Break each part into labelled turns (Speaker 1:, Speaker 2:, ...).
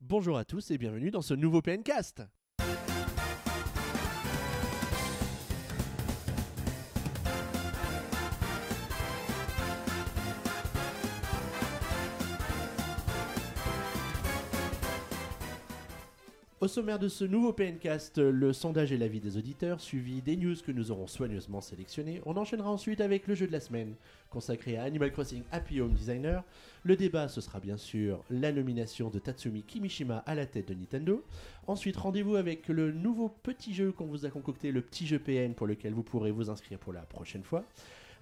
Speaker 1: Bonjour à tous et bienvenue dans ce nouveau PNcast. Au sommaire de ce nouveau PNcast, le sondage et l'avis des auditeurs, suivi des news que nous aurons soigneusement sélectionnées. On enchaînera ensuite avec le jeu de la semaine, consacré à Animal Crossing Happy Home Designer. Le débat, ce sera bien sûr la nomination de Tatsumi Kimishima à la tête de Nintendo. Ensuite, rendez-vous avec le nouveau petit jeu qu'on vous a concocté, le petit jeu PN pour lequel vous pourrez vous inscrire pour la prochaine fois.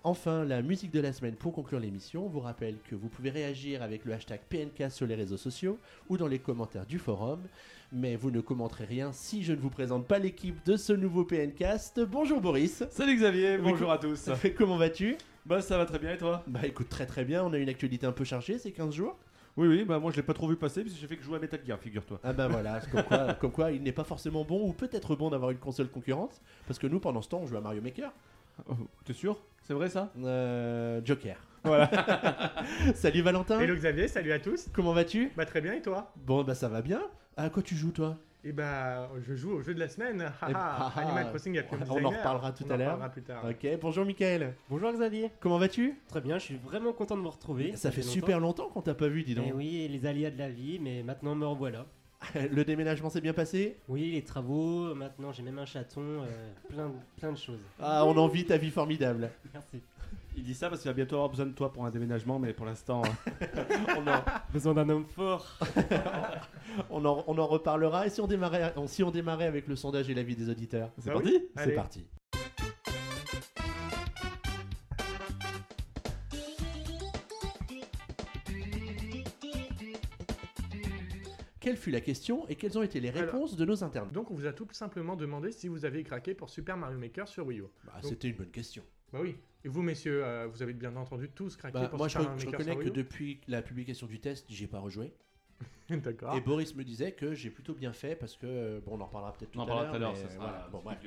Speaker 1: Enfin, la musique de la semaine pour conclure l'émission. On vous rappelle que vous pouvez réagir avec le hashtag PNK sur les réseaux sociaux ou dans les commentaires du forum. Mais vous ne commenterez rien si je ne vous présente pas l'équipe de ce nouveau PNcast. Bonjour Boris.
Speaker 2: Salut Xavier,
Speaker 1: Oui,
Speaker 2: bonjour à tous.
Speaker 1: Ça fait comment vas-tu
Speaker 2: Bah ça va très bien et toi
Speaker 1: Bah écoute, très très bien. On a une actualité un peu chargée ces 15 jours.
Speaker 2: Oui oui, bah moi je l'ai pas trop vu passer puisque j'ai fait que jouer à Metal Gear, figure-toi.
Speaker 1: Ah bah voilà, c'est comme quoi, comme quoi il n'est pas forcément bon ou peut-être bon d'avoir une console concurrente. Parce que nous, pendant ce temps, on joue à Mario Maker.
Speaker 2: Oh, T'es sûr C'est vrai ça
Speaker 1: Euh, Joker.
Speaker 2: Voilà.
Speaker 1: Salut Valentin.
Speaker 3: Hello Xavier, salut à tous.
Speaker 1: Comment vas-tu
Speaker 3: Bah très bien et toi
Speaker 1: Bon bah ça va bien. À quoi tu joues toi
Speaker 3: Et bah je joue au jeu de la semaine. Haha,
Speaker 1: Eh bah,
Speaker 3: Animal Crossing Happy Home
Speaker 1: on en
Speaker 3: Designer.
Speaker 1: reparlera tout
Speaker 3: On
Speaker 1: à
Speaker 3: en
Speaker 1: l'heure.
Speaker 3: reparlera plus tard.
Speaker 1: Ok, bonjour Michael.
Speaker 4: Bonjour Xavier.
Speaker 1: Comment vas-tu
Speaker 4: Très bien, je suis vraiment content de vous retrouver.
Speaker 1: Ça fait super longtemps qu'on t'a pas vu, dis
Speaker 4: longtemps. Eh
Speaker 1: donc.
Speaker 4: oui, les aléas de la vie, mais maintenant me revoilà.
Speaker 1: Le déménagement s'est bien passé
Speaker 4: Oui, les travaux, maintenant j'ai même un chaton, euh, plein, de- plein de choses.
Speaker 1: Ah, on envie ta vie formidable.
Speaker 4: Merci.
Speaker 2: Il dit ça parce qu'il va bientôt avoir besoin de toi pour un déménagement, mais pour l'instant, euh, on en-
Speaker 4: Besoin d'un homme fort.
Speaker 1: On en, on en reparlera. Et si on, démarrait, on- si on démarrait avec le sondage et l'avis des auditeurs
Speaker 2: c'est
Speaker 3: Bah oui.
Speaker 2: parti.
Speaker 1: C'est
Speaker 3: Allez.
Speaker 1: parti. Quelle fut la question et quelles ont été les
Speaker 3: Alors.
Speaker 1: réponses de nos internes
Speaker 3: Donc on vous a tout simplement demandé si vous avez craqué pour Super Mario Maker sur Wii U.
Speaker 1: Bah,
Speaker 3: Donc-
Speaker 1: C'était une bonne question.
Speaker 3: Bah oui. Et vous messieurs, euh, vous avez bien entendu tous craqué
Speaker 1: Bah,
Speaker 3: pour
Speaker 1: moi, je,
Speaker 3: Super
Speaker 1: re-
Speaker 3: Mario
Speaker 1: je
Speaker 3: Maker
Speaker 1: reconnais
Speaker 3: sur
Speaker 1: que
Speaker 3: Wii U.
Speaker 1: depuis la publication du test, j'y ai pas rejoué.
Speaker 3: D'accord.
Speaker 1: Et Boris me disait que j'ai plutôt bien fait parce que, euh, bon, on en reparlera peut-être tout
Speaker 2: On en
Speaker 1: à l'heure.
Speaker 2: parlera tout à l'heure,
Speaker 1: mais,
Speaker 2: ça
Speaker 1: euh,
Speaker 2: sera.
Speaker 1: voilà. Bon, bref.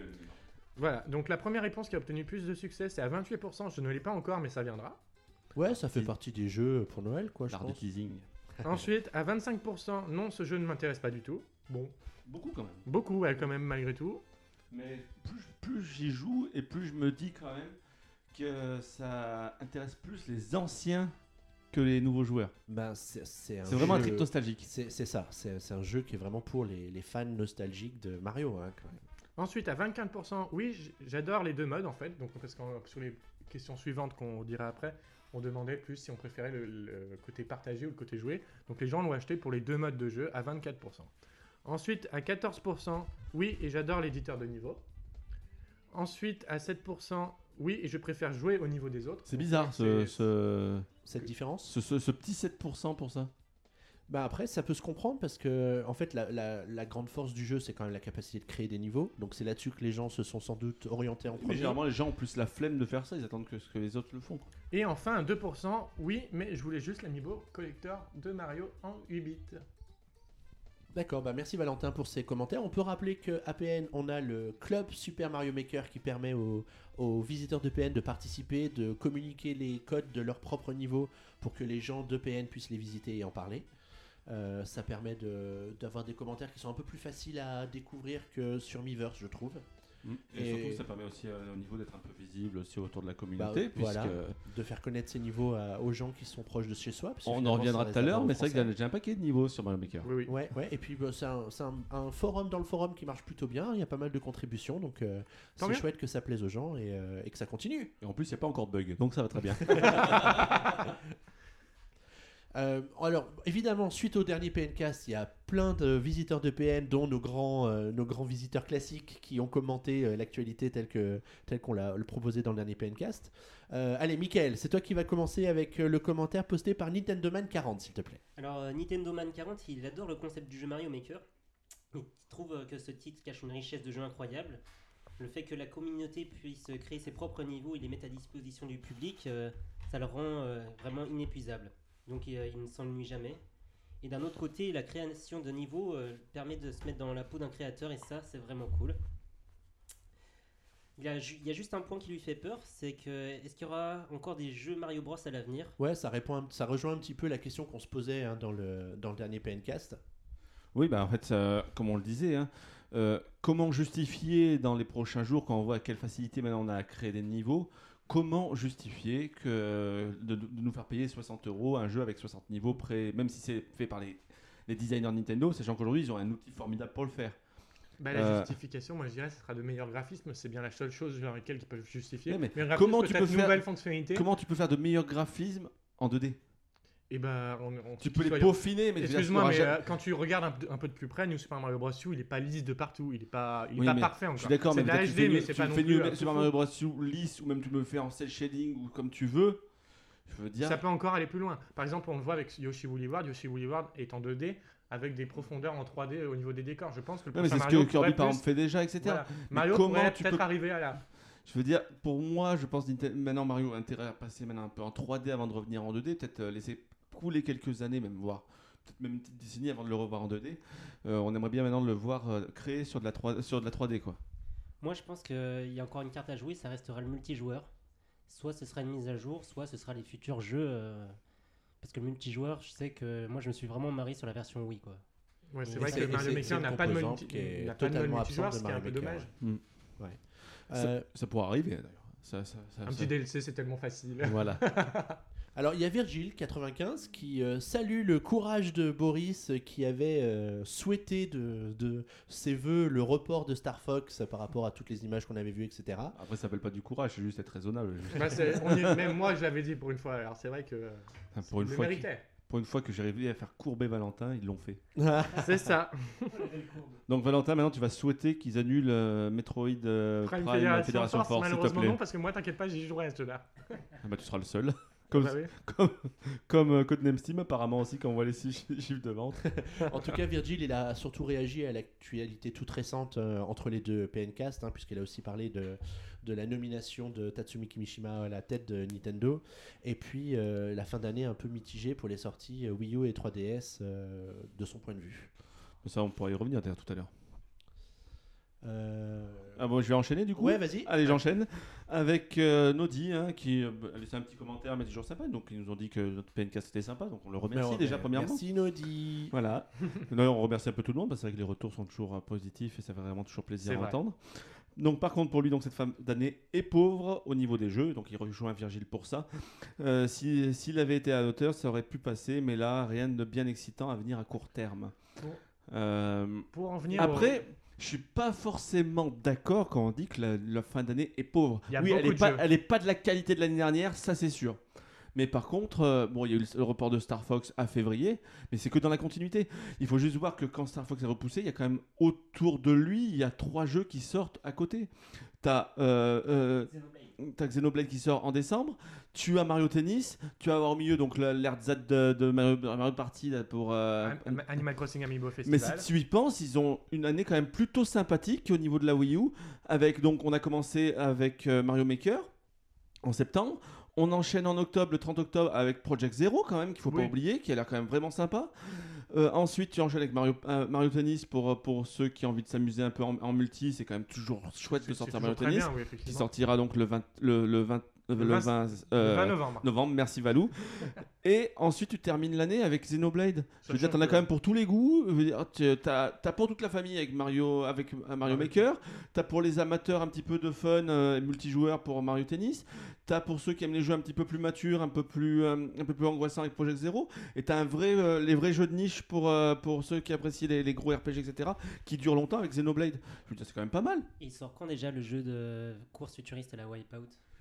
Speaker 3: Voilà, donc la première réponse qui a obtenu plus de succès, c'est à 28%. Je ne l'ai pas encore, mais ça viendra.
Speaker 1: Ouais, ça fait
Speaker 2: Si.
Speaker 1: partie des jeux pour Noël, quoi, je
Speaker 2: L'art du
Speaker 1: pense.
Speaker 2: teasing.
Speaker 3: Ensuite, à 25%, non, ce jeu ne m'intéresse pas du tout. Bon,
Speaker 2: Beaucoup quand même.
Speaker 3: beaucoup, ouais, quand même, malgré tout.
Speaker 2: Mais plus, plus j'y joue et plus je me dis quand même que ça intéresse plus les anciens que les nouveaux joueurs.
Speaker 1: Ben, c'est c'est un
Speaker 2: C'est vraiment un
Speaker 1: jeu-
Speaker 2: trip nostalgique.
Speaker 1: C'est c'est ça, c'est c'est un jeu qui est vraiment pour les, les fans nostalgiques de Mario, hein, quand même.
Speaker 3: Ensuite, à 25%, oui, j- j'adore les deux modes en fait. Donc, parce qu'en- sur les questions suivantes qu'on dira après, on demandait plus si on préférait le, le côté partagé ou le côté joué. Donc, les gens l'ont acheté pour les deux modes de jeu à 24%. Ensuite, à 14%, oui, et j'adore l'éditeur de niveau. Ensuite, à 7%, oui, et je préfère jouer au niveau des autres.
Speaker 2: C'est
Speaker 3: Donc,
Speaker 2: bizarre ce,
Speaker 3: c'est-
Speaker 2: ce,
Speaker 1: Cette différence
Speaker 2: ce- ce- ce petit 7% pour ça.
Speaker 1: Bah après, ça peut se comprendre parce que, en fait, la, la- la grande force du jeu, c'est quand même la capacité de créer des niveaux. Donc c'est là-dessus que les gens se sont sans doute orientés en
Speaker 2: Mais
Speaker 1: premier.
Speaker 2: généralement, les gens ont plus la flemme de faire ça, ils attendent que, ce que les autres le font. quoi.
Speaker 3: Et enfin, à 2%, oui, mais je voulais juste l'amiibo collector de Mario en 8 bits.
Speaker 1: D'accord, bah merci Valentin pour ces commentaires. On peut rappeler que à PN, on a le club Super Mario Maker qui permet aux, aux visiteurs de PN de participer, de communiquer les codes de leur propre niveau pour que les gens de PN puissent les visiter et en parler. Euh, ça permet de- d'avoir des commentaires qui sont un peu plus faciles à découvrir que sur Miiverse, je trouve.
Speaker 2: Mm. Et,
Speaker 1: Et-
Speaker 2: surtout, ça permet aussi euh, au niveau d'être un peu visible aussi autour de la communauté,
Speaker 1: Bah, voilà.
Speaker 2: puisque-
Speaker 1: De faire connaître ces niveaux à- aux gens qui sont proches de chez soi. parce que
Speaker 2: On en
Speaker 1: finalement,
Speaker 2: reviendra
Speaker 1: ça
Speaker 2: tout à l'heure, mais
Speaker 1: reste
Speaker 2: c'est vrai
Speaker 1: un
Speaker 2: que j'ai- j'ai un paquet de niveaux sur Mario Maker.
Speaker 3: Oui, oui.
Speaker 1: Ouais, ouais, et puis bah, c'est un, c'est un- un forum dans le forum qui marche plutôt bien, il y a pas mal de contributions, donc euh,
Speaker 3: Tant
Speaker 1: c'est
Speaker 3: mieux.
Speaker 1: chouette que ça plaise aux gens et, euh, et que ça continue.
Speaker 2: Et en plus, il n'y a pas encore de bug, donc ça va très bien.
Speaker 1: Euh, alors, évidemment, suite au dernier PNcast, il y a plein de visiteurs de PN, dont nos grands, euh, nos grands visiteurs classiques qui ont commenté euh, l'actualité telle que telle qu'on l'a le proposé dans le dernier PNcast. Euh, allez, Michael, c'est toi qui vas commencer avec euh, le commentaire posté par Nintendo Man 40, s'il te plaît.
Speaker 4: Alors, euh, Nintendo Man 40, il adore le concept du jeu Mario Maker. Il trouve euh, que ce titre cache une richesse de jeu incroyable. Le fait que la communauté puisse créer ses propres niveaux et les mettre à disposition du public, euh, ça le rend euh, vraiment inépuisable. Donc euh, il ne s'ennuie jamais. Et d'un autre côté, la création de niveaux euh, permet de se mettre dans la peau d'un créateur et ça, c'est vraiment cool. Il y, a ju- il y a juste un point qui lui fait peur, c'est que est-ce qu'il y aura encore des jeux Mario Bros à l'avenir
Speaker 1: Ouais, ça, répond un- ça rejoint un petit peu la question qu'on se posait hein, dans, le, dans le dernier PNcast.
Speaker 2: Oui, bah en fait, ça- comme on le disait, hein, euh, comment justifier dans les prochains jours, quand on voit à quelle facilité maintenant on a à créer des niveaux, comment justifier que de, de nous faire payer 60 euros un jeu avec 60 niveaux près, même si c'est fait par les, les designers Nintendo, sachant qu'aujourd'hui ils ont un outil formidable pour le faire.
Speaker 3: Bah, la
Speaker 2: Euh,
Speaker 3: justification, moi je dirais, ce sera de meilleurs graphismes. C'est bien la seule chose vers laquelle ils peuvent justifier.
Speaker 2: Ouais, mais
Speaker 3: un graphisme,
Speaker 2: comment tu
Speaker 3: peut-être
Speaker 2: peux
Speaker 3: une
Speaker 2: faire-
Speaker 3: nouvelle fonctionnalité
Speaker 2: Comment tu peux faire de meilleurs graphismes en 2D
Speaker 3: Et bah, on, on-
Speaker 2: Tu peux les
Speaker 3: soyons-
Speaker 2: peaufiner, mais je veux dire,
Speaker 3: Excuse-moi,
Speaker 2: tu
Speaker 3: mais
Speaker 2: auras
Speaker 3: euh, quand tu regardes un, p- un peu de plus près, New Super Mario Bros. U, il est pas lisse de partout, il est pas, il est
Speaker 2: Oui,
Speaker 3: pas
Speaker 2: mais
Speaker 3: parfait encore.
Speaker 2: Je suis d'accord, mais
Speaker 3: euh, c'est de la
Speaker 2: peut-être
Speaker 3: HD,
Speaker 2: tu
Speaker 3: mais
Speaker 2: fais
Speaker 3: c'est
Speaker 2: tu
Speaker 3: pas non
Speaker 2: fais
Speaker 3: plus.
Speaker 2: New
Speaker 3: euh,
Speaker 2: Super Mario Bros sous lisse ou même tu me le fais en cel shading ou comme tu veux. Je veux dire,
Speaker 3: Ça peut encore aller plus loin. Par exemple, on le voit avec Yoshi Woolly World. Yoshi Woolly World est en 2D avec des profondeurs en 3D au niveau des décors. Je pense que le
Speaker 2: Ouais, mais
Speaker 3: prochain
Speaker 2: c'est ce
Speaker 3: Mario
Speaker 2: que Kirby
Speaker 3: pourrait
Speaker 2: par
Speaker 3: plus-
Speaker 2: exemple fait déjà, etc.
Speaker 3: voilà. Mario
Speaker 2: comment
Speaker 3: pourrait
Speaker 2: tu
Speaker 3: peut-être
Speaker 2: peux-
Speaker 3: arriver à la.
Speaker 2: Je veux dire, pour moi, je pense Nintendo- maintenant Mario a intérêt à passer maintenant un peu en 3D avant de revenir en 2D, peut-être euh, laisser couler quelques années, même voir peut-être même une petite décennie avant de le revoir en 2D. Euh, on aimerait bien maintenant le voir euh, créer sur de la 3 sur de la 3D quoi.
Speaker 4: Moi, je pense qu'il y a encore une carte à jouer, ça restera le multijoueur. Soit ce sera une mise à jour, soit ce sera les futurs jeux. euh, Parce que le multijoueur, je sais que moi, je me suis vraiment marié sur la version Wii, quoi.
Speaker 3: Ouais,
Speaker 1: Et
Speaker 3: c'est vrai que
Speaker 1: c'est- et
Speaker 3: Mario
Speaker 1: c'est-
Speaker 3: Maker
Speaker 1: c'est
Speaker 3: n'a
Speaker 1: une
Speaker 3: pas de
Speaker 1: composante
Speaker 3: multi-
Speaker 1: qui est
Speaker 3: n'a pas de
Speaker 1: totalement
Speaker 3: multijoueur, ce
Speaker 1: absente
Speaker 3: qui
Speaker 1: de
Speaker 3: est un peu
Speaker 1: Mario Maker,
Speaker 3: dommage.
Speaker 1: Euh,
Speaker 2: Ça pourrait arriver d'ailleurs. Ça- ça- ça-
Speaker 3: Un
Speaker 2: ça-
Speaker 3: petit DLC, c'est tellement facile.
Speaker 2: Voilà.
Speaker 1: Alors, il y a Virgile95 qui euh, salue le courage de Boris euh, qui avait euh, souhaité de, de ses voeux le report de Star Fox euh, par rapport à toutes les images qu'on avait vues, etc.
Speaker 2: Après, ça s'appelle pas du courage, c'est juste être raisonnable. Juste-
Speaker 3: Bah, c'est- on y est- même moi, je l'avais dit pour une fois. Alors c'est vrai que euh,
Speaker 2: pour, une
Speaker 3: il le
Speaker 2: fois que-
Speaker 3: méritait.
Speaker 2: pour une fois que j'ai réussi à faire courber Valentin, ils l'ont fait.
Speaker 3: C'est ça.
Speaker 2: Donc Valentin, maintenant tu vas souhaiter qu'ils annulent euh, Metroid euh,
Speaker 3: Prime
Speaker 2: Prime,
Speaker 3: Fédération,
Speaker 2: Fédération
Speaker 3: Force,
Speaker 2: Force, s'il te
Speaker 3: malheureusement
Speaker 2: plaît.
Speaker 3: non, parce que moi, t'inquiète pas, j'y jouerai à ce jeu-là.
Speaker 2: Ah bah, tu seras le seul. Comme,
Speaker 3: Bah oui.
Speaker 2: comme, comme euh, Codename Steam, apparemment aussi, quand on voit les chi- chiffres de vente.
Speaker 1: En tout cas, Virgil, il a surtout réagi à l'actualité toute récente euh, entre les deux PNcast, hein, puisqu'il a aussi parlé de, de la nomination de Tatsumi Kimishima à la tête de Nintendo, et puis euh, la fin d'année un peu mitigée pour les sorties euh, Wii U et 3DS euh, de son point de vue.
Speaker 2: Ça, on pourra y revenir d'ailleurs tout à l'heure.
Speaker 1: Euh,
Speaker 2: Ah bon, je vais enchaîner du coup ah,
Speaker 1: ouais, vas-y.
Speaker 2: Allez, j'enchaîne avec euh, Nodi hein, qui euh, a laissé un petit commentaire, mais toujours sympa. Donc, ils nous ont dit que notre PNK c'était sympa, donc on le
Speaker 3: Bah,
Speaker 2: remercie
Speaker 1: Mais-
Speaker 2: déjà
Speaker 1: mais-
Speaker 2: premièrement.
Speaker 1: Merci Nodi.
Speaker 2: Voilà. D'ailleurs, on remercie un peu tout le monde parce que les retours sont toujours euh, positifs et ça fait vraiment toujours plaisir
Speaker 3: C'est
Speaker 2: à
Speaker 3: vrai.
Speaker 2: entendre. Donc, par contre, pour lui, donc cette femme d'année est pauvre au niveau des jeux, donc il rejoint Virgile pour ça. Euh, si- S'il avait été à l'auteur, ça aurait pu passer, mais là, rien de bien excitant à venir à court terme.
Speaker 3: Bon.
Speaker 2: Euh,
Speaker 3: Pour en venir. au-
Speaker 2: après, je suis pas forcément d'accord quand on dit que la, la fin d'année est pauvre.
Speaker 3: Il y a
Speaker 2: oui, elle
Speaker 3: beaucoup
Speaker 2: est
Speaker 3: de
Speaker 2: pas,
Speaker 3: jeux.
Speaker 2: elle est pas de la qualité de l'année dernière, ça c'est sûr. Mais par contre, euh, bon, il y a eu le, le report de Star Fox à février, mais c'est que dans la continuité. Il faut juste voir que quand Star Fox est repoussé, il y a quand même autour de lui, il y a trois jeux qui sortent à côté. T'as euh, euh, T'as Xenoblade qui sort en décembre, tu as Mario Tennis, tu vas avoir au milieu donc la- l'air de ZAD de, de Mario, Mario Party là, pour euh,
Speaker 3: Am- Am- Animal Crossing Amiibo
Speaker 2: mais
Speaker 3: Festival.
Speaker 2: si tu y penses, ils ont une année quand même plutôt sympathique au niveau de la Wii U. Avec, donc, on a commencé avec euh, Mario Maker en septembre. On enchaîne en octobre, le 30 octobre, avec Project Zero, quand même, qu'il faut pas
Speaker 3: Oui.
Speaker 2: oublier, qui a l'air quand même vraiment sympa. Euh, ensuite, tu enchaînes avec Mario, euh, Mario Tennis pour, euh, pour ceux qui ont envie de s'amuser un peu en, en multi. C'est quand même toujours chouette
Speaker 3: C'est-
Speaker 2: de
Speaker 3: c'est
Speaker 2: sortir
Speaker 3: toujours
Speaker 2: Mario
Speaker 3: très
Speaker 2: Tennis,
Speaker 3: bien, oui,
Speaker 2: qui
Speaker 3: effectivement.
Speaker 2: sortira donc le 20. Le, le 20 euh,
Speaker 3: Le
Speaker 2: le
Speaker 3: 20,
Speaker 2: 20,
Speaker 3: Le
Speaker 2: euh,
Speaker 3: 20 novembre.
Speaker 2: novembre, merci Valou. Et ensuite, tu termines l'année avec Xenoblade. Je veux dire, t'en as
Speaker 3: Sachant
Speaker 2: quand même pour tous les goûts. Je veux dire, oh, tu- T'as t'as pour toute la famille avec Mario, avec euh, Mario
Speaker 3: Mario.
Speaker 2: Maker. T'as pour les amateurs un petit peu de fun, euh, multijoueur pour Mario Tennis. T'as pour ceux qui aiment les jeux un petit peu plus matures, un peu plus, euh, un peu plus angoissants avec Project Zero. Et t'as un vrai, euh, les vrais jeux de niche pour, euh, pour ceux qui apprécient les, les gros RPG, etc. Qui durent longtemps avec Xenoblade. Je veux dire, c'est quand même pas mal.
Speaker 4: Et il sort quand déjà le jeu de course futuriste à la Wipeout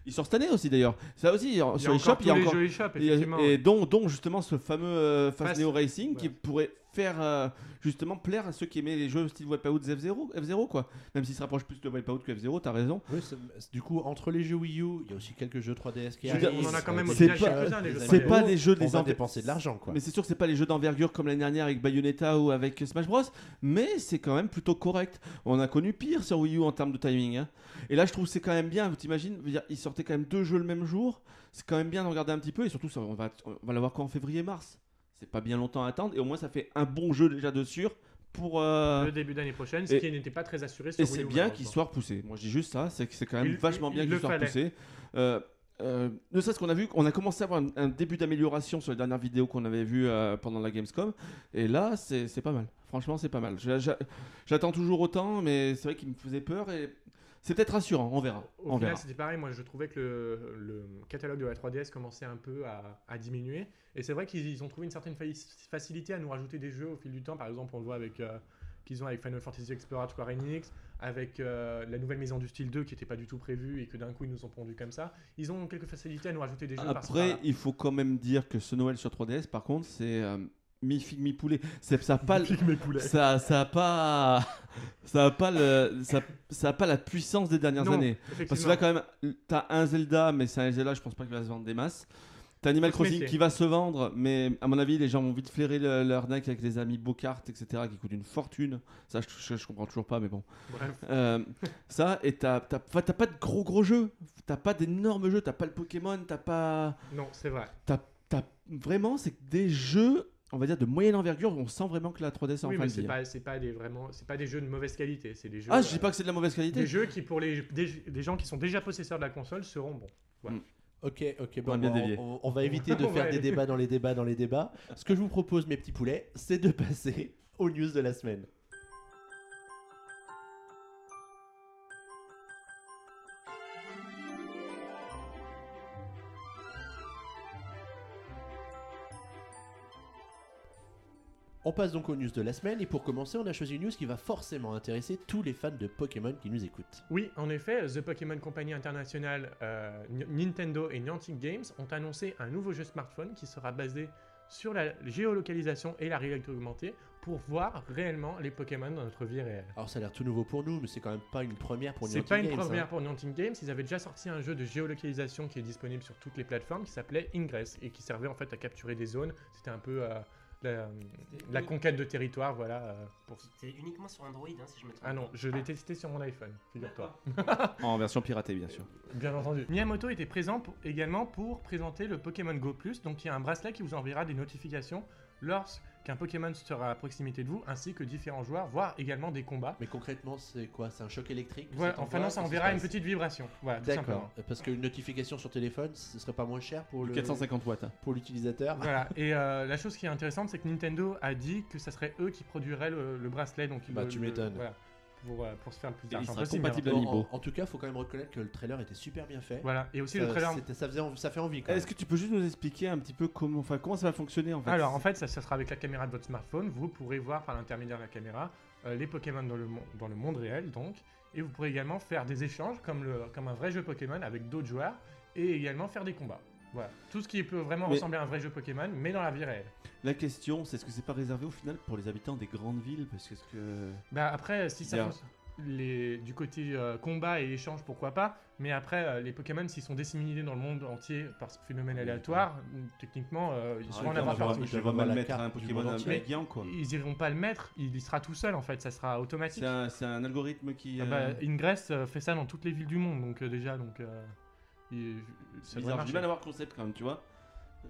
Speaker 2: Il sort cette année aussi d'ailleurs. Ça aussi,
Speaker 3: Il y
Speaker 2: sur
Speaker 3: a
Speaker 2: les shops,
Speaker 3: encore
Speaker 2: il y a
Speaker 3: tous les
Speaker 2: encore.
Speaker 3: jeux
Speaker 2: Et,
Speaker 3: eShop,
Speaker 2: euh,
Speaker 3: effectivement.
Speaker 2: et dont, dont justement ce fameux euh, Fast,
Speaker 3: Fast-
Speaker 2: Neo Racing qui
Speaker 3: ouais.
Speaker 2: pourrait faire euh, justement plaire à ceux qui aimaient les jeux style Wipeout F0, F0 quoi. Même s'il se rapproche plus de Wipeout que F0, t'as raison.
Speaker 1: Oui, c'est- c'est- du coup, entre les jeux Wii U, il y a aussi quelques jeux 3DS qui
Speaker 3: Je
Speaker 2: veux dire,
Speaker 1: arrivent.
Speaker 2: on en a
Speaker 3: quand même
Speaker 2: au
Speaker 1: Euh,
Speaker 2: final
Speaker 1: pas-
Speaker 3: quelques-uns, les
Speaker 1: les
Speaker 3: jeux
Speaker 1: amis,
Speaker 2: C'est
Speaker 3: Ouais.
Speaker 2: pas des jeux des
Speaker 1: on va
Speaker 2: enver-
Speaker 1: dépenser de l'argent, quoi.
Speaker 2: Mais c'est sûr que c'est pas les jeux d'envergure comme l'année dernière avec Bayonetta ou avec Smash Bros, mais c'est quand même plutôt correct. On a connu pire sur Wii U en termes de timing. hein. Et là, je trouve que c'est quand même bien. T'imagines, je veux dire, ils sortaient quand même deux jeux le même jour. C'est quand même bien de regarder un petit peu. Et surtout, ça, on va, on va l'avoir qu'en février-mars. C'est pas bien longtemps à attendre. Et au moins, ça fait un bon jeu déjà de sûr pour. euh,
Speaker 3: Le début d'année prochaine, ce
Speaker 2: et-
Speaker 3: qui n'était pas très assuré sur
Speaker 2: et
Speaker 3: Wii
Speaker 2: c'est
Speaker 3: U,
Speaker 2: bien
Speaker 3: malheureusement.
Speaker 2: qu'il soit repoussé. Moi, je dis juste ça, c'est que c'est quand même
Speaker 3: Il-
Speaker 2: vachement
Speaker 3: il-
Speaker 2: bien
Speaker 3: il
Speaker 2: qu'il
Speaker 3: le
Speaker 2: soit
Speaker 3: fallait.
Speaker 2: repoussé. Euh, euh, ne serait-ce qu'on a vu, on a commencé à avoir un, un début d'amélioration sur les dernières vidéos qu'on avait vues euh, pendant la Gamescom, et là, c'est c'est pas mal. Franchement, c'est pas mal. Je- je- J'attends toujours autant, mais c'est vrai qu'il me faisait peur et c'est peut-être rassurant. On verra.
Speaker 3: Au
Speaker 2: on
Speaker 3: final,
Speaker 2: verra.
Speaker 3: c'était pareil. Moi, je trouvais que le, le catalogue de la 3DS commençait un peu à, à diminuer. Et c'est vrai qu'ils ils ont trouvé une certaine failli- facilité à nous rajouter des jeux au fil du temps. Par exemple, on le voit avec euh, qu'ils ont avec Final Fantasy Explorer de Square Enix, avec euh, la nouvelle maison du style 2 qui n'était pas du tout prévue et que d'un coup ils nous ont pondu comme ça. Ils ont quelques facilités à nous rajouter des jeux. hein. par-ci,
Speaker 2: Après,
Speaker 3: par-là.
Speaker 2: il faut quand même dire que ce Noël sur 3DS, par contre, c'est euh, mi figue mi poulet. C'est ça a pas le-
Speaker 3: Pique mes poulets.
Speaker 2: ça ça a pas ça a pas le ça, ça a pas la puissance des dernières
Speaker 3: Non,
Speaker 2: années. Parce que
Speaker 3: effectivement.
Speaker 2: là, quand même, t'as un Zelda, mais c'est un Zelda, je pense pas qu'il va se vendre des masses. T'as Animal
Speaker 3: Faut se
Speaker 2: Crossing
Speaker 3: méfier.
Speaker 2: qui va se vendre, mais à mon avis, les gens vont vite flairer le- leur neck avec les amis Bocart, etc., qui coûtent une fortune. Ça, je, je- je comprends toujours pas, mais bon.
Speaker 3: Bref.
Speaker 2: Euh, ça, et t'as t'as- enfin, t'as pas de gros gros jeux. T'as pas d'énormes jeux. T'as pas le Pokémon, t'as pas.
Speaker 3: Non, c'est vrai.
Speaker 2: t'as- t'as- Vraiment, c'est des jeux, on va dire, de moyenne envergure. On sent vraiment que la 3DS est en
Speaker 3: Oui,
Speaker 2: fin
Speaker 3: mais
Speaker 2: de
Speaker 3: c'est
Speaker 2: vie.
Speaker 3: pas, c'est pas des vraiment, c'est pas des jeux de mauvaise qualité. C'est des jeux.
Speaker 2: Ah, je
Speaker 3: euh,
Speaker 2: dis pas que c'est de la mauvaise qualité.
Speaker 3: Des jeux qui, pour les des, des gens qui sont déjà possesseurs de la console, seront bons.
Speaker 1: Ok, ok,
Speaker 2: On a
Speaker 1: bon,
Speaker 2: bien
Speaker 1: bah,
Speaker 2: dévié.
Speaker 1: on, on va éviter de
Speaker 3: On
Speaker 1: faire
Speaker 3: va
Speaker 1: des
Speaker 3: aller.
Speaker 1: débats dans les débats dans les débats. Ce que je vous propose, mes petits poulets, c'est de passer aux news de la semaine. On passe donc aux news de la semaine et pour commencer, on a choisi une news qui va forcément intéresser tous les fans de Pokémon qui nous écoutent.
Speaker 3: Oui, en effet, The Pokémon Company International, euh, Ni- Nintendo et Niantic Games ont annoncé un nouveau jeu smartphone qui sera basé sur la géolocalisation et la réalité augmentée pour voir réellement les Pokémon dans notre vie réelle.
Speaker 1: Alors ça a l'air tout nouveau pour nous, mais c'est quand même pas une première pour
Speaker 3: C'est
Speaker 1: Niantic
Speaker 3: pas une
Speaker 1: Games, hein.
Speaker 3: première pour Niantic Games, ils avaient déjà sorti un jeu de géolocalisation qui est disponible sur toutes les plateformes qui s'appelait Ingress et qui servait en fait à capturer des zones. C'était un peu euh, la, la conquête de territoire, voilà. euh, pour...
Speaker 4: C'était uniquement sur Android, hein, si je me trompe.
Speaker 3: Ah non,
Speaker 4: pas.
Speaker 3: je l'ai testé sur mon iPhone, figure-toi.
Speaker 4: D'accord.
Speaker 2: En version piratée, bien sûr.
Speaker 3: Bien entendu. Miyamoto était présent pour- également pour présenter le Pokémon Go Plus, donc il y a un bracelet qui vous enverra des notifications lorsqu'un Pokémon sera à proximité de vous, ainsi que différents joueurs, voire également des combats.
Speaker 1: Mais concrètement, c'est quoi C'est un choc électrique que
Speaker 3: Voilà,
Speaker 1: ça
Speaker 3: enfin
Speaker 1: t'envoie
Speaker 3: non, ça
Speaker 1: Qu'est-ce qui se
Speaker 3: enverra une
Speaker 1: passe
Speaker 3: petite vibration.
Speaker 2: Ah,
Speaker 3: Voilà, tout
Speaker 1: D'accord.
Speaker 3: simplement.
Speaker 1: Parce qu'une notification sur téléphone, ce serait pas moins cher pour le
Speaker 2: 450 watts.
Speaker 1: pour l'utilisateur.
Speaker 2: Ah,
Speaker 3: Voilà, et euh, la chose qui est intéressante, c'est que Nintendo a dit que ça serait eux qui produiraient le, le bracelet, donc ils
Speaker 1: Bah,
Speaker 3: le-
Speaker 1: tu
Speaker 3: le-
Speaker 1: m'étonnes.
Speaker 3: voilà, pour, euh, pour se faire le plus
Speaker 2: Et il
Speaker 3: d'argent
Speaker 2: sera
Speaker 3: possible.
Speaker 2: compatible
Speaker 3: hein.
Speaker 1: Bon,
Speaker 2: Amiibo.
Speaker 1: en, en tout cas, faut quand même reconnaître que le trailer était super bien fait.
Speaker 3: Voilà, et aussi
Speaker 1: ça,
Speaker 3: le trailer.
Speaker 1: c'était- ça faisait envie- ça fait envie. Quand même.
Speaker 2: Est-ce que tu peux juste nous expliquer un petit peu comment, enfin, comment ça va fonctionner en fait
Speaker 3: Alors en fait, ça, ça sera avec la caméra de votre smartphone. Vous pourrez voir par l'intermédiaire de la caméra euh, les Pokémon dans le, mon- dans le monde réel, donc. Et vous pourrez également faire des échanges comme, le, comme un vrai jeu Pokémon avec d'autres joueurs et également faire des combats. Voilà. Tout ce qui peut vraiment
Speaker 2: Mais-
Speaker 3: ressembler à un vrai jeu Pokémon, mais dans la vie réelle.
Speaker 2: La question, c'est est-ce que c'est pas réservé au final pour les habitants des grandes villes Parce que est-ce que.
Speaker 3: Bah après, si ça
Speaker 2: Bien.
Speaker 3: fonce- les, du côté euh, combat et échange, pourquoi pas. Mais après, euh, les Pokémon, s'ils sont disséminés dans le monde entier par ce phénomène
Speaker 2: Oui,
Speaker 3: aléatoire, techniquement, euh, ils
Speaker 2: Ah,
Speaker 3: seront en
Speaker 2: ils
Speaker 3: avoir
Speaker 2: vont-
Speaker 3: partout.
Speaker 2: Ils
Speaker 1: Je vais
Speaker 2: vont
Speaker 1: voir
Speaker 2: mal
Speaker 1: la
Speaker 2: mettre
Speaker 1: carte
Speaker 2: un
Speaker 1: du
Speaker 2: Pokémon
Speaker 1: monde entier.
Speaker 2: américain quoi.
Speaker 3: Ils iront pas le mettre, il y sera tout seul en fait, ça sera automatique.
Speaker 2: C'est un, c'est un algorithme qui.
Speaker 3: Ah
Speaker 2: euh,
Speaker 3: bah, Ingress euh, fait ça dans toutes les villes du monde, donc euh, déjà, donc euh, il- ça
Speaker 2: bizarre. J'ai
Speaker 3: devrait
Speaker 2: du
Speaker 3: marcher.
Speaker 2: mal à voir le concept quand même, tu vois.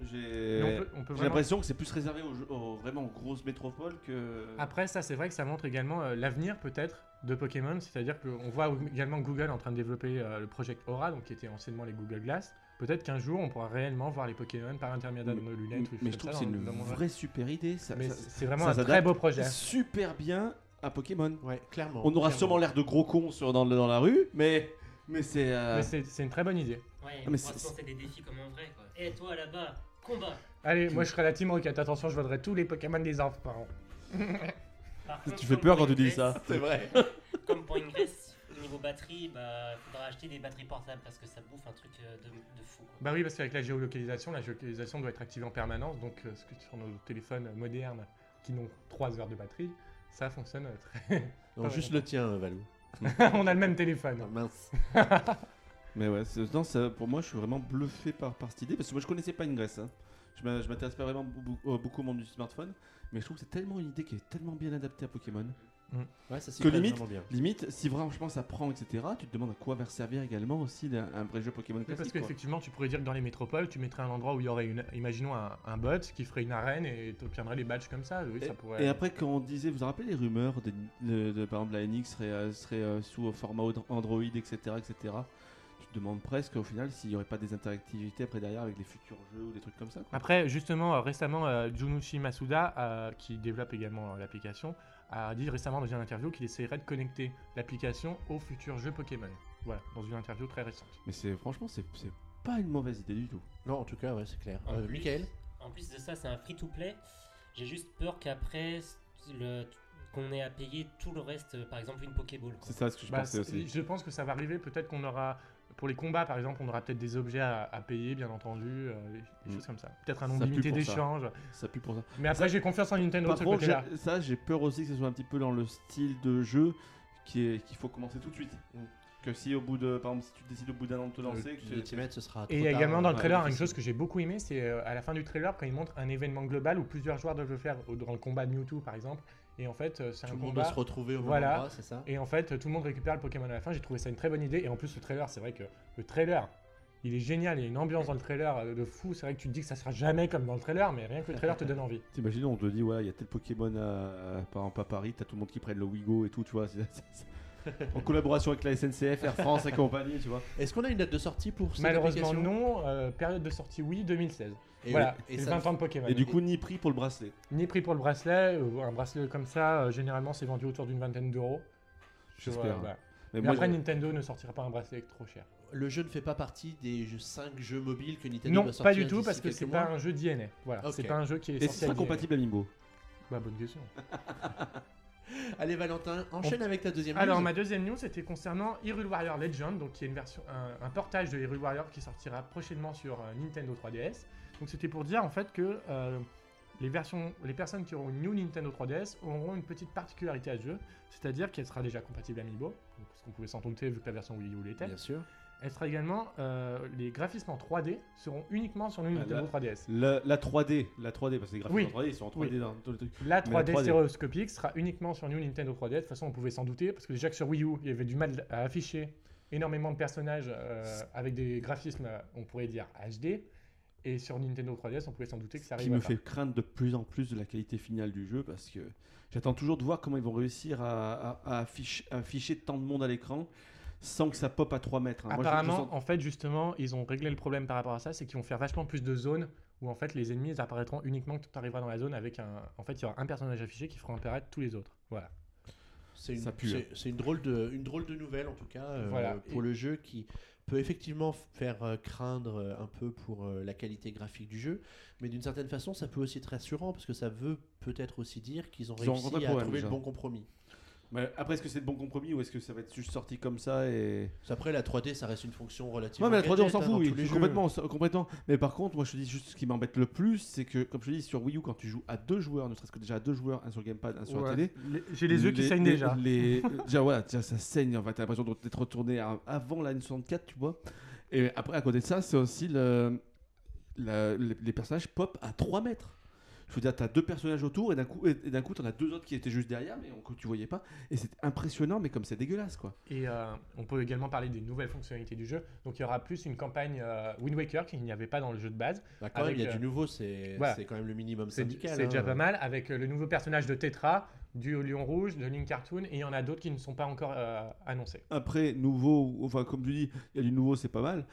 Speaker 3: Mais
Speaker 2: J'ai
Speaker 3: on peut, on peut
Speaker 2: j'ai
Speaker 3: vraiment-
Speaker 2: l'impression que c'est plus réservé aux, aux- vraiment aux grosses métropoles que.
Speaker 3: Après, ça, c'est vrai que ça montre également euh, l'avenir peut-être de Pokémon, c'est-à-dire qu'on voit également Google en train de développer euh, le projet Aura, donc qui était anciennement les Google Glass. Peut-être qu'un jour, on pourra réellement voir les Pokémon par intermédiaire de nos
Speaker 2: mais,
Speaker 3: lunettes. ou des
Speaker 2: mais je
Speaker 3: choses
Speaker 2: trouve
Speaker 3: comme
Speaker 2: que
Speaker 3: ça
Speaker 2: c'est
Speaker 3: dans-
Speaker 2: une
Speaker 3: dans mon-
Speaker 2: vraie super idée. Ça,
Speaker 3: Mais
Speaker 2: ça-
Speaker 3: c'est vraiment
Speaker 2: ça
Speaker 3: un très
Speaker 2: s'adapte
Speaker 3: beau projet.
Speaker 2: super bien à Pokémon.
Speaker 1: Ouais, clairement.
Speaker 2: On aura
Speaker 1: clairement.
Speaker 2: sûrement l'air de gros cons sur- dans, le- dans la rue, mais mais c'est. euh,
Speaker 3: Mais c'est c'est une très bonne idée.
Speaker 4: Ouais,
Speaker 2: Ah, mais
Speaker 4: on
Speaker 2: c'est-
Speaker 4: va se lancer des défis comme un vrai, quoi. Eh, toi là-bas, combat
Speaker 3: Allez, moi je serai la Team Rocket. Attention, je voudrais tous les Pokémon des enfants.
Speaker 4: Par contre,
Speaker 2: Tu fais
Speaker 4: comme
Speaker 2: peur
Speaker 4: pour
Speaker 2: quand tu dis
Speaker 4: Ingress-
Speaker 2: ça.
Speaker 1: C'est vrai.
Speaker 4: Comme pour Ingress, au niveau batterie, bah, faudra acheter des batteries portables parce que ça bouffe un truc euh, de, de fou. quoi.
Speaker 3: Bah oui, parce qu'avec la géolocalisation, la géolocalisation doit être activée en permanence, donc euh, ce que sur nos téléphones modernes qui n'ont 3 heures de batterie, ça fonctionne euh,
Speaker 1: Non, juste le tien, euh, Valou.
Speaker 3: très... on a le même
Speaker 1: Non,
Speaker 3: téléphone.
Speaker 1: mince.
Speaker 2: Mais ouais, c'est- non, ça, pour moi, je suis vraiment bluffé par, par cette idée parce que moi, je connaissais pas Ingress. hein. Je m'a- je m'intéresse pas vraiment bou- bou- euh, beaucoup au monde du smartphone, mais je trouve que c'est tellement une idée qui est tellement bien adaptée à Pokémon.
Speaker 1: Ouais, ça s'y
Speaker 2: Que
Speaker 1: prête
Speaker 2: limite-
Speaker 1: vraiment bien.
Speaker 2: Limite, si franchement ça prend, etc., tu te demandes à quoi va servir également aussi d'un- un, vrai jeu Pokémon
Speaker 3: Oui, Parce
Speaker 2: classique. quoi.
Speaker 3: qu'effectivement, tu pourrais dire que dans les métropoles, tu mettrais un endroit où il y aurait une, imaginons un, un bot qui ferait une arène et tu obtiendrais les badges comme ça. Oui,
Speaker 2: Et,
Speaker 3: ça pourrait.
Speaker 2: et après, quand on disait, vous vous rappelez les rumeurs de, de- de- par exemple la NX serait, euh, serait, euh, sous format Android, etc., etc. Tu te demande presque au final s'il n'y aurait pas des interactivités après derrière avec les futurs jeux ou des trucs comme ça. quoi.
Speaker 3: Après, justement, euh, récemment, euh, Junushi Masuda, euh, qui développe également euh, l'application, a dit récemment dans une interview qu'il essaierait de connecter l'application au futur jeu Pokémon. Voilà, dans une interview très récente.
Speaker 2: Mais c'est franchement, c'est c'est pas une mauvaise idée du tout.
Speaker 1: Non, en tout cas, ouais, c'est clair.
Speaker 4: En
Speaker 3: Ah,
Speaker 1: Euh,
Speaker 4: plus-
Speaker 1: Michael
Speaker 4: En plus de ça, c'est un free-to-play. J'ai juste peur qu'après, le- qu'on ait à payer tout le reste, euh, par exemple une Pokéball. quoi.
Speaker 2: C'est ça ce que je
Speaker 3: Bah,
Speaker 2: pensais
Speaker 3: c'est-
Speaker 2: aussi.
Speaker 3: je pense que ça va arriver. Peut-être qu'on aura, pour les combats par exemple, on aura peut-être des objets à, à payer, bien entendu, euh, des des
Speaker 2: Mm.
Speaker 3: choses comme ça. Peut-être un nombre
Speaker 2: Ça pue
Speaker 3: limité
Speaker 2: pour ça.
Speaker 3: d'échanges.
Speaker 2: Ça pue pour ça.
Speaker 3: Mais après, j'ai confiance en Nintendo
Speaker 2: Par
Speaker 3: de ce
Speaker 2: contre,
Speaker 3: côté-là.
Speaker 2: j'ai- ça, j'ai peur aussi que ce soit un petit peu dans le style de jeu qui est- qu'il faut commencer tout de suite. Que si au bout de, par exemple, si tu décides au bout d'un an de te
Speaker 3: Euh,
Speaker 2: lancer, que tu-
Speaker 1: Ultimate, ce sera
Speaker 3: Et il
Speaker 1: trop
Speaker 3: y a
Speaker 1: tard, euh,
Speaker 3: également dans le
Speaker 2: ouais,
Speaker 3: trailer, une
Speaker 2: difficile.
Speaker 3: chose que j'ai beaucoup aimé, c'est euh, à la fin du trailer quand il montre un événement global où plusieurs joueurs doivent le faire, au- dans le combat de Mewtwo par exemple. Et en fait, euh, c'est
Speaker 1: Tout
Speaker 3: un
Speaker 1: le monde doit
Speaker 3: combat.
Speaker 1: se retrouver au même
Speaker 3: Voilà.
Speaker 1: endroit, c'est ça
Speaker 3: Et en fait, euh, tout le monde récupère le Pokémon à la fin. J'ai trouvé ça une très bonne idée. Et en plus, le trailer, c'est vrai que le trailer, il est génial. Il y a une ambiance dans le trailer euh, de fou. C'est vrai que tu te dis que ça sera jamais comme dans le trailer, mais rien que le trailer te donne envie.
Speaker 2: T'imagines, on te dit, ouais, il y a tel Pokémon à, à- par exemple à Paris, t'as tout le monde qui prenne le Wigo et tout, tu vois. c'est- c'est- c'est- en collaboration avec la SNCF, Air France et compagnie, tu vois.
Speaker 1: Est-ce qu'on a une date de sortie pour cette
Speaker 3: Malheureusement,
Speaker 1: application
Speaker 3: non. Euh, période de sortie, oui, 2016.
Speaker 1: Et
Speaker 3: voilà,
Speaker 1: oui,
Speaker 3: et
Speaker 1: Et ça,
Speaker 3: 20 ans de Pokémon.
Speaker 2: Et du coup, ni prix pour le bracelet.
Speaker 3: Ni prix pour le bracelet. euh, un bracelet comme ça, euh, généralement, c'est vendu autour d'une vingtaine d'euros. Sur, euh,
Speaker 2: J'espère.
Speaker 3: voilà.
Speaker 2: Mais
Speaker 3: Mais
Speaker 2: moi,
Speaker 3: après,
Speaker 2: je-
Speaker 3: Nintendo ne sortira pas un bracelet trop cher.
Speaker 1: le jeu ne fait pas partie des 5 jeux mobiles que Nintendo
Speaker 3: Non,
Speaker 1: va sortir
Speaker 3: pas du tout,
Speaker 1: d'ici
Speaker 3: parce que
Speaker 1: quelques
Speaker 3: c'est
Speaker 1: mois.
Speaker 3: pas un jeu DNA. Voilà,
Speaker 1: Ok.
Speaker 3: c'est pas un jeu qui est
Speaker 2: Et
Speaker 3: sorti
Speaker 2: ce sera
Speaker 3: à DNA.
Speaker 2: compatible à Mingo.
Speaker 3: Bah, bonne question.
Speaker 1: Allez, Valentin, enchaîne avec ta deuxième
Speaker 3: Alors,
Speaker 1: news.
Speaker 3: ma deuxième news, c'était concernant Hyrule Warrior Legend, donc qui est une version, un, un portage de Hyrule Warrior qui sortira prochainement sur euh, Nintendo 3DS. Donc, c'était pour dire en fait que euh, les versions, les personnes qui auront une New Nintendo 3DS auront une petite particularité à ce jeu, c'est-à-dire qu'elle sera déjà compatible Amiibo, donc, parce qu'on pouvait s'en douter vu que la version Wii U l'était.
Speaker 1: Bien sûr.
Speaker 3: Elle sera également, euh, les graphismes en 3D seront uniquement sur New
Speaker 2: Ah,
Speaker 3: Nintendo
Speaker 2: là-
Speaker 3: 3DS.
Speaker 2: La, la 3D, la 3D, parce que les graphismes
Speaker 3: Oui.
Speaker 2: en 3D, ils sont en 3D dans tout le truc.
Speaker 3: La
Speaker 2: Mais la
Speaker 3: 3D,
Speaker 2: 3D.
Speaker 3: stéréoscopique sera uniquement sur New Nintendo 3DS. De toute façon, on pouvait s'en douter parce que déjà que sur Wii U, il y avait du mal à afficher énormément de personnages euh, avec des graphismes, euh, on pourrait dire HD. Et sur Nintendo 3DS, on pouvait s'en douter que ça
Speaker 2: qui
Speaker 3: arrive.
Speaker 2: me fait craindre de plus en plus de la qualité finale du jeu parce que j'attends toujours de voir comment ils vont réussir à, à- à afficher, à afficher tant de monde à l'écran sans que ça pop à 3 mètres. hein. Moi, je- je
Speaker 3: Apparemment,
Speaker 2: sens-
Speaker 3: en fait, justement, ils ont réglé le problème par rapport à ça, c'est qu'ils vont faire vachement plus de zones où en fait les ennemis ils apparaîtront uniquement quand tu arriveras dans la zone avec un. En fait, il y aura un personnage affiché qui fera apparaître tous les autres. Voilà.
Speaker 1: C'est une,
Speaker 2: Ça pue, hein.
Speaker 1: c'est- c'est une drôle de, une drôle de nouvelle en tout cas euh,
Speaker 3: Voilà.
Speaker 1: pour le jeu qui peut effectivement f- faire euh, craindre euh, un peu pour euh, la qualité graphique du jeu, mais d'une certaine façon ça peut aussi être rassurant parce que ça veut peut-être aussi dire qu'ils ont
Speaker 2: Ils ont
Speaker 1: réussi
Speaker 2: rencontré le
Speaker 1: à
Speaker 2: problème,
Speaker 1: trouver le
Speaker 2: déjà.
Speaker 1: bon compromis.
Speaker 2: Mais après, est-ce que c'est de bon compromis ou est-ce que ça va être juste sorti comme ça et...
Speaker 1: Parce qu'après la 3D ça reste une fonction relativement.
Speaker 2: Non, mais la 3D, on
Speaker 1: gadget,
Speaker 2: s'en
Speaker 1: hein,
Speaker 2: fout,
Speaker 1: dans
Speaker 2: oui,
Speaker 1: tous les jeux.
Speaker 2: complètement, on s'en- complètement. Mais par contre, moi, je te dis juste ce qui m'embête le plus, c'est que, comme je te dis, sur Wii U, quand tu joues à deux joueurs, ne serait-ce que déjà à deux joueurs, un sur le gamepad, un sur la télé,
Speaker 3: J'ai les yeux qui saignent
Speaker 2: les-
Speaker 3: déjà.
Speaker 2: les- déjà, voilà, déjà, ça saigne. En fait, t'as l'impression d'être retourné à- avant la N64, tu vois. Et après, à côté de ça, c'est aussi le, la- les, les personnages pop à 3 mètres. Je veux dire, t'as deux personnages autour et d'un coup, et, et d'un coup, t'en as deux autres qui étaient juste derrière, mais on- que tu voyais pas. Et c'est impressionnant, mais comme c'est dégueulasse, quoi.
Speaker 3: Et euh, on peut également parler des nouvelles fonctionnalités du jeu. Donc il y aura plus une campagne euh, Wind Waker qu'il n'y avait pas dans le jeu de base.
Speaker 1: Bah, quand même, il y a
Speaker 3: Avec,
Speaker 2: euh,
Speaker 1: du nouveau, c'est
Speaker 3: voilà.
Speaker 1: c'est quand même le minimum
Speaker 3: C'est
Speaker 1: syndical.
Speaker 3: c'est
Speaker 1: hein.
Speaker 3: déjà pas mal avec euh, le nouveau personnage de Tetra, du Lion Rouge, de Link Cartoon et il y en a d'autres qui ne sont pas encore euh, annoncés.
Speaker 2: Après, nouveau, ou- enfin, comme tu dis, il y a du nouveau, c'est pas mal.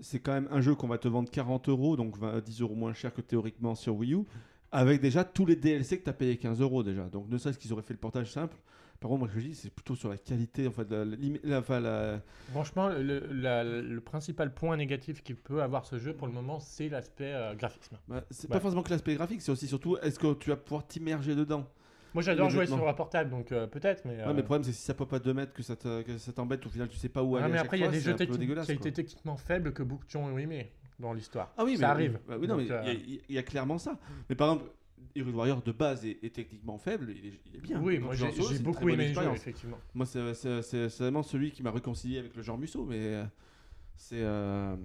Speaker 2: C'est quand même un jeu qu'on va te vendre 40 euros, donc 20 10 euros moins cher que théoriquement sur Wii U, avec déjà tous les DLC que tu as payé 15 euros déjà. Donc, ne serait-ce qu'ils auraient fait le portage simple. Par contre, moi, ce que je dis, c'est plutôt sur la qualité, enfin, de la, la limi- la- enfin, la-
Speaker 3: Franchement, le, la- le principal point négatif qu'il peut avoir ce jeu pour le moment, c'est l'aspect euh, graphisme.
Speaker 2: bah, c'est
Speaker 3: Ouais.
Speaker 2: pas forcément que l'aspect graphique, c'est aussi surtout est-ce que tu vas pouvoir t'immerger dedans.
Speaker 3: Moi j'adore
Speaker 2: Mais
Speaker 3: jouer
Speaker 2: honnêtement.
Speaker 3: sur un portable, donc euh, peut-être, mais...
Speaker 2: Ouais,
Speaker 3: euh,
Speaker 2: mais le problème, c'est si ça pop à 2 mètres, que ça te- que ça t'embête, au final, tu sais pas où
Speaker 3: non,
Speaker 2: aller. à
Speaker 3: mais
Speaker 2: chaque
Speaker 3: après, il y a
Speaker 2: fois,
Speaker 3: des
Speaker 2: c'est
Speaker 3: jeux
Speaker 2: un peu
Speaker 3: techniques
Speaker 2: dégueulasse,
Speaker 3: qui a
Speaker 2: quoi.
Speaker 3: été techniquement faibles que Bookchon a aimé dans l'histoire.
Speaker 2: Ah oui, mais
Speaker 3: Ça arrive.
Speaker 2: bah oui, non, mais
Speaker 3: Donc,
Speaker 2: il y a- il
Speaker 3: euh,
Speaker 2: y, a- il y a clairement ça. Mais par exemple, Hyrule Warrior de base est, est techniquement faible, il est, il est bien.
Speaker 3: Oui,
Speaker 2: Quand
Speaker 3: moi
Speaker 2: tu joues en
Speaker 3: j'ai
Speaker 2: solo,
Speaker 3: j'ai
Speaker 2: c'est une très
Speaker 3: beaucoup
Speaker 2: bonne
Speaker 3: aimé le jeu,
Speaker 2: expérience.
Speaker 3: effectivement.
Speaker 2: Moi, c'est- c'est c'est- c'est vraiment celui qui m'a réconcilié avec le genre Musso, mais euh, c'est. euh,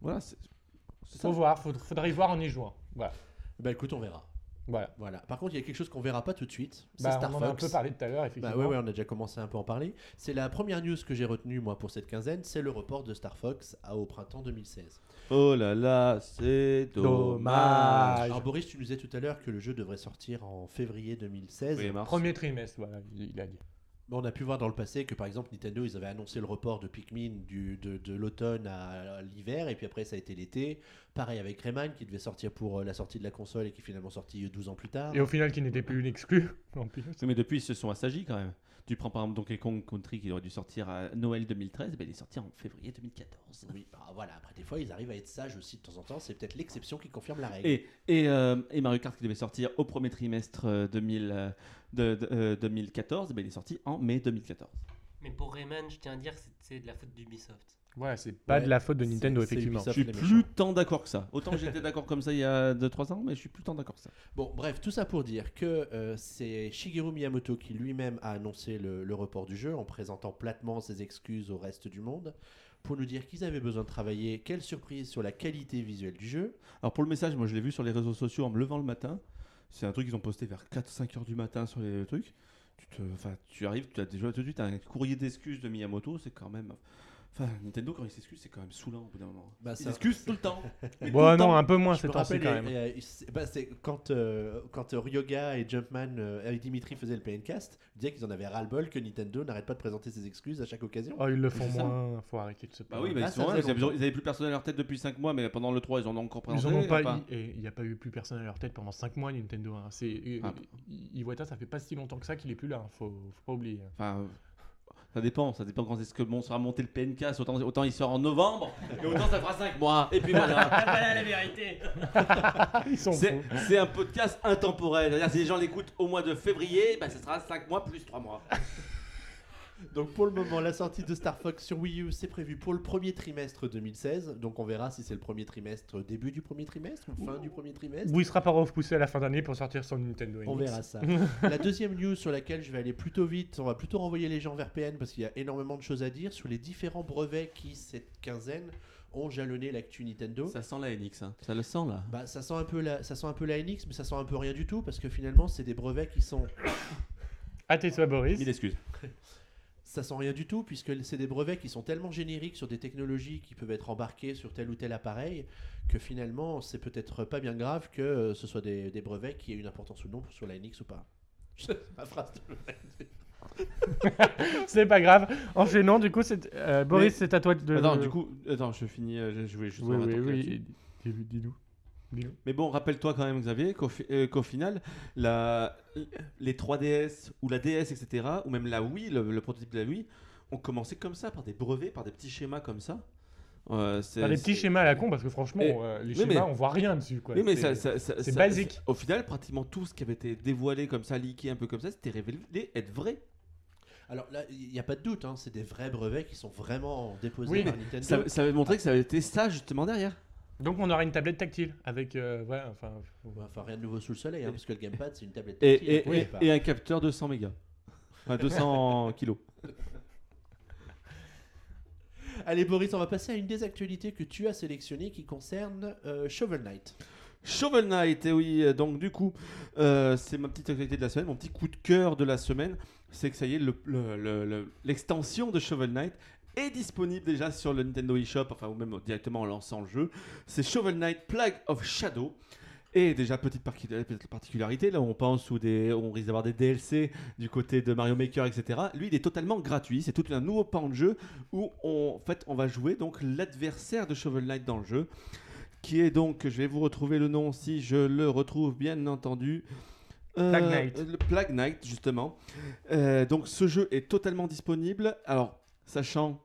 Speaker 2: voilà, c'est. c'est ça.
Speaker 3: Faut voir, faudra, faudra y voir en y jouant. Voilà.
Speaker 1: Bah écoute, on verra.
Speaker 3: voilà.
Speaker 1: Voilà. Par contre, il y a quelque chose qu'on verra pas tout de suite. C'est
Speaker 3: Bah,
Speaker 1: Star
Speaker 3: on en a un
Speaker 1: Fox.
Speaker 3: peu parlé tout à l'heure, effectivement.
Speaker 1: Bah ouais, ouais, on a déjà commencé un peu à en parler. C'est la première news que j'ai retenue, moi, pour cette quinzaine, c'est le report de Star Fox à- au printemps 2016.
Speaker 2: Oh là là, c'est
Speaker 3: Dommage.
Speaker 2: dommage.
Speaker 3: Ah,
Speaker 1: Alors,
Speaker 3: je-
Speaker 1: Boris, tu nous disais tout à l'heure que le jeu devrait sortir en février 2016.
Speaker 2: Oui, mars.
Speaker 3: Premier trimestre, voilà, il il a dit.
Speaker 1: On a pu voir dans le passé que par exemple Nintendo ils avaient annoncé le report de Pikmin du, de, de l'automne à l'hiver et puis après ça a été l'été. Pareil avec Rayman qui devait sortir pour euh, la sortie de la console et qui est finalement sorti 12 ans plus tard.
Speaker 3: Et au final, qui n'était plus une exclue. en plus.
Speaker 2: Oui, mais depuis, ils se sont assagis quand même. Tu prends par exemple Donkey Kong Country qui aurait dû sortir à Noël 2013, ben, il est sorti en février 2014.
Speaker 1: Oui, bah, voilà, après des fois ils arrivent à être sages aussi de temps en temps, c'est peut-être l'exception qui confirme la règle.
Speaker 2: Et, et, euh, et Mario Kart qui devait sortir au premier trimestre euh, 2000, euh, de, de- euh, 2014, ben, il est sorti en mai 2014.
Speaker 4: Mais pour Rayman, je tiens à dire que c'est- c'est de la faute d'Ubisoft.
Speaker 3: Ouais, c'est pas
Speaker 1: Ouais,
Speaker 3: de la faute de
Speaker 1: c'est-
Speaker 3: Nintendo,
Speaker 1: c'est
Speaker 3: effectivement.
Speaker 1: Ubisoft.
Speaker 2: Je suis
Speaker 1: les
Speaker 2: plus
Speaker 1: méchants.
Speaker 2: tant d'accord que ça. Autant j'étais d'accord comme ça il y a 2-3 ans, mais je suis plus tant d'accord que ça.
Speaker 1: Bon, bref, tout ça pour dire que euh, c'est Shigeru Miyamoto qui lui-même a annoncé le, le report du jeu en présentant platement ses excuses au reste du monde pour nous dire qu'ils avaient besoin de travailler. Quelle surprise sur la qualité visuelle du jeu.
Speaker 2: Alors pour le message, moi je l'ai vu sur les réseaux sociaux en me levant le matin. C'est un truc qu'ils ont posté vers 4-5 heures du matin sur les trucs. Tu, te, enfin, tu arrives, tu as déjà tout de suite un courrier d'excuses de Miyamoto, c'est quand même. Enfin, Nintendo quand il s'excuse, c'est quand même saoulant au bout d'un moment.
Speaker 1: Bah,
Speaker 2: Ils
Speaker 1: ça-
Speaker 2: s'excusent tout le temps. Mais tout
Speaker 3: Bon,
Speaker 2: le
Speaker 3: non,
Speaker 2: temps.
Speaker 3: un peu moins
Speaker 1: Je
Speaker 3: ces
Speaker 1: me
Speaker 3: temps-ci
Speaker 1: rappelle,
Speaker 3: quand même.
Speaker 1: euh, euh, c'est- bah, c'est quand, euh, quand euh, Ryoga et Jumpman euh, et Dimitri faisaient le PNcast, ils disaient qu'ils en avaient ras-le-bol que Nintendo n'arrête pas de présenter ses excuses à chaque occasion.
Speaker 3: Oh, ils le font
Speaker 2: C'est ça.
Speaker 3: moins, faut arrêter de se
Speaker 2: Bah
Speaker 3: plaindre.
Speaker 2: oui, bah,
Speaker 1: Ah,
Speaker 2: ils,
Speaker 1: ça
Speaker 2: sont,
Speaker 1: faisait
Speaker 2: ils, avaient,
Speaker 1: longtemps.
Speaker 2: ils avaient plus personne à leur tête depuis 5 mois, mais pendant le 3, bah, ils en ont encore
Speaker 3: Ils
Speaker 2: présenté.
Speaker 3: en ont pas,
Speaker 2: enfin.
Speaker 3: et il n'y a pas eu plus personne à leur tête pendant 5 mois Nintendo. hein. C'est et-
Speaker 2: Ah.
Speaker 3: et- Iwata, ça fait pas si longtemps que ça qu'il est plus là, hein. faut, faut pas oublier.
Speaker 2: Enfin, euh, ça dépend, ça dépend quand est-ce que bon sera monté le PNK, autant, autant il sort en novembre, et autant ça fera 5 mois, et puis voilà.
Speaker 4: Ah voilà la vérité
Speaker 1: Ah,
Speaker 3: Ils sont
Speaker 2: C'est
Speaker 3: fous.
Speaker 2: c'est un podcast intemporel, c'est-à-dire si les gens l'écoutent au mois de février, bah, ça sera 5 mois plus 3 mois.
Speaker 1: Donc pour le moment, la sortie de Star Fox sur Wii U, c'est prévu pour le premier trimestre 2016. Donc on verra si c'est le premier trimestre, euh, début du premier trimestre ou fin du premier trimestre.
Speaker 3: Ou il sera pas repoussé à la fin d'année pour sortir son Nintendo
Speaker 1: On
Speaker 3: NX.
Speaker 1: verra ça. La deuxième news sur laquelle je vais aller plutôt vite, on va plutôt renvoyer les gens vers PN parce qu'il y a énormément de choses à dire sur les différents brevets qui, cette quinzaine, ont jalonné l'actu Nintendo.
Speaker 2: Ça sent la NX, hein. ça le sent là.
Speaker 1: Bah, ça sent un peu la, ça sent un peu la NX, mais ça sent un peu rien du tout parce que finalement, c'est des brevets qui sont,
Speaker 3: À tes soins, Boris.
Speaker 2: Mille excuses.
Speaker 1: ça sent rien du tout puisque c'est des brevets qui sont tellement génériques sur des technologies qui peuvent être embarquées sur tel ou tel appareil que finalement, c'est peut-être pas bien grave que euh, ce soit des, des brevets qui aient une importance ou non sur la NX ou pas. C'est ma phrase. de-
Speaker 3: C'est pas grave. Enchaînons, du coup, c'est euh, Boris,
Speaker 2: Mais-
Speaker 3: c'est à toi de.
Speaker 2: Attends, du coup, attends, je finis, euh, je je voulais juste
Speaker 3: Oui,
Speaker 2: avoir un
Speaker 3: oui,
Speaker 2: truc là-dessus.
Speaker 3: oui. Dis-nous. Dis-nous. Dis-nous.
Speaker 2: Mais bon, rappelle-toi quand même, Xavier, qu'au fi- euh, qu'au final, la, les 3DS ou la DS, etc., ou même la Wii, le, le prototype de la Wii, ont commencé comme ça, par des brevets, par des petits schémas comme ça. Euh, c'est-
Speaker 3: T'as des petits
Speaker 2: c'est-
Speaker 3: schémas à la con parce que franchement,
Speaker 2: Et-
Speaker 3: euh, les
Speaker 2: oui, mais-
Speaker 3: schémas, on voit rien dessus. Quoi.
Speaker 2: Oui, mais
Speaker 3: C'est-
Speaker 2: ça- ça- ça-
Speaker 3: c'est
Speaker 2: ça-
Speaker 3: basique.
Speaker 2: c'est- Au final, pratiquement tout ce qui avait été dévoilé comme ça, leaké un peu comme ça, c'était révélé être vrai.
Speaker 1: Alors là, il n'y a pas de doute, hein, c'est des vrais brevets qui sont vraiment déposés
Speaker 3: Oui,
Speaker 1: par
Speaker 2: mais
Speaker 1: Nintendo.
Speaker 2: Ça, ça avait montré que ça avait été ça justement derrière.
Speaker 3: Donc on aura une tablette tactile avec. euh, ouais, enfin.
Speaker 1: Ouais, Enfin, rien de nouveau sous le soleil, hein, parce que le gamepad, c'est une tablette
Speaker 2: Et,
Speaker 1: tactile,
Speaker 2: et-
Speaker 1: au
Speaker 2: et-
Speaker 1: départ.
Speaker 2: et un capteur de 100 mégas. Enfin, 200 kilos.
Speaker 1: Allez Boris, on va passer à une des actualités que tu as sélectionnées qui concerne euh, Shovel Knight.
Speaker 2: Shovel Knight, et oui, euh, donc du coup, euh, c'est ma petite actualité de la semaine, mon petit coup de cœur de la semaine, c'est que ça y est, le- le- le- le- l'extension de Shovel Knight est disponible déjà sur le Nintendo eShop, enfin ou même directement en lançant le jeu. C'est Shovel Knight Plague of Shadow. Et déjà, petite parqui- petite particularité, là on pense où des, on risque d'avoir des DLC du côté de Mario Maker, etc. Lui, il est totalement gratuit, c'est tout un nouveau pan de jeu où on, en fait, on va jouer donc l'adversaire de Shovel Knight dans le jeu qui est donc, je vais vous retrouver le nom si je le retrouve bien entendu. Euh,
Speaker 3: Plague Knight.
Speaker 2: Le Plague Knight, justement. Euh, donc ce jeu est totalement disponible. Alors, sachant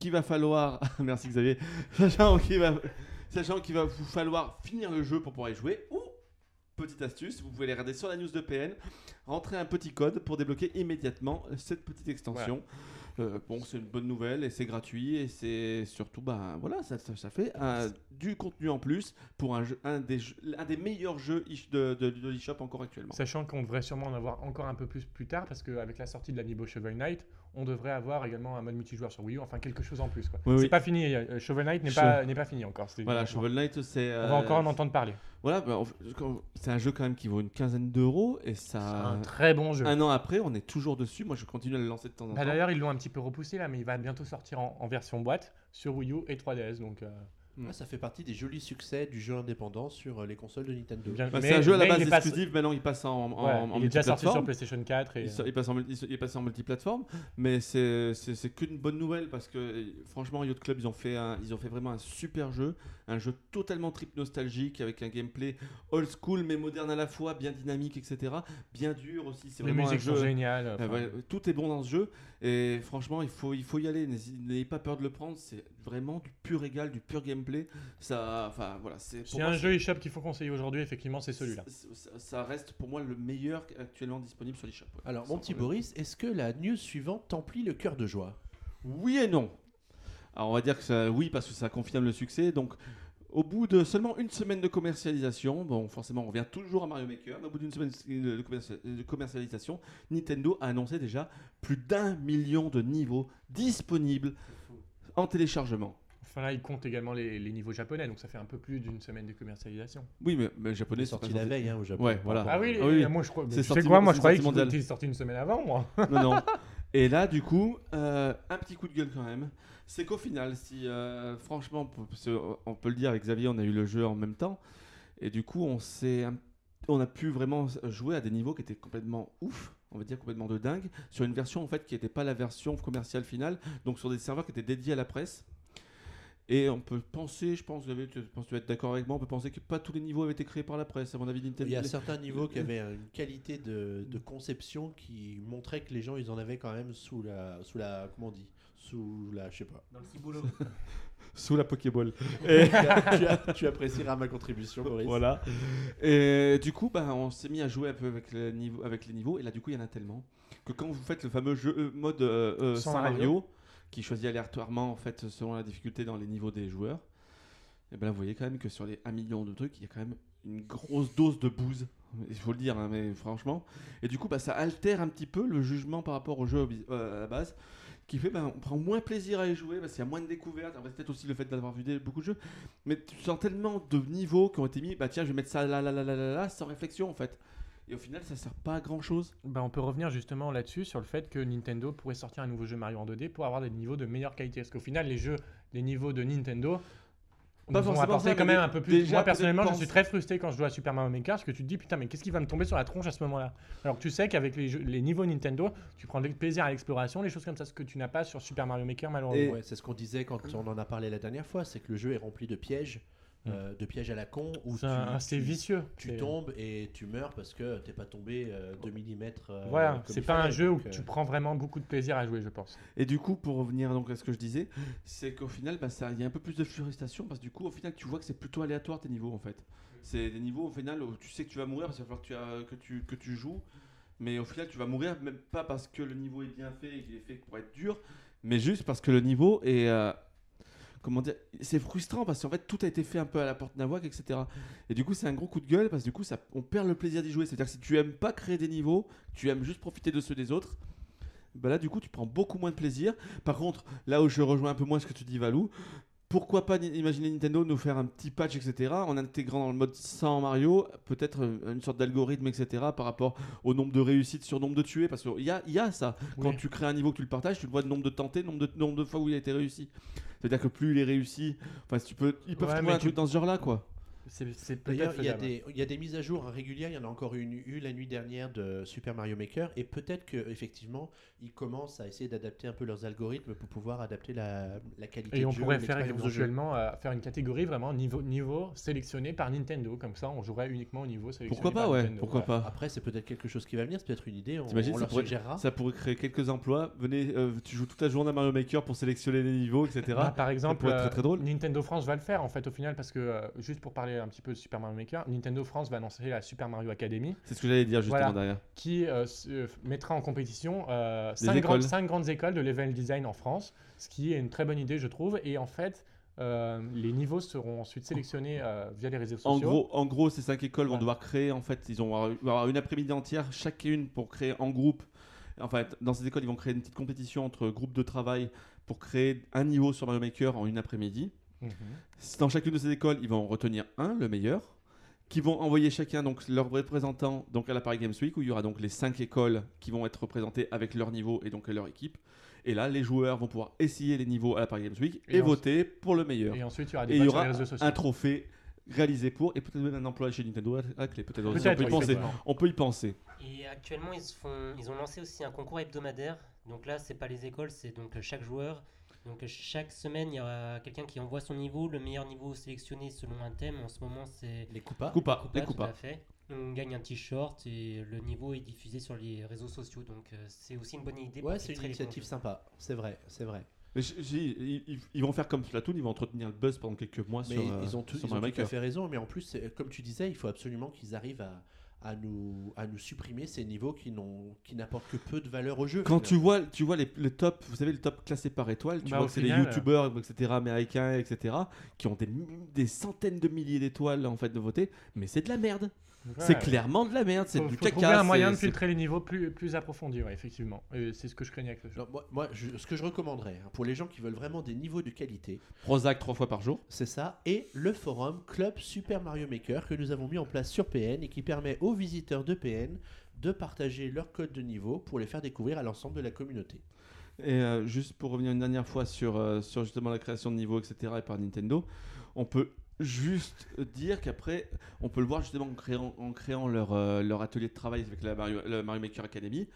Speaker 2: qu'il va falloir... Merci Xavier. Sachant qu'il va... Sachant qu'il va vous falloir finir le jeu pour pouvoir y jouer. Ou, petite astuce, vous pouvez les regarder sur la news de PN, rentrer un petit code pour débloquer immédiatement cette petite extension. Euh, bon, c'est une bonne nouvelle et c'est gratuit et c'est surtout, bah voilà, ça, ça- ça fait un- du contenu en plus pour un, jeu- un, des, jeux- un des meilleurs jeux ish- de, de, de l'eShop encore actuellement.
Speaker 3: Sachant qu'on devrait sûrement en avoir encore un peu plus plus tard parce qu'avec la sortie de l'amiibo Shovel Knight, on devrait avoir également un mode multijoueur sur Wii U, enfin quelque chose en plus. quoi.
Speaker 2: Oui,
Speaker 3: c'est
Speaker 2: oui.
Speaker 3: pas fini, euh, Shovel Knight n'est
Speaker 2: Je-
Speaker 3: pas, n'est pas fini encore. c'est-
Speaker 2: Voilà, Shovel Knight, c'est.
Speaker 3: On
Speaker 2: euh,
Speaker 3: va encore en entendre parler.
Speaker 2: Voilà, bah, on- quand- c'est un jeu quand même qui vaut une quinzaine d'euros et
Speaker 3: C'est
Speaker 2: ça.
Speaker 3: un très bon jeu.
Speaker 2: Un an après, on est toujours dessus. Moi, je continue à le lancer de temps en
Speaker 3: Bah,
Speaker 2: temps.
Speaker 3: D'ailleurs, ils l'ont un petit peu repoussé là, mais il va bientôt sortir en, en version boîte sur Wii U et 3DS. Donc, euh,
Speaker 2: Mm.
Speaker 1: Ah, ça fait partie des jolis succès du jeu indépendant sur euh, les consoles de Nintendo.
Speaker 3: Bien-
Speaker 2: Bah,
Speaker 3: mais-
Speaker 2: c'est un jeu à la
Speaker 3: mais
Speaker 2: base
Speaker 3: il est pas-
Speaker 2: exclusif, maintenant il passe en, en,
Speaker 3: ouais,
Speaker 2: en
Speaker 3: il est déjà sorti sur
Speaker 2: multiplateforme.
Speaker 3: PlayStation 4 et
Speaker 2: Il, sort- il passe en, multi- il est passé en multiplateforme, mais c'est- c'est c'est qu'une bonne nouvelle parce que euh, franchement, Yacht Club, ils ont, fait un- ils ont fait vraiment un super jeu, un jeu totalement trip nostalgique avec un gameplay old school mais moderne à la fois, bien dynamique, etc. Bien dur aussi, c'est
Speaker 3: les
Speaker 2: vraiment un
Speaker 3: musiques sont
Speaker 2: jeu.
Speaker 3: géniales.
Speaker 2: Euh,
Speaker 3: enfin,
Speaker 2: ouais, tout est bon dans ce jeu et franchement il faut, il faut y aller, N'hési- n'ayez pas peur de le prendre, c'est vraiment du pur régal, du pur gameplay. Ça, enfin voilà, c'est pour
Speaker 3: S'il y a
Speaker 2: moi,
Speaker 3: un
Speaker 2: c'est-
Speaker 3: jeu eShop qu'il faut conseiller aujourd'hui, effectivement, c'est celui-là.
Speaker 2: ça- Ça, ça reste pour moi le meilleur actuellement disponible sur l'eShop. ouais.
Speaker 1: Alors,
Speaker 2: Sans
Speaker 1: mon petit
Speaker 2: problème.
Speaker 1: Boris, est-ce que la news suivante t'emplit le cœur de joie
Speaker 2: Oui et non. Alors, on va dire que ça, oui, parce que ça confirme le succès. Donc, au bout de seulement une semaine de commercialisation, bon, forcément, on revient toujours à Mario Maker, mais au bout d'une semaine de commerci- de commercialisation, Nintendo a annoncé déjà plus d'un million de niveaux disponibles en téléchargement.
Speaker 3: Enfin là, il compte également les, les niveaux japonais, donc ça fait un peu plus d'une semaine de commercialisation.
Speaker 2: Oui, mais, mais les
Speaker 1: Il
Speaker 2: japonais
Speaker 1: est
Speaker 2: sont
Speaker 1: sorti
Speaker 2: pas
Speaker 1: la
Speaker 2: censés-
Speaker 1: veille hein, au Japon.
Speaker 2: Ouais, voilà.
Speaker 3: Ah oui,
Speaker 2: Ah oui,
Speaker 3: et moi je crois.
Speaker 2: C'est
Speaker 3: Tu
Speaker 2: sorti-
Speaker 3: sais quoi, moi
Speaker 2: c'est
Speaker 3: je croyais
Speaker 2: sorti mondial.
Speaker 3: qu'il était sorti une semaine avant, moi.
Speaker 2: Non, non. Et là, du coup, euh, un petit coup de gueule quand même. C'est qu'au final, si euh, franchement, p- parce que on peut le dire avec Xavier, on a eu le jeu en même temps. Et du coup, on s'est, un- on a pu vraiment jouer à des niveaux qui étaient complètement ouf, on va dire complètement de dingue, sur une version en fait qui n'était pas la version commerciale finale, donc sur des serveurs qui étaient dédiés à la presse. Et on peut penser, je pense, Xavier, tu, je pense que tu vas être d'accord avec moi, on peut penser que pas tous les niveaux avaient été créés par la presse, à mon avis, Nintendo.
Speaker 1: Il y a certains niveaux qui avaient une qualité de, de conception qui montrait que les gens ils en avaient quand même sous la sous la comment on dit sous la je sais pas.
Speaker 4: Dans le ciboulot.
Speaker 2: Sous la Pokéball.
Speaker 1: tu, as- tu apprécieras ma contribution Boris.
Speaker 2: Voilà. Et du coup, bah, on s'est mis à jouer un peu avec les, niveaux, avec les niveaux. Et là, du coup, il y en a tellement que quand vous faites le fameux jeu euh, mode euh, euh,
Speaker 3: Sans
Speaker 2: sans Mario,
Speaker 3: Mario.
Speaker 2: qui choisit aléatoirement en fait selon la difficulté dans les niveaux des joueurs, et ben là, vous voyez quand même que sur les 1 million de trucs, il y a quand même une grosse dose de bouse. Il faut le dire, hein, mais franchement. Et du coup, bah, ça altère un petit peu le jugement par rapport au jeu au bis- euh, à la base, qui fait bah, on prend moins plaisir à y jouer parce qu'il y a moins de découvertes. Alors, Peut-être aussi le fait d'avoir vu des- beaucoup de jeux. Mais tu sens tellement de niveaux qui ont été mis, bah tiens, je vais mettre ça là, là, là, là, là, là, sans réflexion en fait. Et au final, ça sert pas à grand chose.
Speaker 3: Bah, on peut revenir justement là-dessus sur le fait que Nintendo pourrait sortir un nouveau jeu Mario en 2D pour avoir des niveaux de meilleure qualité. Parce qu'au final, les jeux, les niveaux de Nintendo
Speaker 2: Pas
Speaker 3: nous ont
Speaker 2: forcément
Speaker 3: apporté
Speaker 2: ça,
Speaker 3: quand
Speaker 2: mais
Speaker 3: même un peu plus.
Speaker 2: déjà, peut-être
Speaker 3: Moi personnellement, je
Speaker 2: pense-
Speaker 3: suis très frustré quand je joue à Super Mario Maker parce que tu te dis putain, mais qu'est-ce qui va me tomber sur la tronche à ce moment-là Alors que tu sais qu'avec les, jeux- les niveaux Nintendo, tu prends le plaisir à l'exploration, les choses comme ça, ce que tu n'as pas sur Super Mario Maker malheureusement.
Speaker 2: Et-
Speaker 1: Ouais, c'est ce qu'on disait quand on en a parlé la dernière fois, c'est que le jeu est rempli de pièges,
Speaker 2: Mmh.
Speaker 3: Mm.
Speaker 1: euh, de pièges à la con où tu-
Speaker 3: C'est un- c'est
Speaker 1: tu-
Speaker 3: vicieux.
Speaker 1: tu
Speaker 3: C'est-
Speaker 1: tombes et tu meurs parce que t'es pas tombé 2 mm.
Speaker 3: Voilà, c'est pas un jeu où
Speaker 1: euh,
Speaker 3: tu prends vraiment beaucoup de plaisir à jouer, je pense.
Speaker 2: Et du coup, pour revenir donc à ce que je disais, c'est qu'au final, bah, ça- il y a un peu plus de frustration parce que du coup, au final, tu vois que c'est plutôt aléatoire tes niveaux en fait. C'est des niveaux au final où tu sais que tu vas mourir parce qu'il va falloir que tu, as- que tu, que tu joues. Mais au final, tu vas mourir même pas parce que le niveau est bien fait et qu'il est fait pour être dur, mais juste parce que le niveau est. euh, comment dire C'est frustrant parce qu'en fait, tout a été fait un peu à la porte navoque, etc. Et du coup, c'est un gros coup de gueule parce que du coup, ça, on perd le plaisir d'y jouer. C'est-à-dire que si tu aimes pas créer des niveaux, tu aimes juste profiter de ceux des autres. Bah là, du coup, tu prends beaucoup moins de plaisir. Par contre, là où je rejoins un peu moins ce que tu dis, Valou, pourquoi pas ni- imaginer Nintendo nous faire un petit patch, etc., en intégrant dans le mode sans Mario, peut-être euh, une sorte d'algorithme, etc., par rapport au nombre de réussites sur nombre de tués, parce qu'il y a, il y a ça. Quand
Speaker 3: Oui.
Speaker 2: tu crées un niveau que tu le partages, tu le vois de nombre de tentés, nombre de, nombre de fois où il a été réussi. C'est-à-dire que plus il est réussi, enfin, si tu peux, ils peuvent
Speaker 3: Ouais,
Speaker 2: trouver
Speaker 3: mais
Speaker 2: un
Speaker 3: tu-
Speaker 2: truc dans ce genre-là, quoi.
Speaker 3: C'est c'est peut-être
Speaker 1: D'ailleurs, il y, a
Speaker 3: faisable.
Speaker 1: des- il y a des mises à jour régulières. Il y en a encore une eu la nuit dernière de Super Mario Maker. Et peut-être que effectivement, ils commencent à essayer d'adapter un peu leurs algorithmes pour pouvoir adapter la, la qualité
Speaker 3: Et
Speaker 1: de
Speaker 3: on
Speaker 1: jeu,
Speaker 3: pourrait faire
Speaker 1: l'expérience de jeu.
Speaker 3: éventuellement euh, faire une catégorie vraiment niveau, niveau sélectionné par Nintendo. Comme ça, on jouerait uniquement au niveau sélectionné.
Speaker 2: Pourquoi pas,
Speaker 3: par
Speaker 2: ouais,
Speaker 3: Nintendo.
Speaker 2: pourquoi
Speaker 3: Ouais.
Speaker 2: pas.
Speaker 1: Après, c'est peut-être quelque chose qui va venir. C'est peut-être une idée. On,
Speaker 2: T'imagines,
Speaker 1: on
Speaker 2: ça
Speaker 1: leur
Speaker 2: pourrait-
Speaker 1: suggérera.
Speaker 2: Ça pourrait créer quelques emplois. Venez, euh, tu joues toute la journée à Mario Maker pour sélectionner les niveaux, etc.
Speaker 3: Bah, par exemple,
Speaker 2: pourrait être très,
Speaker 3: euh,
Speaker 2: très drôle.
Speaker 3: Nintendo France va le faire en fait au final parce que euh, juste pour parler un petit peu de Super Mario Maker, Nintendo France va annoncer la Super Mario Academy
Speaker 2: C'est ce que j'allais dire justement
Speaker 3: Voilà.
Speaker 2: derrière.
Speaker 3: qui euh, se- euh, mettra en compétition euh,
Speaker 2: Des
Speaker 3: cinq, grandes,
Speaker 2: écoles.
Speaker 3: cinq grandes écoles de level design en France, ce qui est une très bonne idée je trouve. Et en fait, euh, les niveaux seront ensuite sélectionnés euh, via les réseaux sociaux.
Speaker 2: En gros, en gros, ces cinq écoles vont
Speaker 3: Ouais.
Speaker 2: devoir créer, en fait, ils vont avoir- vont avoir une après-midi entière, chacune pour créer en groupe. En fait, dans ces écoles, ils vont créer une petite compétition entre groupes de travail pour créer un niveau sur Mario Maker en une après-midi.
Speaker 3: Mhm.
Speaker 2: Dans chacune de ces écoles, ils vont en retenir un, le meilleur, qui vont envoyer chacun donc leur représentant donc à la Paris Games Week où il y aura donc les cinq écoles qui vont être représentées avec leur niveau et donc leur équipe. Et là, les joueurs vont pouvoir essayer les niveaux à la Paris Games Week et,
Speaker 3: Et on-
Speaker 2: voter pour le meilleur.
Speaker 3: Et ensuite, il y aura
Speaker 2: Et
Speaker 3: des
Speaker 2: il y
Speaker 3: matchs sur
Speaker 2: aura
Speaker 3: les réseaux sociaux.
Speaker 2: un trophée réalisé pour et peut-être même un emploi chez Nintendo à la clé. Peut-être aussi, on
Speaker 3: Peut-être,
Speaker 2: peut y
Speaker 3: oui,
Speaker 2: penser.
Speaker 3: effectivement.
Speaker 2: On peut y penser.
Speaker 4: Et actuellement, ils, se font... ils ont lancé aussi un concours hebdomadaire. Donc là, c'est pas les écoles, c'est donc euh, chaque joueur. Donc euh, chaque semaine, il y aura quelqu'un qui envoie son niveau, le meilleur niveau sélectionné selon un thème. En ce moment, c'est
Speaker 1: Les coupas.
Speaker 3: Ah,
Speaker 2: Coupa,
Speaker 4: Coupa,
Speaker 2: les
Speaker 4: tout
Speaker 2: coupas.
Speaker 4: à fait. On gagne un t-shirt et le niveau est diffusé sur les réseaux sociaux. Donc euh, c'est aussi une bonne idée. pour
Speaker 1: Ouais, c'est une
Speaker 4: filtrer les
Speaker 1: initiative
Speaker 4: contenus.
Speaker 1: sympa. C'est vrai, c'est vrai.
Speaker 2: Mais je- je dis, ils, ils- ils vont faire comme Splatoon, ils vont entretenir le buzz pendant quelques mois
Speaker 1: Mais
Speaker 2: sur, euh,
Speaker 1: ils ont, tout,
Speaker 2: sur
Speaker 1: ils ont
Speaker 2: Mario
Speaker 1: tout à
Speaker 2: Maker.
Speaker 1: fait raison. Mais en plus, c'est- comme tu disais, il faut absolument qu'ils arrivent à, à nous, à nous supprimer ces niveaux qui, n'ont- qui n'apportent que peu de valeur au jeu.
Speaker 2: Quand tu
Speaker 1: finalement.
Speaker 2: vois, tu vois les, le top, vous savez, le top classé par étoile, tu
Speaker 3: Bah,
Speaker 2: vois
Speaker 3: au
Speaker 2: que c'est les
Speaker 3: final,
Speaker 2: youtubeurs, etc., américains, etc., qui ont des, m- des centaines de milliers d'étoiles en fait de voter, mais c'est de la merde. C'est
Speaker 3: Ouais.
Speaker 2: clairement de la merde, c'est
Speaker 3: Faut-
Speaker 2: du
Speaker 3: faut
Speaker 2: caca.
Speaker 3: trouver un moyen de
Speaker 2: c'est-
Speaker 3: filtrer les niveaux plus, plus approfondis, ouais, effectivement. Et C'est ce que je craignais avec le jeu.
Speaker 1: Alors, moi, moi, je- ce que je recommanderais hein, pour les gens qui veulent vraiment des niveaux de qualité,
Speaker 2: c'est Prozac trois fois par jour.
Speaker 1: c'est ça, et le forum Club Super Mario Maker que nous avons mis en place sur PN et qui permet aux visiteurs de PN de partager leur code de niveau pour les faire découvrir à l'ensemble de la communauté.
Speaker 2: Et euh, juste pour revenir une dernière fois sur, euh, sur justement la création de niveaux, etc. et par Nintendo, on peut juste dire qu'après, on peut le voir justement en créant, en créant leur, euh, leur atelier de travail avec la Mario, la Mario Maker Academy.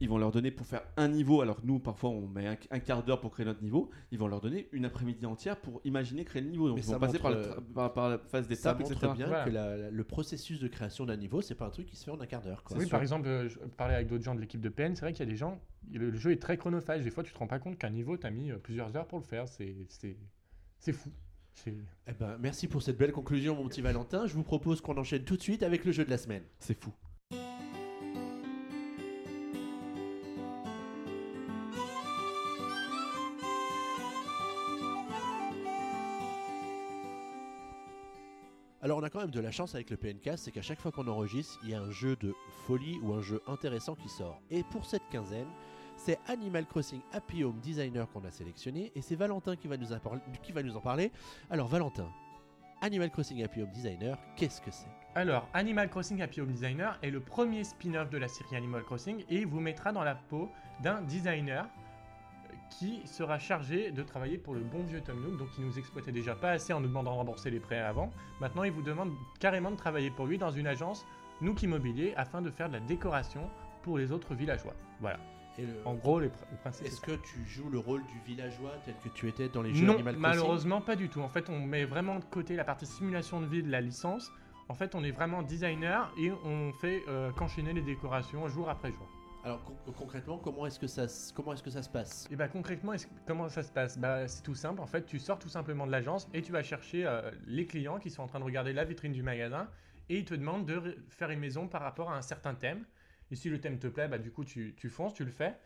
Speaker 2: Ils vont leur donner pour faire un niveau, alors que nous parfois on met un, un quart d'heure pour créer notre niveau, ils vont leur donner une après-midi entière pour imaginer créer le niveau. Donc
Speaker 1: Mais
Speaker 2: ils
Speaker 1: ça
Speaker 2: vont passer par, le
Speaker 1: montre,
Speaker 2: tra- par- par la phase
Speaker 1: Ça
Speaker 2: d'étape,
Speaker 1: montre
Speaker 2: etc.
Speaker 1: bien
Speaker 3: Voilà.
Speaker 1: que la- la- le processus de création d'un niveau, c'est pas un truc qui se fait en un quart d'heure. quoi.
Speaker 2: C'est
Speaker 3: Oui,
Speaker 2: sûr.
Speaker 3: par exemple, euh, je parlais avec d'autres gens de l'équipe de PN, c'est vrai qu'il y a des gens, le, le jeu est très chronophage. Des fois, tu te rends pas compte qu'un niveau, t'as mis euh, plusieurs heures pour le faire. C'est c'est- c'est fou. C'est-
Speaker 1: Eh ben, merci pour cette belle conclusion, mon petit Valentin. Je vous propose qu'on enchaîne tout de suite avec le jeu de la semaine.
Speaker 2: C'est fou.
Speaker 1: Alors, on a quand même de la chance avec le PNK, c'est qu'à chaque fois qu'on enregistre, il y a un jeu de folie ou un jeu intéressant qui sort. Et pour cette quinzaine, c'est Animal Crossing Happy Home Designer qu'on a sélectionné, et c'est Valentin qui va, nous en parler- qui va nous en parler. Alors, Valentin, Animal Crossing Happy Home Designer, qu'est-ce que c'est
Speaker 3: Alors, Animal Crossing Happy Home Designer est le premier spin-off de la série Animal Crossing et il vous mettra dans la peau d'un designer qui sera chargé de travailler pour le bon vieux Tom Nook, donc il nous exploitait déjà pas assez en nous demandant de rembourser les prêts avant. Maintenant, il vous demande carrément de travailler pour lui dans une agence Nook Immobilier afin de faire de la décoration pour les autres villageois. Voilà.
Speaker 1: Et le-
Speaker 3: En gros, les pr- le principe. c'est
Speaker 1: Est-ce que tu joues le rôle du villageois tel que tu étais dans les jeux
Speaker 3: Non,
Speaker 1: Animal Crossing
Speaker 3: malheureusement pas du tout. En fait, on met vraiment de côté la partie simulation de vie de la licence. En fait, on est vraiment designer et on fait euh, qu'enchaîner les décorations jour après jour.
Speaker 1: Alors, con- concrètement, comment est-ce que ça, se- comment est-ce que ça se passe
Speaker 3: Et bah concrètement, est-ce- comment ça se passe Bah c'est tout simple. En fait, tu sors tout simplement de l'agence et tu vas chercher euh, les clients qui sont en train de regarder la vitrine du magasin et ils te demandent de ré- faire une maison par rapport à un certain thème. Et si le thème te plaît, bah du coup tu, tu fonces, tu le fais.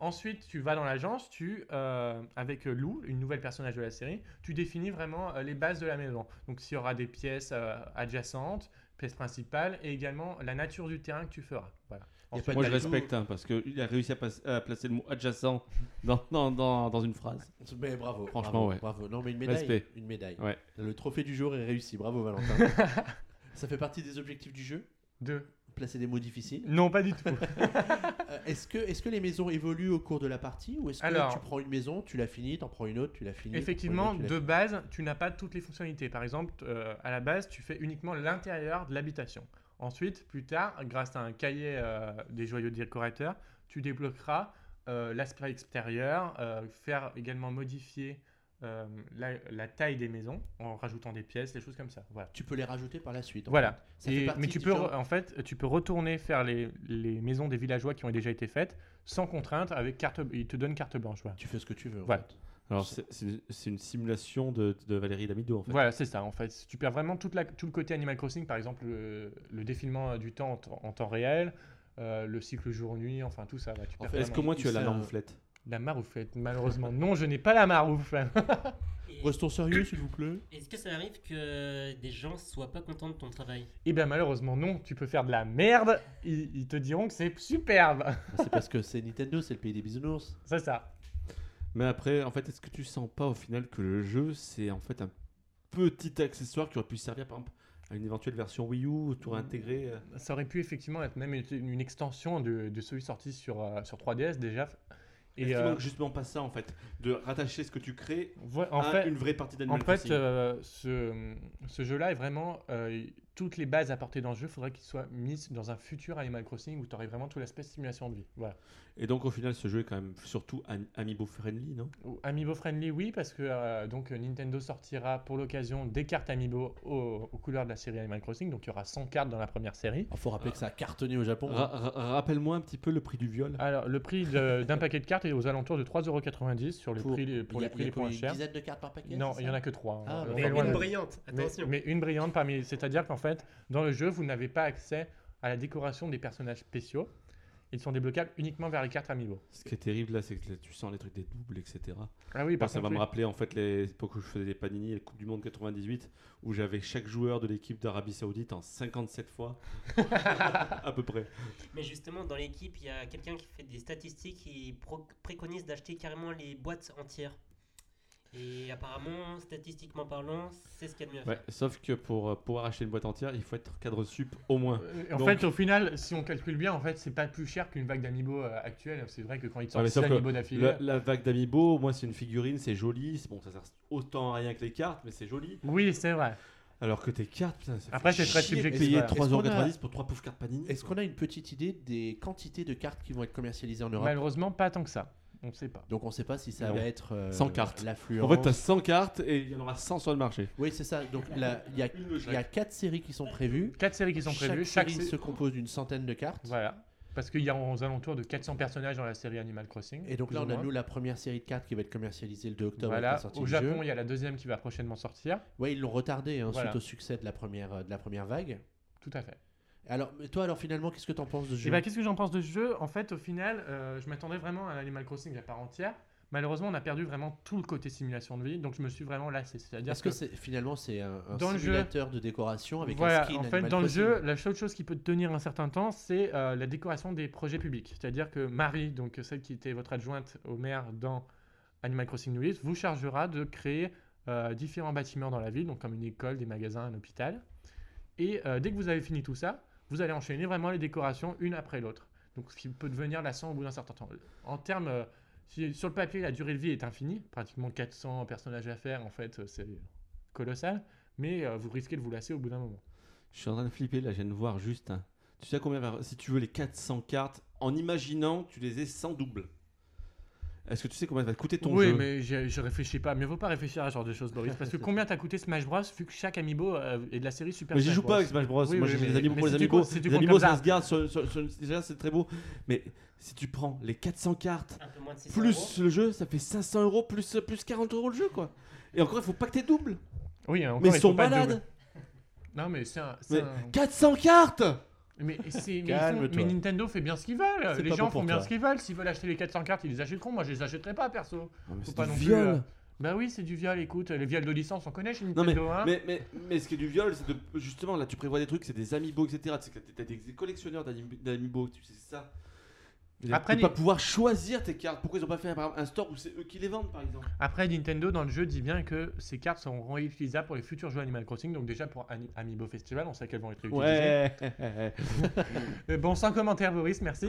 Speaker 3: Ensuite, tu vas dans l'agence, tu euh, avec euh, Lou, une nouvelle personnage de la série, tu définis vraiment euh, les bases de la maison. Donc s'il y aura des pièces euh, adjacentes, pièces principales et également la nature du terrain que tu feras. Voilà.
Speaker 1: Y a
Speaker 3: Ensuite, bah,
Speaker 1: pas de
Speaker 2: Moi je
Speaker 1: du
Speaker 2: respecte hein, parce qu'il a réussi à, pas- à placer le mot adjacent dans, dans, dans, dans une phrase.
Speaker 1: Mais bravo.
Speaker 2: Franchement,
Speaker 1: bravo,
Speaker 2: ouais.
Speaker 1: Bravo. Non, mais une médaille.
Speaker 2: Respect.
Speaker 1: Une médaille.
Speaker 2: Ouais.
Speaker 1: Le trophée du jour est réussi. Bravo, Valentin. Ça fait partie des objectifs du jeu
Speaker 3: deux.
Speaker 1: Placer des mots difficiles.
Speaker 3: Non, pas du tout.
Speaker 1: Euh, est-ce, que, est-ce que les maisons évoluent au cours de la partie Ou est-ce que
Speaker 3: Alors-
Speaker 1: tu prends une maison, tu la finis, t'en prends une autre, tu la finis
Speaker 3: Effectivement,
Speaker 1: t'en prends une autre, tu
Speaker 3: de base, tu n'as pas toutes les fonctionnalités. Par exemple, euh, à la base, tu fais uniquement l'intérieur de l'habitation. Ensuite, plus tard, grâce à un cahier euh, des joyeux décorateurs, tu débloqueras euh, l'aspect extérieur, euh, faire également modifier euh, la, la taille des maisons en rajoutant des pièces, des choses comme ça. Voilà.
Speaker 1: la- Tu peux les rajouter par la suite. en
Speaker 3: Voilà.
Speaker 1: fait. Ça
Speaker 3: Et-
Speaker 1: fait partie
Speaker 3: mais tu
Speaker 1: du
Speaker 3: peux,
Speaker 1: genre-
Speaker 3: re- en fait, tu peux retourner faire les, les maisons des villageois qui ont déjà été faites sans contrainte, avec carte, ils te donnent carte blanche. Voilà,
Speaker 1: Tu fais ce que tu veux. en
Speaker 3: Voilà.
Speaker 1: fait.
Speaker 2: Alors c'est- c'est une- c'est une simulation de, de Valérie Damido en fait.
Speaker 3: Voilà, c'est ça en fait. Tu perds vraiment toute la- tout le côté Animal Crossing, par exemple le, le défilement euh, du temps en temps, en temps réel, euh, le cycle jour-nuit, enfin tout ça. là, tu
Speaker 1: En
Speaker 3: perds
Speaker 1: fait,
Speaker 2: Est-ce
Speaker 3: vraiment.
Speaker 2: qu'au moins
Speaker 1: il-
Speaker 2: tu as
Speaker 1: il
Speaker 2: la
Speaker 1: sait, euh,
Speaker 2: lamflette
Speaker 3: La maroufette, malheureusement. non, je n'ai pas la maroufette.
Speaker 4: Et
Speaker 1: Restons sérieux, s'il vous plaît.
Speaker 4: Est-ce que ça arrive que des gens soient pas contents de ton travail
Speaker 3: Eh bien malheureusement non, tu peux faire de la merde, ils, ils te diront que c'est superbe.
Speaker 1: Bah, c'est parce que c'est Nintendo, c'est le pays des bisounours.
Speaker 3: c'est ça.
Speaker 2: Mais après, en fait, est-ce que tu sens pas au final que le jeu, c'est en fait un petit accessoire qui aurait pu servir par exemple à une éventuelle version Wii U, tout réintégrer. euh.
Speaker 3: Ça aurait pu effectivement être même une une extension de, de celui sorti sur, euh, sur 3DS déjà.
Speaker 5: Et
Speaker 3: Et euh,
Speaker 5: justement pas ça en fait, de rattacher ce que tu crées
Speaker 3: voi- en
Speaker 1: Ah,
Speaker 5: à
Speaker 3: fait,
Speaker 5: une vraie partie d'Animal
Speaker 3: en fait
Speaker 5: Crossing.
Speaker 3: euh, ce, ce jeu-là est vraiment. euh, toutes les bases apportées dans le jeu, faudrait qu'il soit mis dans un futur Animal Crossing où tu aurais vraiment tout l'aspect simulation de vie. Voilà.
Speaker 2: Et donc au final, ce jeu est quand même surtout ami- amiibo friendly, non
Speaker 3: Ou Amiibo friendly, oui, parce que euh, donc euh, Nintendo sortira pour l'occasion des cartes Amiibo aux, aux couleurs de la série Animal Crossing, donc il y aura 100 cartes dans la première série.
Speaker 1: Il Ah, faut rappeler
Speaker 2: Ah.
Speaker 1: que ça a cartonné au Japon. hein.
Speaker 2: Ra- ra- Rappelle-moi un petit peu le prix du viol.
Speaker 3: Alors le prix de- d'un paquet de cartes est aux alentours de 3,90€ sur les
Speaker 1: Pour-
Speaker 3: prix les- pour
Speaker 1: Il y
Speaker 3: les
Speaker 1: a-
Speaker 3: prix les
Speaker 1: il y a
Speaker 3: moins
Speaker 1: une
Speaker 3: chers.
Speaker 1: dizaine de cartes par paquet
Speaker 3: Non,
Speaker 1: c'est
Speaker 3: il n'y
Speaker 1: ça
Speaker 3: en a que trois. Euh,
Speaker 1: Ah,
Speaker 3: On
Speaker 1: bon.
Speaker 3: est
Speaker 4: Mais
Speaker 3: loin
Speaker 4: une
Speaker 3: de-
Speaker 4: brillante,
Speaker 3: mais-
Speaker 4: attention.
Speaker 3: mais une brillante parmi. C'est-à-dire qu'en fait, dans le jeu, vous n'avez pas accès à la décoration des personnages spéciaux. Ils sont débloquables uniquement vers les cartes Amiibo.
Speaker 2: Ce qui est terrible là, c'est que là, tu sens les trucs des doubles, etc.
Speaker 3: Ah oui,
Speaker 2: Moi, ben,
Speaker 3: par
Speaker 2: ça va
Speaker 3: contre,
Speaker 2: me
Speaker 3: oui.
Speaker 2: rappeler en fait les époques où je faisais des panini, la Coupe du Monde 98, où j'avais chaque joueur de l'équipe d'Arabie Saoudite en 57 fois, à peu près.
Speaker 4: Mais justement, dans l'équipe, il y a quelqu'un qui fait des statistiques et pro- préconise d'acheter carrément les boîtes entières. Et apparemment, statistiquement parlant, c'est ce qu'il y a de mieux à
Speaker 2: Ouais, sauf que pour euh, pouvoir acheter une boîte entière, il faut être cadre sup au moins.
Speaker 3: Euh, En
Speaker 2: Donc-
Speaker 3: fait, au final, si on calcule bien, en fait, c'est pas plus cher qu'une vague d'amiibo euh, actuelle. C'est vrai que quand ils
Speaker 2: Ouais,
Speaker 1: Ah,
Speaker 3: sortent
Speaker 2: mais
Speaker 3: six
Speaker 2: sauf que
Speaker 3: amiibo d'affilée,
Speaker 2: La, la vague d'amiibo, au moins c'est une figurine, c'est joli, c'est bon, ça sert autant à rien que les cartes, mais c'est joli.
Speaker 3: oui, c'est vrai.
Speaker 2: Alors que tes cartes, putain, ça
Speaker 3: Après,
Speaker 2: fait
Speaker 3: c'est très
Speaker 2: chier de
Speaker 3: subjectif,
Speaker 2: payer
Speaker 3: voilà.
Speaker 2: 3,90€ pour 3 pauvres cartes panini.
Speaker 1: Est-ce qu'on a une petite idée des quantités de cartes qui vont être commercialisées en Europe
Speaker 3: Malheureusement, pas tant que ça. On ne sait pas.
Speaker 1: Donc on ne sait pas si ça
Speaker 2: Non.
Speaker 1: va être euh,
Speaker 2: Sans cartes.
Speaker 1: l'affluence.
Speaker 2: En fait, t'as 100 cartes et il y en aura 100 sur le marché.
Speaker 1: Oui, c'est ça. Donc là, il y a, il y a quatre séries qui sont prévues.
Speaker 3: Quatre séries qui sont prévues.
Speaker 1: Chaque,
Speaker 3: Chaque
Speaker 1: série
Speaker 3: sé-
Speaker 1: se compose d'une centaine de cartes.
Speaker 3: Voilà. Parce qu'il y a aux alentours de 400 personnages dans la série Animal Crossing.
Speaker 1: Et donc
Speaker 3: plus
Speaker 1: là,
Speaker 3: ou
Speaker 1: on a
Speaker 3: moins.
Speaker 1: nous la première série de cartes qui va être commercialisée le 2 octobre avec la
Speaker 3: Voilà.
Speaker 1: sortie
Speaker 3: Au
Speaker 1: du
Speaker 3: Japon,
Speaker 1: jeu.
Speaker 3: il y a la deuxième qui va prochainement sortir.
Speaker 1: Ouais, ils l'ont retardé hein,
Speaker 3: Voilà.
Speaker 1: suite au succès de la première euh, de la première vague.
Speaker 3: Tout à fait.
Speaker 1: Alors, mais toi, alors finalement, qu'est-ce que t'en penses de ce
Speaker 3: Et
Speaker 1: jeu
Speaker 3: bah, qu'est-ce que j'en pense de ce jeu En fait, au final, euh, je m'attendais vraiment à un Animal Crossing à part entière. Malheureusement, on a perdu vraiment tout le côté simulation de vie, donc je me suis vraiment lassé. C'est-à-dire
Speaker 1: Est-ce que c'est finalement c'est un, un
Speaker 3: Dans le jeu-
Speaker 1: simulateur de décoration avec
Speaker 3: voilà,
Speaker 1: un skin
Speaker 3: en fait,
Speaker 1: Animal
Speaker 3: dans le
Speaker 1: Crossing
Speaker 3: jeu, la seule chose qui peut te tenir un certain temps, c'est euh, la décoration des projets publics. C'est-à-dire que Marie, donc celle qui était votre adjointe au maire dans Animal Crossing New Leaf, vous chargera de créer euh, différents bâtiments dans la ville, donc comme une école, des magasins, un hôpital. Et euh, dès que vous avez fini tout ça, vous allez enchaîner vraiment les décorations une après l'autre. Donc ce qui peut devenir lassant au bout d'un certain temps. En termes, euh, si- sur le papier, la durée de vie est infinie, pratiquement 400 personnages à faire, en fait, euh, c'est colossal. Mais euh, vous risquez de vous lasser au bout d'un moment.
Speaker 2: Je suis en train de flipper là, je viens de voir juste. hein. Tu sais à combien va- Si tu veux les 400 cartes, en imaginant tu les aies sans double. Est-ce que tu sais combien va te coûter ton
Speaker 3: oui,
Speaker 2: jeu
Speaker 3: mais je, je réfléchis pas. Mieux vaut pas réfléchir à ce genre de choses, Boris. Parce que combien t'as coûté Smash Bros vu que chaque amiibo euh, est de la série Super
Speaker 2: Mais j'y
Speaker 3: Smash
Speaker 2: joue
Speaker 3: Bros.
Speaker 2: pas avec Smash Bros.
Speaker 3: Oui,
Speaker 2: Moi
Speaker 3: oui,
Speaker 2: j'ai fait
Speaker 3: mais-
Speaker 2: des animaux
Speaker 3: mais
Speaker 2: pour
Speaker 3: si
Speaker 2: les
Speaker 3: tu
Speaker 2: amigos.
Speaker 3: comptes- si tu
Speaker 2: les
Speaker 3: comptes
Speaker 2: amigos
Speaker 3: comme
Speaker 2: ça
Speaker 3: ça.
Speaker 2: se garde sur, sur- sur- déjà c'est très beau. Mais si tu prends les 400 cartes
Speaker 4: faire. Un peu moins de 600 euros.
Speaker 2: plus le jeu, ça fait 500 euros plus, plus 40 euros le jeu quoi. Et encore il faut pas que t'aies double.
Speaker 3: Oui, encore,
Speaker 2: mais
Speaker 3: il
Speaker 2: ils
Speaker 3: faut
Speaker 2: sont
Speaker 3: pas de
Speaker 2: malades.
Speaker 3: double. Non, mais c'est un. c'est
Speaker 2: Mais
Speaker 3: un-
Speaker 2: 400 cartes
Speaker 3: Mais, c'est- mais ils font-
Speaker 1: Calme-toi.
Speaker 3: mais Nintendo fait bien ce qu'ils veulent.
Speaker 1: C'est
Speaker 3: Les
Speaker 1: pas
Speaker 3: gens
Speaker 1: bon pour
Speaker 3: font bien
Speaker 1: toi.
Speaker 3: ce qu'ils veulent. S'ils veulent acheter les 400 cartes, ils les achèteront. Moi, je les achèterai pas, perso.
Speaker 2: Non, mais
Speaker 3: Faut
Speaker 2: c'est
Speaker 3: pas
Speaker 2: du
Speaker 3: non plus,
Speaker 2: viol.
Speaker 3: euh, Bah oui, c'est du viol. Écoute, les viols de licence, on connaît chez
Speaker 2: Non mais,
Speaker 3: Nintendo. hein.
Speaker 2: mais, mais, mais ce qui est du viol, c'est de justement là tu prévois des trucs, c'est des amiibo, etc. C'est que t'as des collectionneurs d'ami- d'amiibo, tu sais c'est ça. Mais
Speaker 3: Après,
Speaker 2: de
Speaker 3: les-
Speaker 2: pas pouvoir choisir tes cartes. Pourquoi ils ont pas fait par exemple, un store où c'est eux qui les vendent par exemple
Speaker 3: Après, Nintendo dans le jeu dit bien que ces cartes seront réutilisables pour les futurs jeux Animal Crossing. Donc, déjà pour Ani- Amiibo Festival, on sait qu'elles vont être réutilisées. Euh, Bon, sans commentaire, Boris, merci.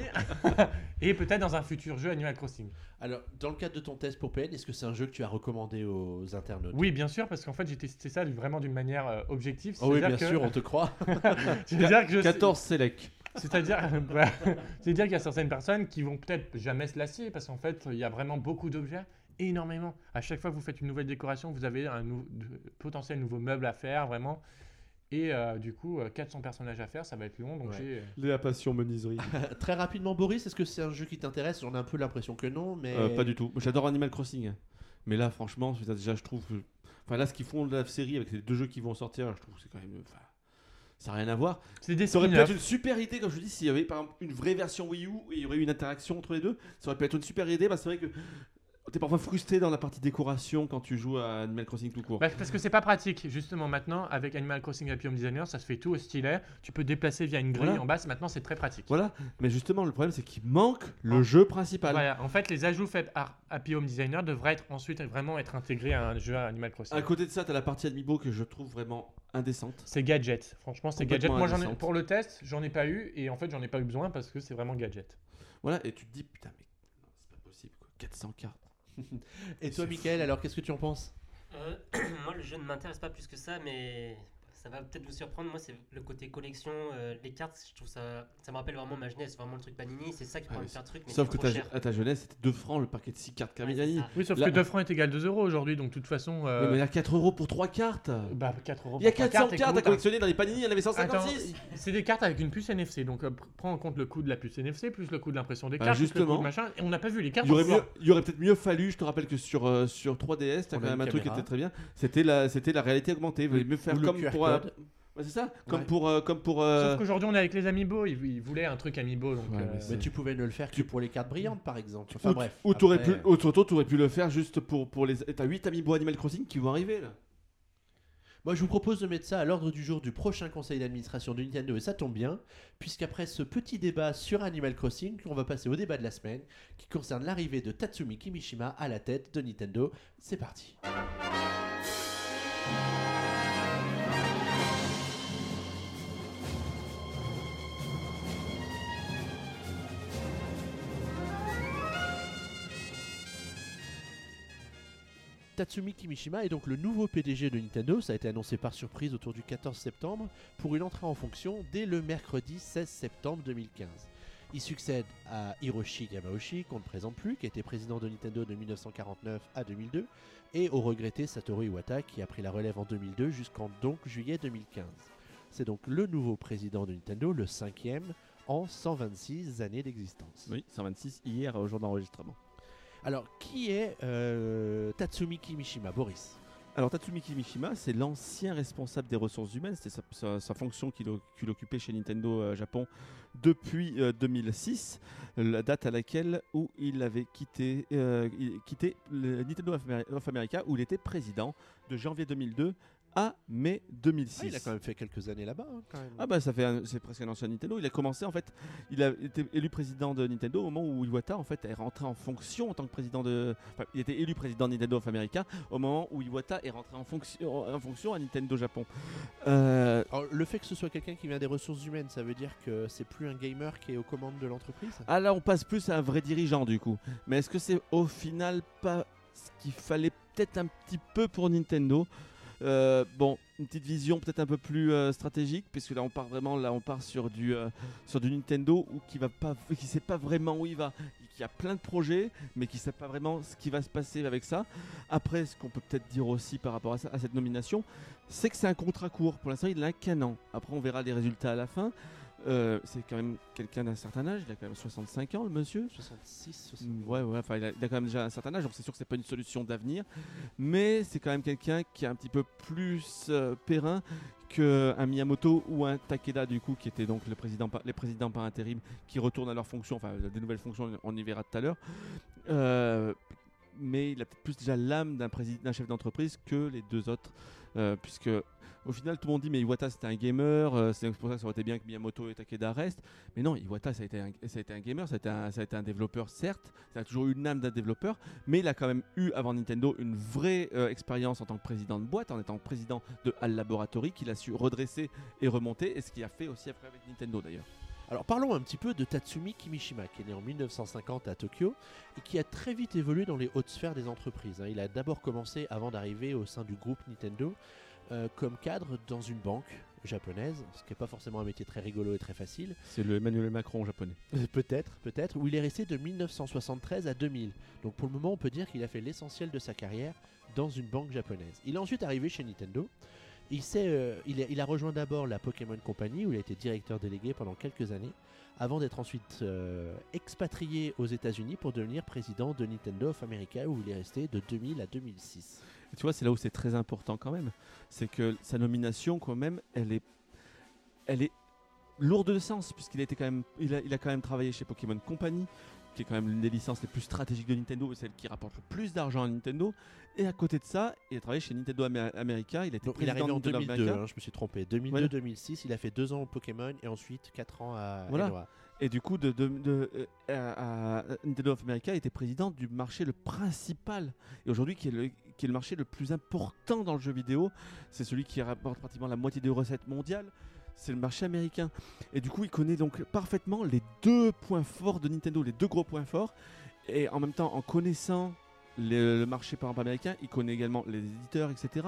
Speaker 3: Et peut-être dans un futur jeu Animal Crossing.
Speaker 1: Alors, dans le cadre de ton test pour PN, est-ce que c'est un jeu que tu as recommandé aux internautes
Speaker 3: Oui, bien sûr, parce qu'en fait, j'ai testé ça vraiment d'une manière euh, objective.
Speaker 1: Ah oui,
Speaker 3: c'est-à-dire
Speaker 1: bien
Speaker 3: que-
Speaker 1: sûr, on te croit.
Speaker 3: c'est-à-dire que je-
Speaker 2: 14 select.
Speaker 3: C'est-à-dire euh, voilà. C'est-à-dire qu'il y a certaines personnes qui vont peut-être jamais se lasser, parce qu'en fait, il y a vraiment beaucoup d'objets, énormément. À chaque fois que vous faites une nouvelle décoration, vous avez un nou- de- potentiel nouveau meuble à faire, vraiment. Et euh, du coup, euh, 400 personnages à faire, ça va être long. Donc
Speaker 1: Ouais.
Speaker 3: j'ai- euh,
Speaker 2: La passion meniserie.
Speaker 1: Très rapidement, Boris, est-ce que c'est un jeu qui t'intéresse J'en ai un peu l'impression que non, mais.
Speaker 2: Euh, pas du tout. J'adore Animal Crossing. hein. Mais là, franchement, c'est- déjà, je trouve. que- Enfin, là, ce qu'ils font de la série avec les deux jeux qui vont sortir, je trouve que c'est quand même. enfin, ça n'a rien à voir.
Speaker 3: C'est des
Speaker 2: Ça aurait pu
Speaker 3: spin-offs.
Speaker 2: être une super idée, comme je dis, s'il y avait par exemple une vraie version Wii U et il y aurait eu une interaction entre les deux. Ça aurait pu être une super idée. Bah, c'est vrai que t'es parfois frustré dans la partie décoration quand tu joues à Animal Crossing tout court.
Speaker 3: Bah, parce que c'est pas pratique, justement, maintenant, avec Animal Crossing Happy Home Designer, ça se fait tout au stylet. Tu peux déplacer via une grille
Speaker 2: Voilà.
Speaker 3: en basse, maintenant c'est très pratique.
Speaker 2: Voilà. Mais justement, le problème, c'est qu'il manque le jeu principal.
Speaker 3: Voilà, en fait, les ajouts faits par Happy Home Designer devraient être ensuite vraiment être intégrés à un jeu à Animal Crossing.
Speaker 2: À côté de ça, t'as la partie Amiibo que je trouve vraiment
Speaker 6: indécente.
Speaker 3: C'est gadget. Franchement, c'est gadget.
Speaker 6: Complètement
Speaker 3: Moi, j'en ai,
Speaker 6: indécente.
Speaker 3: pour le test, j'en ai pas eu. Et en fait, j'en ai pas eu besoin parce que c'est vraiment gadget.
Speaker 6: Voilà, et tu te dis, putain, mais non, c'est pas possible, quoi. 400 cartes.
Speaker 1: Et toi, Michael, alors qu'est-ce que tu en penses
Speaker 4: Euh, moi, le jeu ne m'intéresse pas plus que ça, mais ça va peut-être vous surprendre. Moi, c'est le côté collection, euh, les cartes, je trouve ça. Ça me rappelle vraiment ma jeunesse, vraiment le truc Panini. C'est ça qui
Speaker 6: Ah
Speaker 4: pourrait
Speaker 6: oui,
Speaker 4: me faire le truc. Mais
Speaker 6: Sauf
Speaker 4: c'est
Speaker 6: que
Speaker 4: trop
Speaker 6: ta,
Speaker 4: cher.
Speaker 6: à ta jeunesse, c'était 2 francs le paquet de 6 cartes
Speaker 4: Ouais,
Speaker 6: Carmillani.
Speaker 4: c'est ça.
Speaker 3: Oui, sauf
Speaker 6: Là-
Speaker 3: que 2 francs est égal 2 euros aujourd'hui. Donc, de toute façon. euh,
Speaker 6: Oui, mais il y a 4 euros pour 3 cartes.
Speaker 4: Euh,
Speaker 3: Bah, 4 euros.
Speaker 6: Il y a
Speaker 3: pour ta
Speaker 6: 400
Speaker 3: carte,
Speaker 6: cartes à
Speaker 3: écoute, hein.
Speaker 6: collectionner dans les panini, il y en avait
Speaker 3: Attends,
Speaker 6: 156.
Speaker 3: c'est des cartes avec une puce NFC, donc euh, pr- prends en compte le coût de la puce NFC, plus le coût de l'impression des
Speaker 6: Bah,
Speaker 3: cartes, plus le
Speaker 6: justement.
Speaker 3: coût de machin, et on n'a pas vu les cartes.
Speaker 6: Il y aurait,
Speaker 3: encore.
Speaker 6: mieux- il y aurait peut-être mieux fallu, je te rappelle que sur, euh, sur 3DS, t'as
Speaker 1: On
Speaker 6: quand
Speaker 1: a
Speaker 6: même
Speaker 1: une
Speaker 6: un truc qui
Speaker 1: caméra.
Speaker 6: était très bien. C'était la, c'était la réalité augmentée. Il valait mieux faire
Speaker 1: Ou le
Speaker 6: comme
Speaker 1: QR
Speaker 6: pour. euh,
Speaker 1: code
Speaker 6: ouais, c'est ça Comme
Speaker 1: Ouais.
Speaker 6: pour. euh, comme pour
Speaker 3: Sauf
Speaker 6: euh,
Speaker 3: qu'aujourd'hui on est avec les Amiibo, ils, ils voulaient un truc Amiibo, donc
Speaker 6: Ouais,
Speaker 3: euh,
Speaker 6: mais
Speaker 1: Mais
Speaker 6: c'est-
Speaker 1: tu pouvais ne le faire que pour les cartes brillantes, par exemple. Enfin
Speaker 6: ou-
Speaker 1: bref.
Speaker 6: Ou t'aurais
Speaker 1: Après, euh,
Speaker 6: pu, ou surtout, t'aurais pu le faire juste pour, pour les. T'as 8 amiibo Animal Crossing qui vont arriver là.
Speaker 1: Moi, je vous propose de mettre ça à l'ordre du jour du prochain conseil d'administration de Nintendo, et ça tombe bien, puisqu'après ce petit débat sur Animal Crossing, on va passer au débat de la semaine, qui concerne l'arrivée de Tatsumi Kimishima à la tête de Nintendo. C'est parti. Tatsumi Kimishima est donc le nouveau PDG de Nintendo, ça a été annoncé par surprise autour du 14 septembre, pour une entrée en fonction dès le mercredi 16 septembre 2015. Il succède à Hiroshi Yamauchi, qu'on ne présente plus, qui était président de Nintendo de 1949 à 2002, et au regretté Satoru Iwata, qui a pris la relève en 2002 jusqu'en donc juillet 2015. C'est donc le nouveau président de Nintendo, le cinquième, en 126 années d'existence.
Speaker 6: Oui, 126 hier au jour d'enregistrement.
Speaker 1: Alors, qui est euh, Tatsumi Kimishima, Boris
Speaker 2: Alors Tatsumi Kimishima, c'est l'ancien responsable des ressources humaines, c'était sa, sa- sa fonction qu'il o- qu'il occupait chez Nintendo euh, Japon depuis euh, 2006, la date à laquelle où il avait quitté, euh, il- quitté le Nintendo of Ameri- of America où il était président de janvier 2002 à mai 2006.
Speaker 1: Ah, Il a quand même fait quelques années là-bas, hein,
Speaker 3: euh,
Speaker 1: quand même.
Speaker 2: Ah bah ça fait un- c'est presque un ancien Nintendo. Il a commencé en fait, il a été élu président de Nintendo au moment où Iwata en fait est rentré en fonction en tant que président de, enfin, il était élu président de Nintendo of America au moment où Iwata est rentré en fonction, en fonction à Nintendo Japon. Euh,
Speaker 1: Alors, le fait que ce soit quelqu'un qui vient des ressources humaines, ça veut dire que c'est plus un gamer qui est aux commandes de l'entreprise
Speaker 2: ah là on passe plus à un vrai dirigeant du coup. Mais est-ce que c'est au final pas ce qu'il fallait peut-être un petit peu pour Nintendo? Euh, bon, une petite vision peut-être un peu plus euh, stratégique, puisque là on part vraiment, là on part sur du, euh, sur du Nintendo où qui va pas, qui sait pas vraiment où il va, qui a plein de projets, mais qui sait pas vraiment ce qui va se passer avec ça. Après, ce qu'on peut peut-être dire aussi par rapport à, ça- à cette nomination, c'est que c'est un contrat court. Pour l'instant, il n'a qu'un an. Après, on verra les résultats à la fin. Euh, c'est quand même quelqu'un d'un certain âge, il a quand même 65 ans, le monsieur.
Speaker 1: 66,
Speaker 2: Mm, Ouais, ouais, enfin, il a, il a quand même déjà un certain âge, donc c'est sûr que c'est pas une solution d'avenir, mais c'est quand même quelqu'un qui est un petit peu plus euh, périn qu'un Miyamoto ou un Takeda, du coup, qui était donc le président par- les présidents par intérim, qui retournent à leurs fonctions, enfin, des nouvelles fonctions, on y verra tout à l'heure. Euh, mais il a peut-être plus déjà l'âme d'un président- d'un chef d'entreprise que les deux autres, euh, puisque. Au final, tout le monde dit, mais Iwata c'était un gamer, euh, c'est pour ça que ça aurait été bien que Miyamoto et Takeda restent. Mais non, Iwata, ça a été un, ça a été un gamer, ça a été un, ça a été un développeur, certes, ça a toujours eu une âme d'un développeur, mais il a quand même eu, avant Nintendo, une vraie euh, expérience en tant que président de boîte, en étant président de HAL Laboratory, qu'il a su redresser et remonter, et ce qu'il a fait aussi après avec Nintendo d'ailleurs.
Speaker 1: Alors parlons un petit peu de Tatsumi Kimishima, qui est né en 1950 à Tokyo et qui a très vite évolué dans les hautes sphères des entreprises. hein. Il a d'abord commencé, avant d'arriver au sein du groupe Nintendo, euh, comme cadre dans une banque japonaise, ce qui n'est pas forcément un métier très rigolo et très facile.
Speaker 2: C'est le Emmanuel Macron japonais.
Speaker 1: Euh, Peut-être, peut-être, où il est resté de 1973 à 2000. Donc pour le moment, on peut dire qu'il a fait l'essentiel de sa carrière dans une banque japonaise. Il est ensuite arrivé chez Nintendo. Il, s'est, euh, il, a, il a rejoint d'abord la Pokémon Company, où il a été directeur délégué pendant quelques années, avant d'être ensuite euh, expatrié aux États-Unis pour devenir président de Nintendo of America, où il est resté de 2000 à 2006.
Speaker 2: Et tu vois, c'est là où c'est très important quand même. C'est que sa nomination, quand même, elle est, elle est lourde de sens, puisqu'il a, été quand même, il a, il a quand même travaillé chez Pokémon Company, qui est quand même l'une des licences les plus stratégiques de Nintendo, et celle qui rapporte le plus d'argent à Nintendo. Et à côté de ça, il a travaillé chez Nintendo Amer- America. Il a été
Speaker 1: Donc il est
Speaker 2: président
Speaker 1: arrivé en
Speaker 2: de Nintendo
Speaker 1: 2002,
Speaker 2: America.
Speaker 1: hein, je me suis trompé. 2002-2006,
Speaker 2: Voilà.
Speaker 1: il a fait deux ans au Pokémon et ensuite quatre ans à
Speaker 2: Voilà.
Speaker 1: Aloha.
Speaker 2: Et du coup, de, de- de- euh, à- à- Nintendo of America était président du marché le principal. Et aujourd'hui, qui, est le- qui est le marché le plus important dans le jeu vidéo. C'est celui qui rapporte pratiquement la moitié des recettes mondiales. C'est le marché américain. Et du coup, il connaît donc parfaitement les deux points forts de Nintendo, les deux gros points forts. Et en même temps, en connaissant le, le marché par exemple américain, il connaît également les éditeurs, etc.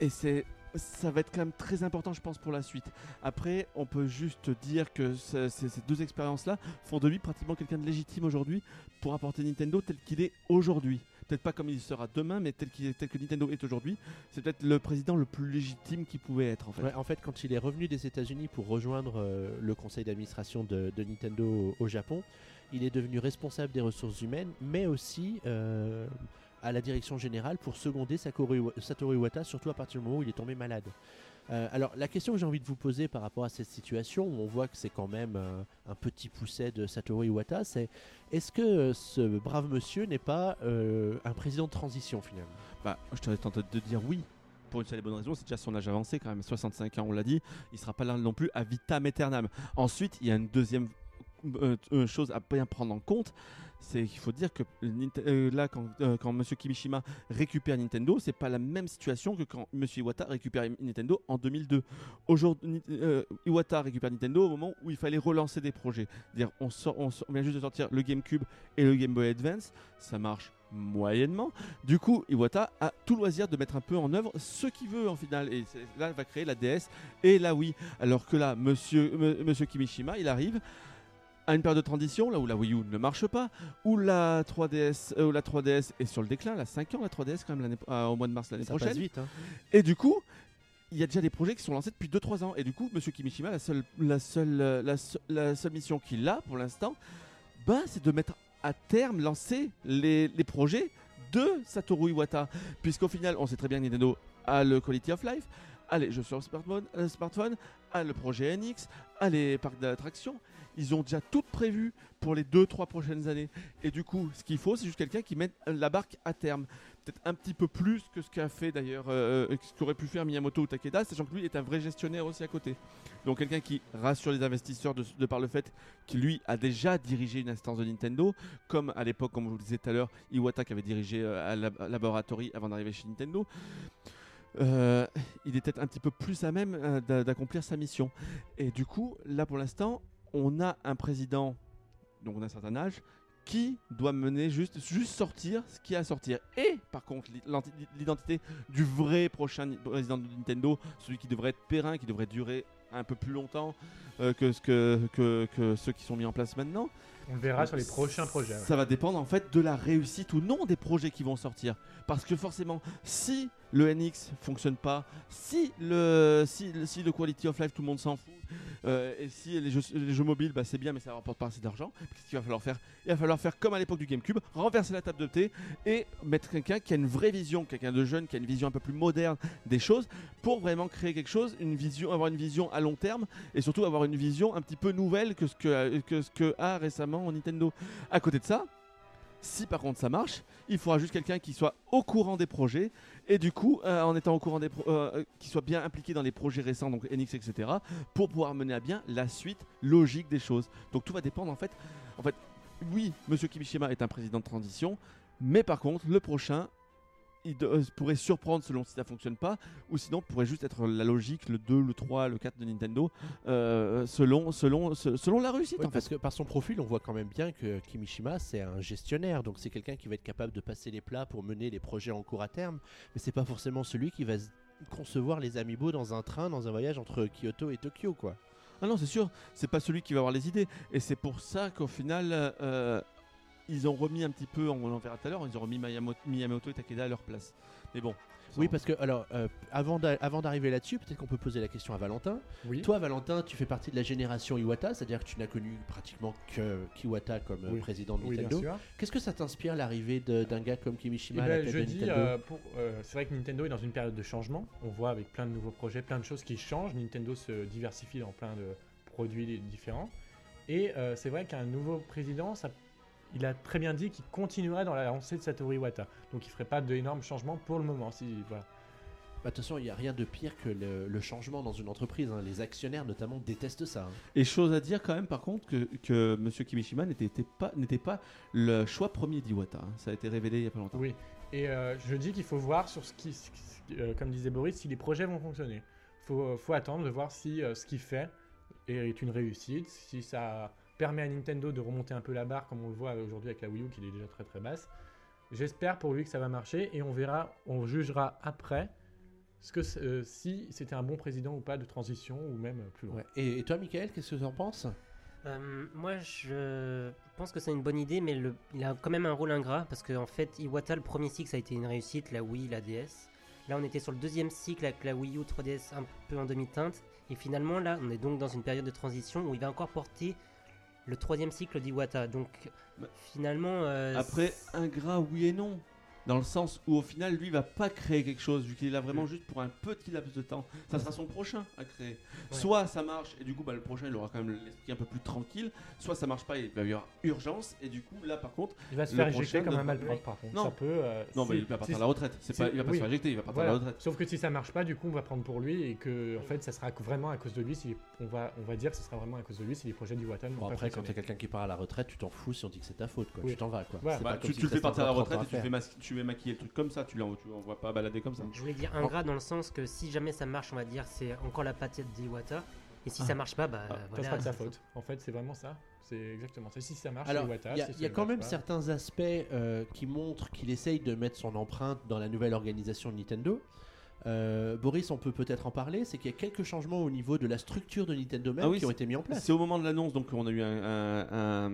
Speaker 2: Et c'est ça va être quand même très important, je pense, pour la suite. Après, on peut juste dire que ce- ces ces deux expériences-là font de lui pratiquement quelqu'un de légitime aujourd'hui pour apporter Nintendo tel qu'il est aujourd'hui. Peut-être pas comme il sera demain, mais tel, qu'il est- tel que Nintendo est aujourd'hui, c'est peut-être le président le plus légitime qui pouvait être en fait.
Speaker 1: Ouais, en fait, quand il est revenu des États-Unis pour rejoindre euh, le conseil d'administration de, de Nintendo au, au Japon, il est devenu responsable des ressources humaines, mais aussi euh, à la direction générale pour seconder Sakoru- Satoru Iwata, surtout à partir du moment où il est tombé malade. Euh, alors, la question que j'ai envie de vous poser par rapport à cette situation, où on voit que c'est quand même euh, un petit pousset de Satoru Iwata, c'est est-ce que euh, ce brave monsieur n'est pas euh, un président de transition finalement
Speaker 2: Bah, je te tenté de dire oui. Pour une seule et bonne raison, c'est déjà son âge avancé quand même, 65 ans, on l'a dit. Il sera pas là non plus à vitam aeternam. Ensuite, il y a une deuxième euh, euh, chose à bien prendre en compte, c'est qu'il faut dire que Ninte- euh, là, quand, euh, quand Monsieur Kimishima récupère Nintendo, c'est pas la même situation que quand Monsieur Iwata récupère Nintendo en 2002. Aujourd'hui, Ni- euh, Iwata récupère Nintendo au moment où il fallait relancer des projets. Dire, on, sort, on, sort- on vient juste de sortir le GameCube et le Game Boy Advance, ça marche moyennement. Du coup, Iwata a tout loisir de mettre un peu en œuvre ce qu'il veut en finale. Et c'est- là, il va créer la DS et la Wii. Alors que là, monsieur, me- monsieur Kimishima, il arrive à une période de transition, là où la Wii U ne marche pas, où la 3DS, euh, où la 3DS est sur le déclin, là 5 ans la 3DS quand même l'année- euh, au mois de mars l'année
Speaker 1: Ça passe
Speaker 2: prochaine.
Speaker 1: vite, hein.
Speaker 2: Et du coup, il y a déjà des projets qui sont lancés depuis 2-3 ans. Et du coup, Monsieur Kimishima, la seule, la seule, euh, la se- la seule mission qu'il a pour l'instant, ben, c'est de mettre à terme, lancer les, les projets de Satoru Iwata. Puisqu'au final, on sait très bien que Nintendo a le Quality of Life, a les jeux sur smartphone, euh, smartphone a le projet NX, a les parcs d'attractions. Ils ont déjà tout prévu pour les 2-3 prochaines années. Et du coup, ce qu'il faut, c'est juste quelqu'un qui mette la barque à terme peut-être un petit peu plus que ce qu'a fait d'ailleurs, euh, ce qu'aurait pu faire Miyamoto ou Takeda, sachant que lui est un vrai gestionnaire aussi à côté. Donc quelqu'un qui rassure les investisseurs de, de par le fait qu'il lui a déjà dirigé une instance de Nintendo, comme à l'époque, comme je vous le disais tout à l'heure, Iwata qui avait dirigé euh, à la- à Laboratory avant d'arriver chez Nintendo. Euh, il est peut-être un petit peu plus à même euh, d'a- d'accomplir sa mission. Et du coup, là pour l'instant, on a un président, donc on a un certain âge, qui doit mener juste, juste sortir ce qu'il y a à sortir. Et par contre, l'i- l'anti- l'identité du vrai prochain ni- président de Nintendo, celui qui devrait être périn, qui devrait durer un peu plus longtemps euh, que, ce que, que- que ceux qui sont mis en place maintenant.
Speaker 3: On le verra sur les prochains projets. ouais.
Speaker 2: Ça va dépendre en fait de la réussite ou non des projets qui vont sortir. Parce que forcément, si le NX fonctionne pas, si le, si, le- si le Quality of Life tout le monde s'en fout, euh, et si les jeux, les jeux mobiles bah, c'est bien mais ça rapporte pas assez d'argent, qu'est-ce qu'il va falloir faire Il va falloir faire comme à l'époque du GameCube, renverser la table de thé et mettre quelqu'un qui a une vraie vision, quelqu'un de jeune, qui a une vision un peu plus moderne des choses pour vraiment créer quelque chose, une vision, avoir une vision à long terme et surtout avoir une vision un petit peu nouvelle que ce que, que, ce que a récemment Nintendo. À côté de ça, si par contre ça marche, il faudra juste quelqu'un qui soit au courant des projets et du coup, euh, en étant au courant des, pro- euh, qui soit bien impliqué dans les projets récents, donc NX, etc., pour pouvoir mener à bien la suite logique des choses. Donc tout va dépendre en fait. En fait, oui, Monsieur Kimishima est un président de transition, mais par contre, le prochain. Il de- euh, pourrait surprendre selon si ça fonctionne pas, ou sinon pourrait juste être la logique, le 2, le 3, le 4 de Nintendo, euh, selon, selon, se- selon la réussite
Speaker 1: Ouais,
Speaker 2: en fait.
Speaker 1: parce que par son profil, on voit quand même bien que Kimishima, c'est un gestionnaire, donc c'est quelqu'un qui va être capable de passer les plats pour mener les projets en cours à terme, mais c'est pas forcément celui qui va s- concevoir les amiibo dans un train, dans un voyage entre Kyoto et Tokyo, quoi.
Speaker 2: Ah non, c'est sûr, c'est pas celui qui va avoir les idées. Et c'est pour ça qu'au final, euh, ils ont remis un petit peu, on en verra tout à l'heure, ils ont remis Miyamoto, Miyamoto et Takeda à leur place. Mais bon. ça,
Speaker 1: Oui,
Speaker 2: on-
Speaker 1: parce que, alors, euh, avant d'a- avant d'arriver là-dessus, peut-être qu'on peut poser la question à Valentin.
Speaker 3: Oui.
Speaker 1: Toi, Valentin, tu fais partie de la génération Iwata, c'est-à-dire que tu n'as connu pratiquement que Kiwata comme euh,
Speaker 3: Oui.
Speaker 1: président de
Speaker 3: Oui, bien
Speaker 1: Nintendo.
Speaker 3: sûr.
Speaker 1: Qu'est-ce que ça t'inspire l'arrivée de- d'un gars comme Kimishima à
Speaker 3: Eh
Speaker 1: la
Speaker 3: ben,
Speaker 1: tête
Speaker 3: je
Speaker 1: de
Speaker 3: dis,
Speaker 1: Nintendo
Speaker 3: euh, pour- euh, c'est vrai que Nintendo est dans une période de changement. On voit avec plein de nouveaux projets, plein de choses qui changent. Nintendo se diversifie dans plein de produits différents. Et euh, c'est vrai qu'un nouveau président, ça- il a très bien dit qu'il continuerait dans la lancée de Satoru Iwata. Donc il ne ferait pas d'énormes changements pour le moment. Si, voilà.
Speaker 1: Bah, Attention, il n'y a rien de pire que le, le changement dans une entreprise. hein. Les actionnaires, notamment, détestent ça. hein.
Speaker 2: Et chose à dire quand même, par contre, que, que Monsieur Kimishima n'était était pas, n'était pas le choix premier d'Iwata. hein. Ça a été révélé il y a pas longtemps.
Speaker 3: Oui. Et euh, je dis qu'il faut voir sur ce qui, ce qui- ce qui- euh, comme disait Boris, si les projets vont fonctionner. Faut, faut attendre de voir si euh, ce qu'il fait est est une réussite, si ça permet à Nintendo de remonter un peu la barre, comme on le voit aujourd'hui avec la Wii U qui est déjà très très basse. J'espère pour lui que ça va marcher et on verra, on jugera après ce que c'est- euh, si c'était un bon président ou pas de transition ou même euh, plus loin.
Speaker 1: Ouais. Et, et toi, Michael, qu'est-ce que tu en penses
Speaker 4: Euh, moi, je pense que c'est une bonne idée, mais le- il a quand même un rôle ingrat parce qu'en fait, Iwata, le premier cycle, ça a été une réussite, la Wii, la DS. Là, on était sur le deuxième cycle avec la Wii U 3DS un peu en demi-teinte. Et finalement, là, on est donc dans une période de transition où il va encore porter le troisième cycle d'Iwata. Donc,
Speaker 2: Bah,
Speaker 4: finalement. euh,
Speaker 2: Après,
Speaker 4: c'est-
Speaker 2: ingrat, oui et non. Dans le sens où au final, lui, va pas créer quelque chose, vu qu'il est là vraiment juste pour un petit laps de temps. Ça sera son prochain à créer. Soit ça marche, et du coup, bah, le prochain, il aura quand même l'esprit un peu plus tranquille. Soit ça marche pas, il va y avoir urgence, et du coup, là, par contre,
Speaker 3: Il va se
Speaker 2: Le
Speaker 3: faire éjecter
Speaker 2: prochain
Speaker 3: comme un
Speaker 2: devrait-
Speaker 3: malpropre par contre.
Speaker 2: Non.
Speaker 3: Ça peut. euh,
Speaker 2: non,
Speaker 3: si-
Speaker 2: bah, il va partir
Speaker 3: si-
Speaker 2: à la retraite. C'est
Speaker 3: si-
Speaker 2: pas, il va pas
Speaker 3: oui.
Speaker 2: se faire éjecter, il va partir
Speaker 3: Voilà.
Speaker 2: à la retraite.
Speaker 3: Sauf que si ça marche pas, du coup, on va prendre pour lui et que en fait, ça sera vraiment à cause de lui. Si on va, on va dire, que ce sera vraiment à cause de lui si les projets du Watan n'ont
Speaker 1: Bon,
Speaker 3: pas
Speaker 1: après, quand
Speaker 3: fonctionné.
Speaker 1: t'as quelqu'un qui part à la retraite, tu t'en fous si on dit que c'est ta faute. Quoi.
Speaker 3: Oui.
Speaker 1: Tu t'en vas. Quoi.
Speaker 3: Voilà.
Speaker 1: C'est
Speaker 2: Bah,
Speaker 1: pas
Speaker 2: tu,
Speaker 1: comme
Speaker 2: tu
Speaker 1: si
Speaker 2: le
Speaker 1: te
Speaker 2: fais
Speaker 1: restait
Speaker 2: partir à la
Speaker 1: encore
Speaker 2: retraite
Speaker 1: trois
Speaker 2: et tu
Speaker 1: à
Speaker 2: fais,
Speaker 1: faire.
Speaker 2: mas- tu fais maquiller le truc comme ça, tu l'en- tu l'envoies pas balader comme ça.
Speaker 4: Je voulais dire ingrat dans le sens que si jamais ça marche, on va dire c'est encore la patate d'Iwata. Et si ça marche pas, bah.
Speaker 2: Ah,
Speaker 4: voilà,
Speaker 3: Ça sera de sa
Speaker 4: c'est-
Speaker 3: faute. En fait, c'est vraiment ça. C'est exactement ça. Si ça marche,
Speaker 1: Alors,
Speaker 3: c'est Iwata.
Speaker 1: il y a,
Speaker 3: si ça
Speaker 1: il y a
Speaker 3: ne
Speaker 1: quand
Speaker 3: marche
Speaker 1: même
Speaker 3: pas-
Speaker 1: certains aspects euh, qui montrent qu'il essaye de mettre son empreinte dans la nouvelle organisation de Nintendo. Euh, Boris, on peut peut-être en parler, c'est qu'il y a quelques changements au niveau de la structure de Nintendo même
Speaker 2: Ah oui,
Speaker 1: qui ont été mis en place.
Speaker 2: C'est au moment de l'annonce, donc on a eu un, un- un-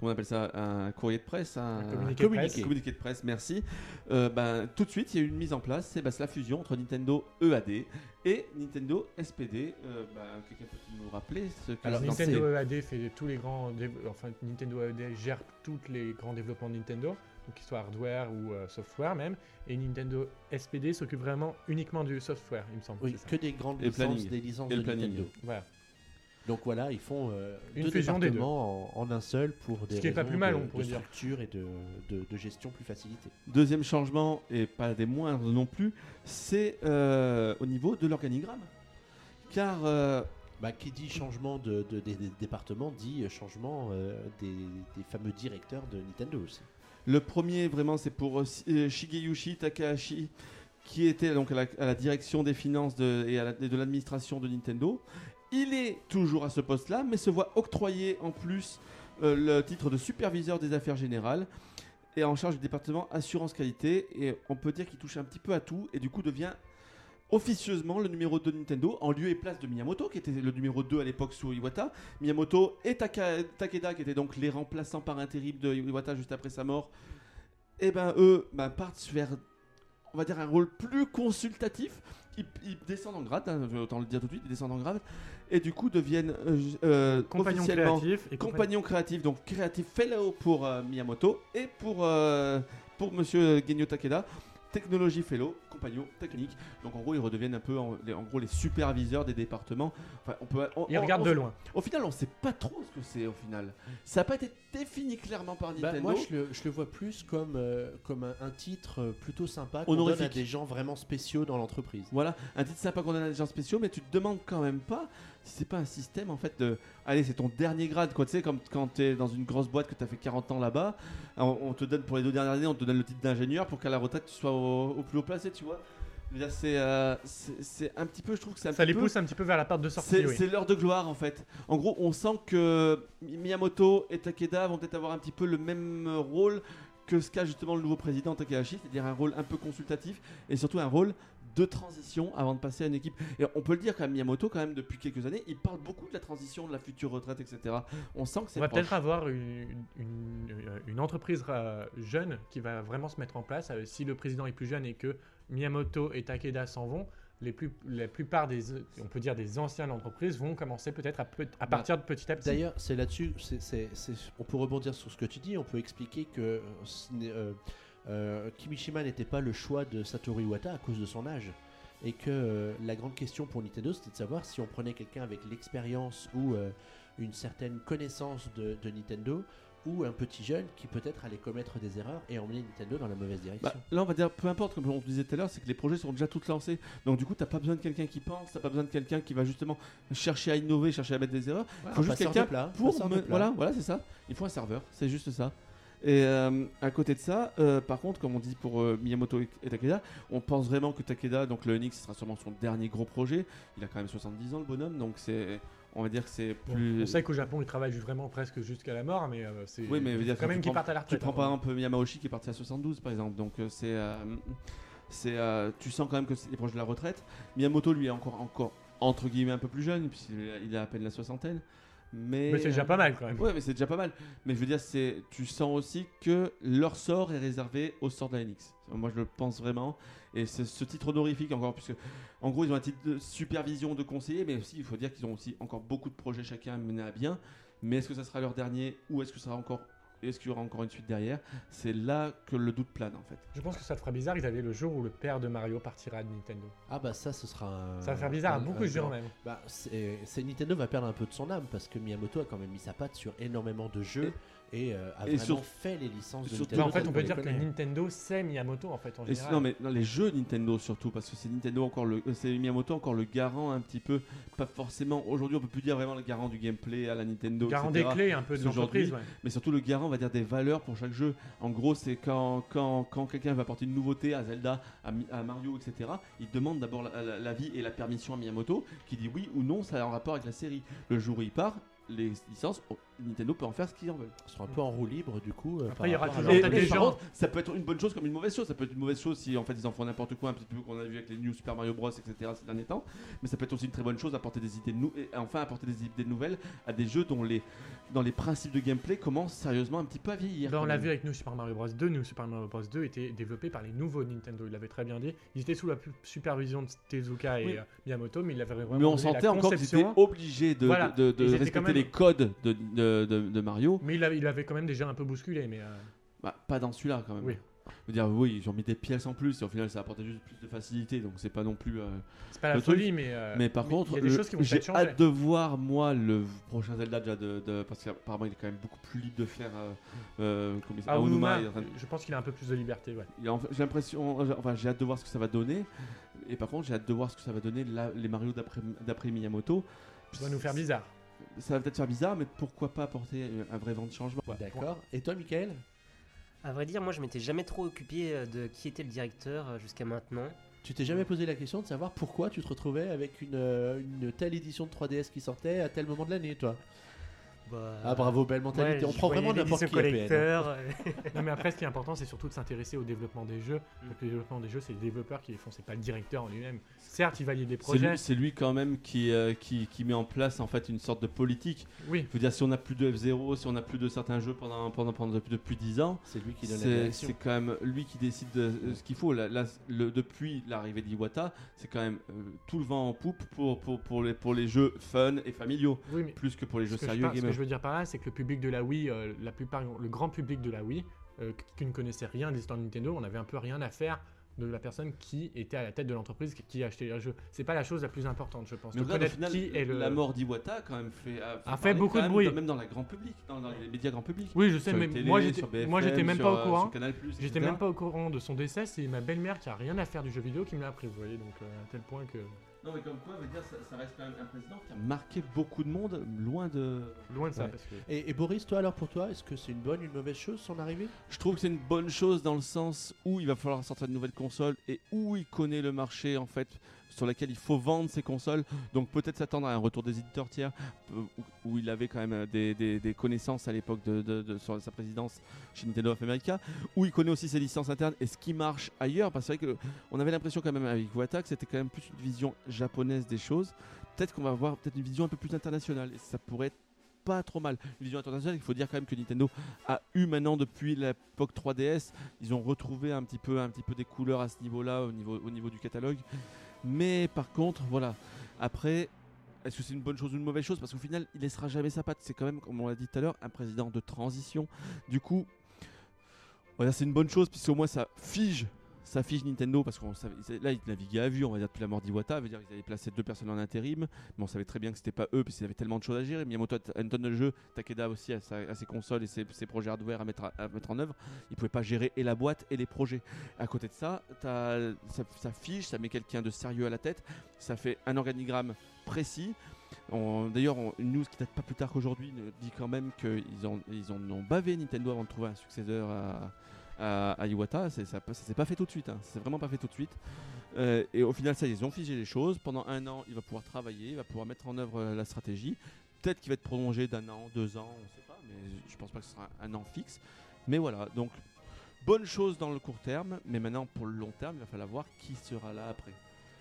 Speaker 2: comment on appelle ça, un courrier de presse, un,
Speaker 3: Un communiqué
Speaker 1: de presse.
Speaker 2: un communiqué de presse, merci. Euh, ben, tout de suite, il y a eu une mise en place, c'est ben, c'est la fusion entre Nintendo EAD et Nintendo SPD. Euh, ben, Quelqu'un peut nous rappeler ce que
Speaker 1: Alors,
Speaker 2: c'est
Speaker 3: Nintendo E EAD fait tous les grands. dé- Enfin, Nintendo EAD gère tous les grands développements de Nintendo, donc qu'ils soient hardware ou euh, software même. Et Nintendo SPD s'occupe vraiment uniquement du software, il me semble.
Speaker 1: Oui,
Speaker 3: c'est ça.
Speaker 1: que des grandes
Speaker 2: Et le
Speaker 1: licences,
Speaker 2: planning.
Speaker 1: des licences
Speaker 2: Et
Speaker 1: de
Speaker 2: le planning.
Speaker 1: Nintendo.
Speaker 3: Voilà.
Speaker 1: Donc voilà, ils font euh,
Speaker 3: Une
Speaker 1: deux
Speaker 3: fusion des deux.
Speaker 1: départements en, en un seul pour des
Speaker 3: qui est pas
Speaker 1: raisons
Speaker 3: plus mal,
Speaker 1: de,
Speaker 3: on pourrait
Speaker 1: de
Speaker 3: dire.
Speaker 1: structure et de, de- de gestion plus facilitée.
Speaker 2: Deuxième changement, et pas des moindres non plus, c'est euh, au niveau de l'organigramme. Car euh,
Speaker 1: Bah, qui dit changement de, de- des, des départements dit changement euh, des, des fameux directeurs de Nintendo aussi.
Speaker 2: Le premier, vraiment, c'est pour euh, Si- euh, Shigeyushi Takahashi, qui était donc à la, à la direction des finances de- et, à la- et de l'administration de Nintendo. Il est toujours à ce poste-là, mais se voit octroyer en plus euh, le titre de superviseur des affaires générales et en charge du département assurance qualité. Et on peut dire qu'il touche un petit peu à tout et du coup devient officieusement le numéro 2 de Nintendo en lieu et place de Miyamoto, qui était le numéro 2 à l'époque sous Iwata. Miyamoto et Taka- Takeda, qui étaient donc les remplaçants par intérim de Iwata juste après sa mort, et ben eux ben, partent vers, on va dire, un rôle plus consultatif. Ils, ils descendent en grade, hein, autant le dire tout de suite, ils descendent en grade, et du coup deviennent euh, euh,
Speaker 3: Compagnon
Speaker 2: officiellement
Speaker 3: créatif et compagnon-
Speaker 2: compagnon créatif, donc créatif fellow pour euh, Miyamoto et pour, euh, pour monsieur Genyo Takeda, technologie fellow, compagnon technique. Donc en gros, ils redeviennent un peu en, les, en gros les superviseurs des départements. Enfin, on peut, on-
Speaker 3: Il
Speaker 2: on-
Speaker 3: regarde
Speaker 2: on-
Speaker 3: de loin.
Speaker 2: Au final, on sait pas trop ce que c'est. Au final, ça n'a pas été défini clairement par
Speaker 1: Bah,
Speaker 2: Nintendo.
Speaker 1: moi, je le, je le vois plus comme, euh, comme un, un titre euh, plutôt sympa qu'on donne
Speaker 2: Honorifique.
Speaker 1: à des gens vraiment spéciaux dans l'entreprise.
Speaker 2: Voilà, un titre sympa qu'on a des gens spéciaux, mais tu te demandes quand même pas si c'est pas un système en fait de. Allez, c'est ton dernier grade, quoi. Tu sais, comme quand t'es dans une grosse boîte que t'as fait 40 ans là-bas, on, on te donne pour les deux dernières années, on te donne le titre d'ingénieur pour qu'à la retraite tu sois au, au plus haut placé, tu vois. Je veux dire, C'est euh, c'est- c'est un petit peu, je trouve que c'est un
Speaker 3: Ça
Speaker 2: petit
Speaker 3: les
Speaker 2: peu-
Speaker 3: pousse un petit peu vers la porte de sortie.
Speaker 2: c'est
Speaker 3: oui.
Speaker 2: c'est l'heure de gloire en fait. En gros, on sent que Mi- Miyamoto et Takeda vont peut-être avoir un petit peu le même euh, rôle que ce qu'a justement le nouveau président Takahashi, c'est-à-dire un rôle un peu consultatif et surtout un rôle de transition avant de passer à une équipe. Et on peut le dire quand même, Miyamoto, quand même, depuis quelques années, il parle beaucoup de la transition, de la future retraite, etc. On sent que
Speaker 3: On
Speaker 2: c'est
Speaker 3: va
Speaker 2: proche.
Speaker 3: peut-être avoir une, une- une- une entreprise euh, jeune qui va vraiment se mettre en place. Euh, Si le président est plus jeune et que Miyamoto et Takeda s'en vont, les plus, la plupart des, euh, on peut dire des anciens de l'entreprise vont commencer peut-être à, peu-
Speaker 2: Bah,
Speaker 3: à partir de petit à petit.
Speaker 1: D'ailleurs, c'est là-dessus, c'est- c'est- c'est- on peut rebondir sur ce que tu dis, on peut expliquer que euh, ce n'est- euh, euh, Kimishima n'était pas le choix de Satoru Iwata à cause de son âge. Et que euh, la grande question pour Nintendo, c'était de savoir si on prenait quelqu'un avec l'expérience ou euh, une certaine connaissance de, de Nintendo ou un petit jeune qui peut-être allait commettre des erreurs et emmener Nintendo dans la mauvaise direction.
Speaker 2: Bah, là, on va dire, peu importe, comme on te disait tout à l'heure, c'est que les projets sont déjà tous lancés. Donc, du coup, t'as pas besoin de quelqu'un qui pense, t'as pas besoin de quelqu'un qui va justement chercher à innover, chercher à mettre des erreurs.
Speaker 1: Ouais,
Speaker 2: faut
Speaker 1: un
Speaker 2: juste
Speaker 1: passeur de
Speaker 2: quelqu'un
Speaker 1: plat,
Speaker 2: Pour
Speaker 1: passeur de
Speaker 2: me-
Speaker 1: plat.
Speaker 2: voilà, voilà, c'est ça. Il faut un serveur, c'est juste ça. Et euh, à côté de ça, euh, par contre, comme on dit pour euh, Miyamoto et et Takeda, on pense vraiment que Takeda, donc le Enix, ce sera sûrement son dernier gros projet. Il a quand même 70 ans, le bonhomme, donc c'est, on va dire que c'est
Speaker 3: Bon,
Speaker 2: plus.
Speaker 3: On sait qu'au Japon, ils travaillent vraiment presque jusqu'à la mort, mais euh, c'est
Speaker 2: Oui, mais je veux dire,
Speaker 3: quand même
Speaker 2: tu
Speaker 3: qu'ils
Speaker 2: prends-
Speaker 3: partent à la
Speaker 2: Tu
Speaker 3: retraite.
Speaker 2: prends
Speaker 3: hein.
Speaker 2: par exemple Yamauchi qui est parti à 72 par exemple, donc euh, c'est. euh, c'est euh, tu sens quand même que c'est proche de la retraite. Miyamoto lui est encore, encore entre guillemets un peu plus jeune, puisqu'il a- il a à peine la soixantaine. Mais,
Speaker 3: Mais c'est déjà
Speaker 2: euh,
Speaker 3: pas mal quand même.
Speaker 2: Ouais, mais c'est déjà pas mal. Mais je veux dire, c'est, tu sens aussi que leur sort est réservé au sort de la NX. Moi, je le pense vraiment. Et c'est ce titre honorifique encore, puisque en gros, ils ont un titre de supervision de conseiller, mais aussi, il faut dire qu'ils ont aussi encore beaucoup de projets chacun à mener à bien. Mais est-ce que ça sera leur dernier ou est-ce que ça sera encore, est-ce qu'il y aura encore une suite derrière C'est là que le doute plane en fait.
Speaker 3: Je pense que ça te fera bizarre, ils avaient le jour où le père de Mario partira de Nintendo.
Speaker 1: Ah bah ça, ce sera un...
Speaker 2: Euh,
Speaker 3: Ça va faire bizarre à
Speaker 1: un-
Speaker 3: beaucoup
Speaker 1: un
Speaker 3: de gens
Speaker 1: grand-
Speaker 3: même.
Speaker 1: Bah, c'est c'est- Nintendo va perdre un peu de son âme parce que Miyamoto a quand même mis sa patte sur énormément de jeux et, euh, a
Speaker 2: et
Speaker 1: vraiment
Speaker 2: sur-
Speaker 1: fait les licences de
Speaker 2: surtout-
Speaker 1: Nintendo.
Speaker 3: Mais en fait, on
Speaker 1: pour
Speaker 3: peut
Speaker 1: les
Speaker 3: dire que
Speaker 1: connaître.
Speaker 3: Nintendo c'est Miyamoto en fait en
Speaker 2: Et
Speaker 3: général.
Speaker 2: sinon, mais dans les jeux Nintendo surtout, parce que c'est Nintendo encore le, c'est Miyamoto encore le garant un petit peu, pas forcément. Aujourd'hui, on peut plus dire vraiment le garant du gameplay à la Nintendo.
Speaker 3: Garant des
Speaker 2: etc.
Speaker 3: clés un peu de
Speaker 2: Aujourd'hui,
Speaker 3: l'entreprise. ouais.
Speaker 2: mais surtout le garant, on va dire, des valeurs pour chaque jeu. En gros, c'est quand, quand, quand quelqu'un va apporter une nouveauté à Zelda, à, Mi- à Mario, etc., il demande d'abord la- la- l'avis et la permission à Miyamoto, qui dit oui ou non, ça a un rapport avec la série. Le jour où il part, les licences, oh, Nintendo peut en faire ce qu'ils en veulent.
Speaker 1: Ils seront un peu en roue libre du coup. euh,
Speaker 3: Après,
Speaker 1: par
Speaker 3: il y aura
Speaker 1: rapport à
Speaker 3: toujours
Speaker 1: leur-
Speaker 2: Et,
Speaker 3: Alors, t'as
Speaker 2: et
Speaker 3: des
Speaker 2: par
Speaker 3: gens-
Speaker 2: contre, ça peut être une bonne chose comme une mauvaise chose. Ça peut être une mauvaise chose si en fait ils en font n'importe quoi, un petit peu qu'on a vu avec les New Super Mario Bros, etc. ces derniers temps. Mais ça peut être aussi une très bonne chose apporter des idées nou- et enfin apporter des idées nouvelles à des jeux dont les, dans les principes de gameplay commencent sérieusement un petit peu à vieillir.
Speaker 3: Ben, on
Speaker 2: quand
Speaker 3: l'a
Speaker 2: même.
Speaker 3: vu avec New Super Mario Bros 2. New Super Mario Bros 2 était développé par les nouveaux Nintendo. Il l'avait très bien dit. Ils étaient sous la pu- supervision de Tezuka et
Speaker 2: Oui.
Speaker 3: euh, Miyamoto, mais il avait vraiment
Speaker 2: Mais on
Speaker 3: donné la
Speaker 2: sentait encore qu'ils étaient
Speaker 3: conception.
Speaker 2: obligés de,
Speaker 3: Voilà.
Speaker 2: de, de- de
Speaker 3: Ils étaient
Speaker 2: respecter
Speaker 3: quand même-
Speaker 2: les codes de, de- de- de Mario.
Speaker 3: Mais il avait, il avait quand même déjà un peu bousculé. Mais euh,
Speaker 2: Bah, pas dans celui-là quand même.
Speaker 3: Oui.
Speaker 2: Je veux dire, oui, ils ont mis des pièces en plus et au final ça apportait juste plus de facilité. Donc c'est pas non plus. euh,
Speaker 3: c'est pas la
Speaker 2: Le truc-
Speaker 3: folie, mais. euh,
Speaker 2: mais par contre,
Speaker 3: il y a des
Speaker 2: le-
Speaker 3: choses qui vont
Speaker 2: j'ai
Speaker 3: peut-être changer.
Speaker 2: hâte de voir moi le prochain Zelda déjà de, de- parce qu'apparemment il est quand même beaucoup plus libre de faire. Euh, euh, comment il s'appelle,
Speaker 3: Ah,
Speaker 2: Aonuma,
Speaker 3: Onuma,
Speaker 2: il est en train de-
Speaker 3: je pense qu'il a un peu plus de liberté. ouais.
Speaker 2: il est en- J'ai l'impression, j'ai- enfin j'ai hâte de voir ce que ça va donner. Et par contre, j'ai hâte de voir ce que ça va donner là, les Mario d'après- d'après Miyamoto.
Speaker 3: Ça va nous faire bizarre.
Speaker 2: Ça va peut-être faire bizarre, mais pourquoi pas apporter un vrai vent de changement
Speaker 1: D'accord. Et toi, Michael
Speaker 4: À vrai dire, moi je m'étais jamais trop occupé euh, de qui était le directeur euh, jusqu'à maintenant.
Speaker 1: Tu t'es jamais posé la question de savoir pourquoi tu te retrouvais avec une, euh, une telle édition de 3DS qui sortait à tel moment de l'année, toi
Speaker 4: Bah,
Speaker 1: Ah bravo, belle mentalité.
Speaker 4: ouais,
Speaker 1: on
Speaker 4: je
Speaker 1: prend vraiment
Speaker 4: voyais les
Speaker 1: n'importe
Speaker 4: disques
Speaker 1: qui. à hein. PN.
Speaker 4: collecteurs, euh,
Speaker 3: Non, mais après, ce qui est important, c'est surtout de s'intéresser au développement des jeux.
Speaker 4: Mm.
Speaker 3: Donc, le développement des jeux, c'est les développeurs qui les font, c'est pas le directeur en lui-même. Certes, il valide des
Speaker 2: C'est
Speaker 3: projets.
Speaker 2: lui, c'est lui quand même qui, euh, qui, qui met en place en fait une sorte de politique.
Speaker 3: Oui,
Speaker 2: Je veux dire, si on n'a plus de F0, si on n'a plus de certains jeux pendant, pendant, pendant depuis, depuis 10 ans,
Speaker 1: C'est lui qui donne la
Speaker 2: c'est
Speaker 1: direction.
Speaker 2: c'est quand même lui qui décide de euh, ce qu'il faut. Là, là, le- depuis l'arrivée d'Iwata, c'est quand même euh, tout le vent en poupe pour, pour, pour, les, pour les jeux fun et familiaux,
Speaker 3: oui, mais
Speaker 2: plus que pour les jeux
Speaker 3: ce que, je
Speaker 2: sérieux
Speaker 3: par- ce que
Speaker 2: gamers.
Speaker 3: je veux dire par là, c'est que le public de la Wii, euh, la plupart, le grand public de la Wii, euh, qui- qui ne connaissait rien de l'histoire de Nintendo, on avait un peu rien à faire de la personne qui était à la tête de l'entreprise qui- qui achetait les jeux. C'est pas la chose la plus importante, je pense.
Speaker 2: Mais
Speaker 3: de
Speaker 2: regarde, au
Speaker 3: connaître
Speaker 2: final,
Speaker 3: qui est le.
Speaker 2: la mort d'Iwata a quand même fait, a
Speaker 3: A fait
Speaker 2: parler
Speaker 3: beaucoup
Speaker 2: quand
Speaker 3: de
Speaker 2: même,
Speaker 3: bruit.
Speaker 2: dans- Même dans la grand public, dans, dans les médias grand public.
Speaker 3: Oui, je sais,
Speaker 2: Sur
Speaker 3: mais
Speaker 2: les télés,
Speaker 3: moi j'étais
Speaker 2: sur BFM,
Speaker 3: moi, j'étais même
Speaker 2: sur,
Speaker 3: pas au
Speaker 2: euh,
Speaker 3: courant.
Speaker 2: sur Canal+,
Speaker 3: J'étais
Speaker 2: etc..
Speaker 3: même pas au courant de son décès, c'est ma belle-mère qui a rien à faire du jeu vidéo qui me l'a appris, vous voyez, donc euh, à tel point que
Speaker 2: Non, mais comme quoi, je veux dire, ça, ça reste quand même un président qui a marqué beaucoup de monde loin de.
Speaker 3: loin de ça.
Speaker 1: Ouais.
Speaker 3: Parce que...
Speaker 1: Et, et Boris, toi alors pour toi, est-ce que c'est une bonne, une mauvaise chose son arrivée
Speaker 2: Je trouve que c'est une bonne chose dans le sens où il va falloir sortir de nouvelles consoles et où il connaît le marché en fait sur laquelle il faut vendre ses consoles. Donc peut-être s'attendre à un retour des éditeurs tiers euh, où- où il avait quand même euh, des, des- des connaissances à l'époque de, de- de- sur sa présidence chez Nintendo of America, où il connaît aussi ses licences internes et ce qui marche ailleurs. Parce que c'est vrai que on avait l'impression quand même avec Wata que c'était quand même plus une vision japonaise des choses. Peut-être qu'on va avoir peut-être une vision un peu plus internationale et ça pourrait être pas trop mal. Une vision internationale, il faut dire quand même que Nintendo a eu maintenant depuis l'époque 3DS. Ils ont retrouvé un petit peu, un petit peu des couleurs à ce niveau-là, au niveau, au niveau du catalogue. Mais par contre, voilà. Après, est-ce que c'est une bonne chose ou une mauvaise chose Parce qu'au final, il laissera jamais sa patte. C'est quand même, comme on l'a dit tout à l'heure, un président de transition. Du coup, voilà, c'est une bonne chose puisque au moins ça fige. sa fiche Nintendo, parce qu'on savait, ils- là ils naviguaient à vue, on va dire depuis la mort d'Iwata, veut dire qu'ils avaient placé deux personnes en intérim, mais on savait très bien que c'était pas eux, puisqu'il y avait tellement de choses à gérer. Miyamoto a une tonne de jeux, Takeda aussi a, sa- a ses consoles et ses, ses projets hardware à mettre, à, à mettre en œuvre. Il pouvait pas gérer et la boîte et les projets. À côté de ça, t'as- ça, ça fiche, ça met quelqu'un de sérieux à la tête, ça fait un organigramme précis. On- D'ailleurs, on- une news qui date pas plus tard qu'aujourd'hui ne- dit quand même qu'ils en, ils en ont bavé Nintendo avant de trouver un successeur à, à, à Iwata. C'est- Ça, ça s'est pas fait tout de suite, hein. ça s'est vraiment pas fait tout de suite. Euh, et au final, ça, y est, ils ont figé les choses. Pendant un an, il va pouvoir travailler, il va pouvoir mettre en œuvre euh, la stratégie. Peut-être qu'il va être prolongé d'un an, deux ans, on sait pas, mais je pense pas que ce sera un an fixe. Mais voilà, donc bonne chose dans le court terme, mais maintenant pour le long terme, il va falloir voir qui sera là après.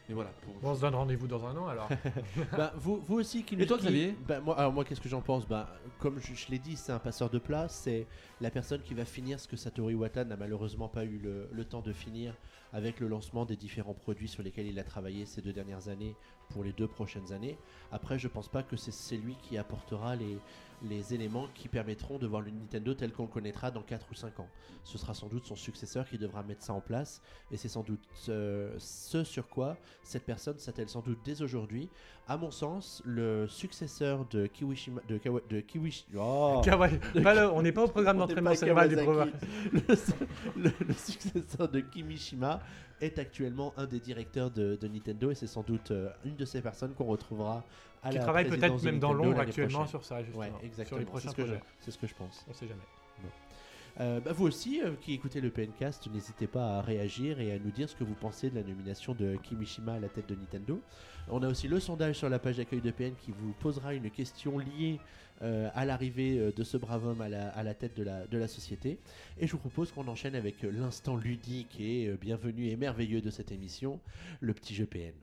Speaker 2: Et voilà. pour-
Speaker 3: Bon, on se donne rendez-vous dans un an alors.
Speaker 1: Bah, vous, vous aussi qui
Speaker 2: Et
Speaker 1: nous-
Speaker 2: toi,
Speaker 1: qui-
Speaker 2: Xavier
Speaker 1: bah, moi, alors, moi, qu'est-ce que j'en pense bah, Comme je, je l'ai dit, c'est un passeur de plat. C'est la personne qui va finir ce que Satoru Iwata n'a malheureusement pas eu le, le temps de finir avec le lancement des différents produits sur lesquels il a travaillé ces deux dernières années pour les deux prochaines années. Après, je pense pas que c'est- c'est lui qui apportera les, les éléments qui permettront de voir le Nintendo tel qu'on le connaîtra dans 4 ou 5 ans. Ce sera sans doute son successeur qui devra mettre ça en place. Et c'est sans doute euh, ce sur quoi cette personne s'attelle sans doute dès aujourd'hui à mon sens, le successeur de Kiwishima. De, Kawa, de Kiwish- oh
Speaker 3: Kawaii. Pas le- on n'est pas au programme
Speaker 1: On n'est
Speaker 3: d'entraînement
Speaker 1: pas
Speaker 3: cérébral du
Speaker 1: Kawasaki.
Speaker 3: programme.
Speaker 1: le, su- le- le successeur de Kimishima est actuellement un des directeurs de, de Nintendo et c'est sans doute euh, une de ces personnes qu'on retrouvera à
Speaker 3: Qui
Speaker 1: la
Speaker 3: travaille
Speaker 1: présidence
Speaker 3: peut-être
Speaker 1: de
Speaker 3: même dans
Speaker 1: Nintendo
Speaker 3: l'ombre
Speaker 1: l'année
Speaker 3: actuellement
Speaker 1: prochaine.
Speaker 3: sur ça, justement.
Speaker 1: Ouais, exactement.
Speaker 3: Sur les
Speaker 1: c'est
Speaker 3: prochains
Speaker 1: ce que je-
Speaker 3: projets.
Speaker 1: C'est ce que je pense.
Speaker 3: On sait jamais.
Speaker 1: Euh, bah, vous aussi, euh, qui écoutez le PNcast, n'hésitez pas à réagir et à nous dire ce que vous pensez de la nomination de Kimishima à la tête de Nintendo. On a aussi le sondage sur la page d'accueil de PN qui vous posera une question liée euh, à l'arrivée euh, de ce brave homme à la, à la tête de la, de la société. Et je vous propose qu'on enchaîne avec euh, l'instant ludique et euh, bienvenu et merveilleux de cette émission, le petit jeu PN.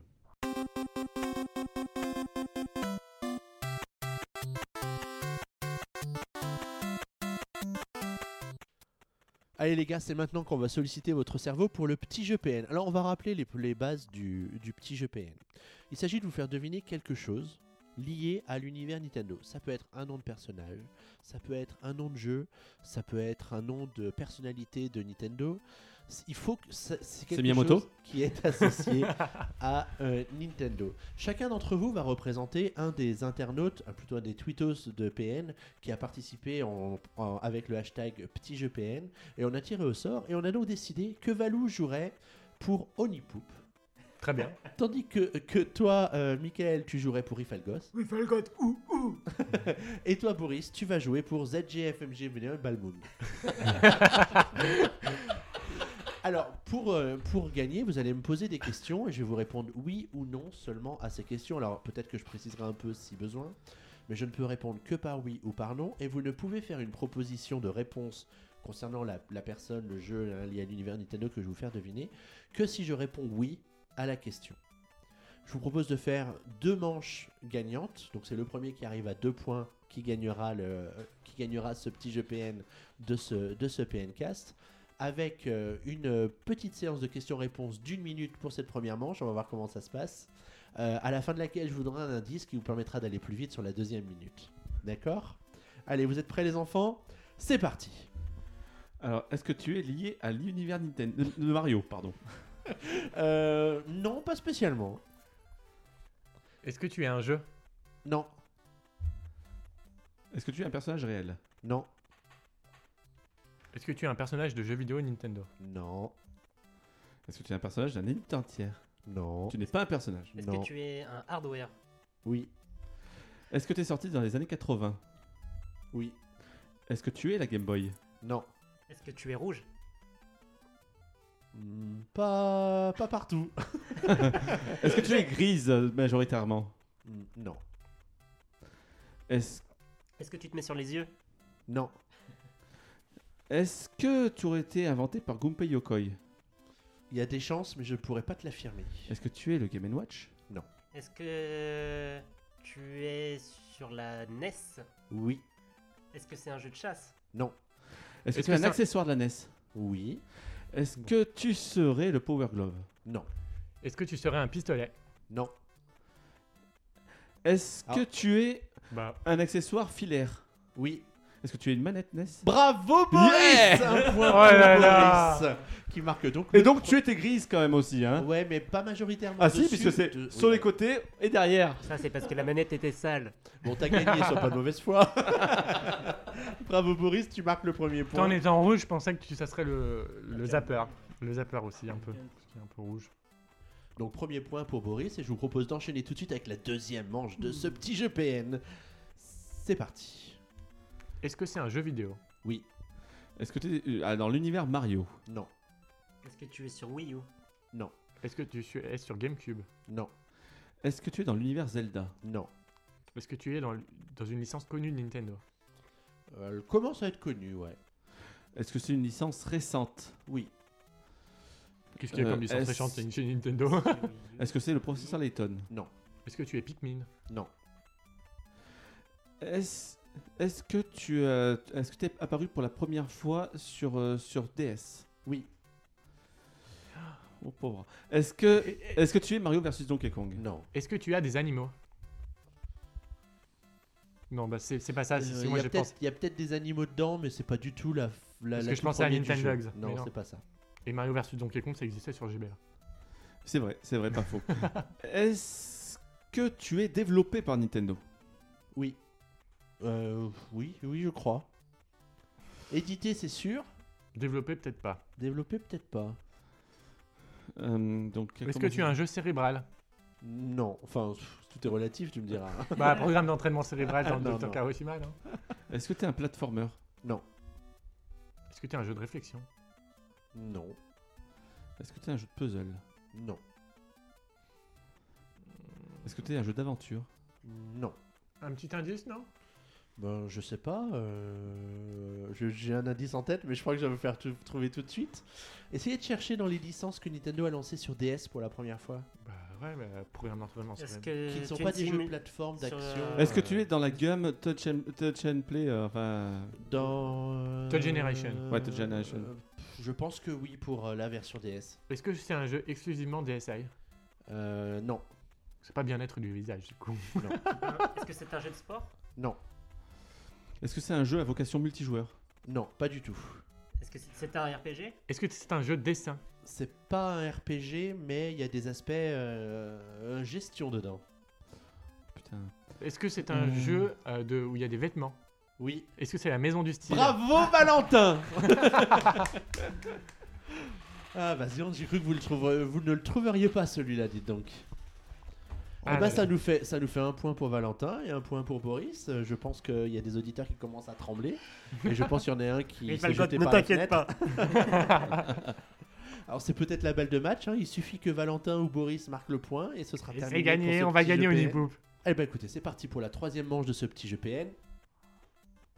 Speaker 1: Allez les gars, c'est maintenant qu'on va solliciter votre cerveau pour le petit jeu PN. Alors on va rappeler les, les bases du, du petit jeu PN. Il s'agit de vous faire deviner quelque chose lié à l'univers Nintendo. Ça peut être un nom de personnage, ça peut être un nom de jeu, ça peut être un nom de personnalité de Nintendo. C- Il faut que ça- c'est quelque
Speaker 2: Miyamoto
Speaker 1: chose qui est associé à euh, Nintendo. Chacun d'entre vous va représenter un des internautes, euh, plutôt un des tweetos de PN qui a participé en- en- avec le hashtag petit jeu PN et on a tiré au sort et on a donc décidé que Valou jouerait pour Onipoop,
Speaker 3: Très bien.
Speaker 1: tandis que, que toi, euh, Michael, tu jouerais pour Ifalgos. Ifalgos, ou ou Et toi, Boris, tu vas jouer pour ZGFMG Venom Balmoon. Alors, pour, euh, pour gagner, vous allez me poser des questions et je vais vous répondre oui ou non seulement à ces questions. Alors, peut-être que je préciserai un peu si besoin, mais je ne peux répondre que par oui ou par non. Et vous ne pouvez faire une proposition de réponse concernant la, la personne, le jeu hein, lié à l'univers Nintendo que je vais vous faire deviner, que si je réponds oui à la question. Je vous propose de faire deux manches gagnantes. Donc, c'est le premier qui arrive à deux points qui gagnera, le, euh, qui gagnera ce petit jeu PN de ce, de ce PNcast avec euh, une euh, petite séance de questions-réponses d'une minute pour cette première manche. On va voir comment ça se passe. Euh, à la fin de laquelle, je vous donnerai un indice qui vous permettra d'aller plus vite sur la deuxième minute. D'accord Allez, vous êtes prêts, les enfants C'est parti
Speaker 2: Alors, est-ce que tu es lié à l'univers Nintendo de de Mario, pardon
Speaker 1: Euh, Non, pas spécialement.
Speaker 3: Est-ce que tu es un jeu
Speaker 1: Non,
Speaker 2: Est-ce que tu es un personnage réel
Speaker 1: non,
Speaker 3: Est-ce que tu es un personnage de jeu vidéo Nintendo
Speaker 1: non,
Speaker 2: Est-ce que tu es un personnage d'un édite entière
Speaker 1: non,
Speaker 2: Tu n'es pas un personnage.
Speaker 4: Est-ce
Speaker 1: Non.
Speaker 4: que tu es un hardware
Speaker 1: oui,
Speaker 2: Est-ce que tu es sorti dans les années 80
Speaker 1: oui,
Speaker 2: Est-ce que tu es la Game Boy
Speaker 1: non.
Speaker 4: Est-ce que tu es rouge
Speaker 2: Mm,
Speaker 1: Hmm, Pas, pas partout.
Speaker 2: Est-ce que tu es grise euh, majoritairement
Speaker 1: Hmm, Non,
Speaker 2: Est-ce
Speaker 4: Est-ce que tu te mets sur les yeux
Speaker 1: non,
Speaker 2: est-ce que tu aurais été inventé par Gunpei Yokoi
Speaker 1: il y a des chances, mais je pourrais pas te l'affirmer.
Speaker 2: Est-ce que tu es le Game Watch
Speaker 4: Est-ce que tu es sur la NES
Speaker 1: Oui,
Speaker 4: Est-ce que c'est un jeu de chasse
Speaker 1: non,
Speaker 2: Est-ce que
Speaker 3: Est-ce
Speaker 2: tu es
Speaker 3: que
Speaker 2: un
Speaker 3: ça-
Speaker 2: accessoire de la NES
Speaker 1: oui,
Speaker 2: Est-ce que tu serais le Power Glove
Speaker 1: non,
Speaker 3: Est-ce que tu serais un pistolet
Speaker 1: non,
Speaker 2: Est-ce
Speaker 1: Ah.
Speaker 2: que tu es
Speaker 3: Bah,
Speaker 2: un accessoire filaire
Speaker 1: oui,
Speaker 2: Est-ce que tu es une manette E NES
Speaker 1: Bravo Boris
Speaker 2: Yeah
Speaker 1: Un point
Speaker 3: Oh là
Speaker 1: pour
Speaker 3: là
Speaker 1: Boris qui marque donc.
Speaker 2: Et
Speaker 1: le-
Speaker 2: donc tu étais grise quand même aussi, hein
Speaker 1: Ouais, mais pas majoritairement.
Speaker 2: Ah si,
Speaker 1: dessus,
Speaker 2: puisque c'est
Speaker 1: de-
Speaker 2: sur
Speaker 1: oui,
Speaker 2: les côtés et derrière.
Speaker 4: Ça, c'est parce que la manette était sale.
Speaker 1: Bon, t'as gagné, sois pas de mauvaise foi. Bravo Boris, tu marques le premier
Speaker 3: Toi, en
Speaker 1: point.
Speaker 3: étant rouge, je pensais que tu- ça serait le, le zapper. Le zapper aussi, un peu. Parce qu'il est un peu rouge.
Speaker 1: Donc premier point pour Boris et je vous propose d'enchaîner tout de suite avec la deuxième manche de ce petit jeu PN. C'est parti.
Speaker 3: Est-ce que c'est un jeu vidéo
Speaker 1: Oui,
Speaker 2: Est-ce que tu es euh, ah, dans l'univers Mario
Speaker 1: non,
Speaker 4: Est-ce que tu es sur Wii U
Speaker 3: Est-ce que tu suis- es sur GameCube
Speaker 1: non,
Speaker 2: Est-ce que tu es dans l'univers Zelda
Speaker 1: non.
Speaker 3: Est-ce que tu es dans, l- dans une licence connue de Nintendo
Speaker 1: Euh, Elle commence à être connue, ouais.
Speaker 2: Est-ce que c'est une licence récente
Speaker 1: Oui,
Speaker 3: Qu'est-ce qu'il y a
Speaker 2: Euh,
Speaker 3: comme licence
Speaker 2: est-ce-
Speaker 3: récente chez chez Nintendo
Speaker 2: Est-ce que c'est le professeur Layton
Speaker 3: Est-ce que tu es Pikmin
Speaker 1: non,
Speaker 2: Est-ce est-ce que tu euh, est-ce que t'es apparu pour la première fois sur euh, sur DS
Speaker 1: oui,
Speaker 2: Oh pauvre. Est-ce que est-ce que tu es Mario versus Donkey Kong
Speaker 1: non.
Speaker 3: Est-ce que tu as des animaux Non, bah c'est c'est pas ça. c'est-
Speaker 1: Euh,
Speaker 3: c'est-
Speaker 1: Il
Speaker 3: moi,
Speaker 1: y a
Speaker 3: je pense.
Speaker 1: peut-être peut des animaux dedans, mais c'est pas du tout la. la
Speaker 3: Parce
Speaker 1: la
Speaker 3: que je
Speaker 1: tout
Speaker 3: pensais à
Speaker 1: première du jeu.
Speaker 3: Nintendogs, mais
Speaker 1: Non,
Speaker 3: non.
Speaker 1: c'est pas ça.
Speaker 3: Et Mario vs Donkey Kong, ça existait sur GBA.
Speaker 2: C'est vrai, c'est vrai, pas faux. Est-ce que tu es développé par Nintendo
Speaker 1: Oui. Euh, oui, oui, je crois. Édité, c'est sûr.
Speaker 3: Développé, peut-être pas.
Speaker 1: Développé, peut-être pas.
Speaker 2: Euh, donc
Speaker 3: Est-ce que
Speaker 2: comment
Speaker 3: tu as un jeu cérébral
Speaker 1: Non, enfin, pff, tout est relatif, tu me diras.
Speaker 3: Bah, programme d'entraînement cérébral dans
Speaker 1: Non,
Speaker 3: Dr.
Speaker 1: non.
Speaker 3: Kawashima, non
Speaker 2: Est-ce que tu es un platformer
Speaker 3: Est-ce que tu as un jeu de réflexion
Speaker 1: non,
Speaker 2: Est-ce que tu es un jeu de puzzle
Speaker 1: non,
Speaker 2: Est-ce que tu es un jeu d'aventure
Speaker 1: non.
Speaker 3: Un petit indice, non
Speaker 1: Ben, je sais pas. euh, je- J'ai un indice en tête, mais je crois que je vais me faire tout- trouver tout de suite. Essayez de chercher dans les licences que Nintendo a lancées sur DS pour la première fois.
Speaker 3: Bah ouais, bah, programme d'entraînement
Speaker 4: Est-ce
Speaker 3: cérébral.
Speaker 4: que
Speaker 1: qui ne sont
Speaker 4: tu es
Speaker 1: pas
Speaker 4: une
Speaker 1: des jeux de
Speaker 4: simu-
Speaker 1: plateforme,
Speaker 4: Euh, sur,
Speaker 1: d'action.
Speaker 4: euh,
Speaker 2: Est-ce que tu es dans la gamme touch and, touch and play euh, Enfin,
Speaker 1: Dans. euh,
Speaker 3: Touch Generation.
Speaker 2: Ouais, Touch Generation.
Speaker 1: euh, pff, je pense que oui pour euh, la version DS.
Speaker 3: Est-ce que c'est un jeu exclusivement DSI
Speaker 1: Euh, non,
Speaker 3: C'est pas bien-être du visage, du coup.
Speaker 4: Est-ce que c'est un jeu de sport
Speaker 1: non,
Speaker 2: est-ce que c'est un jeu à vocation multijoueur
Speaker 1: non, pas du tout.
Speaker 4: Est-ce que c'est- c'est un RPG
Speaker 3: Est-ce que c'est un jeu de dessin
Speaker 1: C'est pas un RPG, mais il y a des aspects euh, euh, gestion dedans.
Speaker 2: Putain.
Speaker 3: Est-ce que c'est un
Speaker 1: Hmm.
Speaker 2: Euh.
Speaker 3: jeu euh, de, où il y a des vêtements
Speaker 1: Oui.
Speaker 3: Est-ce que c'est la maison du style
Speaker 1: Bravo Valentin Ah bah sinon j'ai cru que vous, le trouverez- vous ne le trouveriez pas celui-là, dites donc. Eh
Speaker 3: Ah,
Speaker 1: ben,
Speaker 3: là,
Speaker 1: ça,
Speaker 3: là.
Speaker 1: nous fait, ça nous fait un point pour Valentin et un point pour Boris. Euh, Je pense qu'il y a des auditeurs qui commencent à trembler. Et je pense qu'il y en a un qui s'est jeté par la fenêtre.
Speaker 4: pas.
Speaker 1: Alors c'est peut-être la balle de match. hein. Il suffit que Valentin ou Boris marquent le point et ce sera terminé.
Speaker 3: C'est gagné,
Speaker 1: pour ce
Speaker 3: on va
Speaker 1: petit
Speaker 3: gagner
Speaker 1: jeu
Speaker 3: au
Speaker 1: PN.
Speaker 3: Nipoop.
Speaker 1: Eh ben écoutez, c'est parti pour la troisième manche de ce petit jeu PN.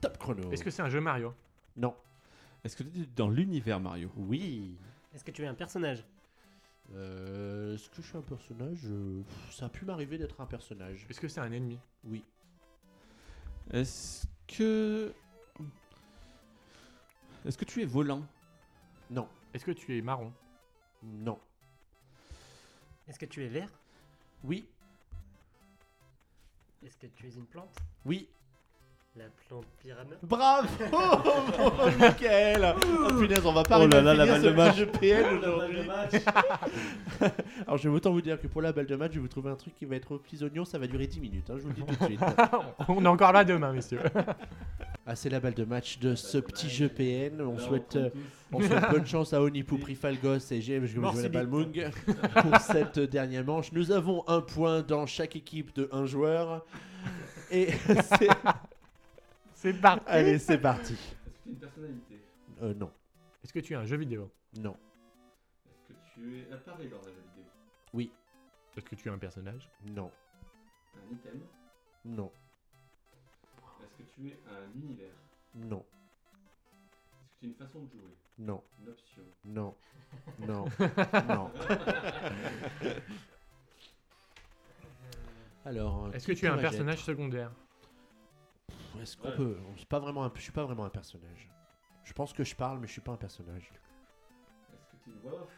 Speaker 1: Top chrono.
Speaker 3: Est-ce que c'est un jeu Mario
Speaker 1: Non.
Speaker 2: Est-ce que tu es dans l'univers Mario
Speaker 1: Oui.
Speaker 4: Est-ce que tu es un personnage
Speaker 1: Euh, Est-ce que je suis un personnage Euh, pff, Ça a pu m'arriver d'être un personnage.
Speaker 3: Est-ce que c'est un ennemi
Speaker 1: Oui.
Speaker 2: Est-ce que. Est-ce que tu es volant
Speaker 1: Non.
Speaker 3: Est-ce que tu es marron
Speaker 1: Non.
Speaker 4: Est-ce que tu es vert
Speaker 1: Oui.
Speaker 4: Est-ce que tu es une plante
Speaker 1: Oui.
Speaker 4: La plante pyramide
Speaker 1: Bravo, Oh, mon Michael Oh punaise, on va pas
Speaker 2: Oh là
Speaker 1: arriver à
Speaker 2: là, la
Speaker 1: finir
Speaker 2: balle
Speaker 1: ce
Speaker 2: de
Speaker 1: petit
Speaker 2: match. Oh
Speaker 1: jeu PN aujourd'hui. Alors je vais autant vous dire que pour la balle de match, je vais vous trouver un truc qui va être aux petits oignons, ça va durer 10 minutes, hein, je vous le dis tout de suite.
Speaker 3: On est encore là demain, messieurs.
Speaker 1: Ah, c'est la balle de match de ce petit jeu PN. On souhaite, euh, on souhaite bonne chance à Oni Poupri Falgos et GM
Speaker 4: Merci, Bip.
Speaker 1: Balmung pour cette dernière manche. Nous avons un point dans chaque équipe de un joueur. Et c'est-
Speaker 3: C'est parti
Speaker 1: allez, c'est parti.
Speaker 2: Est-ce que tu es une personnalité
Speaker 1: Euh, non,
Speaker 3: Est-ce que tu es un jeu vidéo
Speaker 1: non,
Speaker 2: Est-ce que tu es apparu dans la vidéo
Speaker 3: Est-ce que tu es un personnage
Speaker 1: non,
Speaker 2: Un item
Speaker 1: non,
Speaker 2: Est-ce que tu es un univers
Speaker 1: non,
Speaker 2: Est-ce que tu es une façon de jouer
Speaker 1: non,
Speaker 2: Une option
Speaker 1: non, non, non. Alors,
Speaker 3: Est-ce que
Speaker 1: qui
Speaker 3: tu es un
Speaker 1: pourrais-je
Speaker 3: personnage secondaire
Speaker 1: être Est-ce qu'on peut c'est pas vraiment un- Je suis pas vraiment un personnage. Je pense que je parle, mais je suis pas un personnage.
Speaker 2: Est-ce que tu es une voix off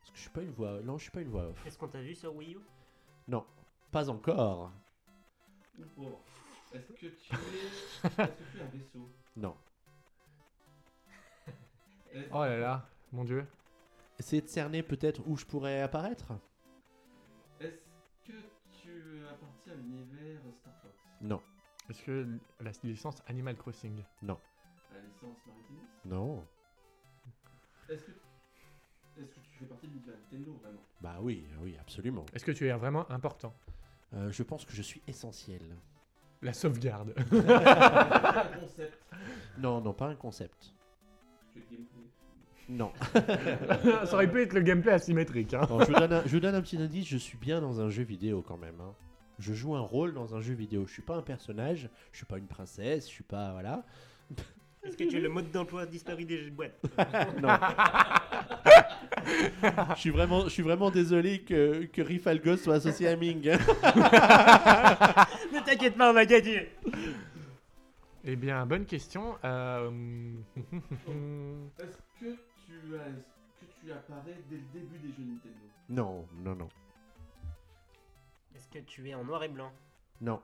Speaker 1: Parce que je suis pas une voix. Non, je suis pas une voix off.
Speaker 4: Est-ce qu'on t'a vu sur Wii U
Speaker 1: Pas encore.
Speaker 2: Ou pauvre Est-ce que tu es. Est-ce que tu es un vaisseau
Speaker 1: Non.
Speaker 3: Oh là là, mon dieu.
Speaker 1: essayer de cerner peut-être où je pourrais apparaître
Speaker 2: Est-ce que tu appartiens à l'univers Star Fox
Speaker 1: Non.
Speaker 3: Est-ce que la licence Animal Crossing
Speaker 2: À la licence Maritimus
Speaker 1: Non.
Speaker 2: Est-ce que... Est-ce que tu fais partie de l'univers Nintendo vraiment
Speaker 1: Bah oui, oui, absolument.
Speaker 3: Est-ce que tu es vraiment important
Speaker 1: Euh, je pense que je suis essentiel.
Speaker 3: La sauvegarde.
Speaker 2: Un concept
Speaker 1: Non, non, pas un concept.
Speaker 2: Tu es le gameplay.
Speaker 1: Non.
Speaker 3: Ça aurait pu être le gameplay asymétrique. Hein.
Speaker 1: Bon, je, vous donne un, je vous donne un petit indice, je suis bien dans un jeu vidéo quand même. hein. Je joue un rôle dans un jeu vidéo. Je suis pas un personnage, je suis pas une princesse, je suis pas... Voilà.
Speaker 4: Est-ce que tu es le mode d'emploi disparu des boîtes
Speaker 1: Non. je, suis vraiment, je suis vraiment désolé que, que Rifalgo soit associé à Ming.
Speaker 4: Ne t'inquiète pas, on va gagner
Speaker 3: Eh bien, bonne question.
Speaker 2: Est-ce
Speaker 3: Euh,
Speaker 2: que tu as... est-ce que tu apparais dès le début des jeux Nintendo
Speaker 1: Non, non, non.
Speaker 4: Est-ce que tu es en noir et blanc
Speaker 1: Non.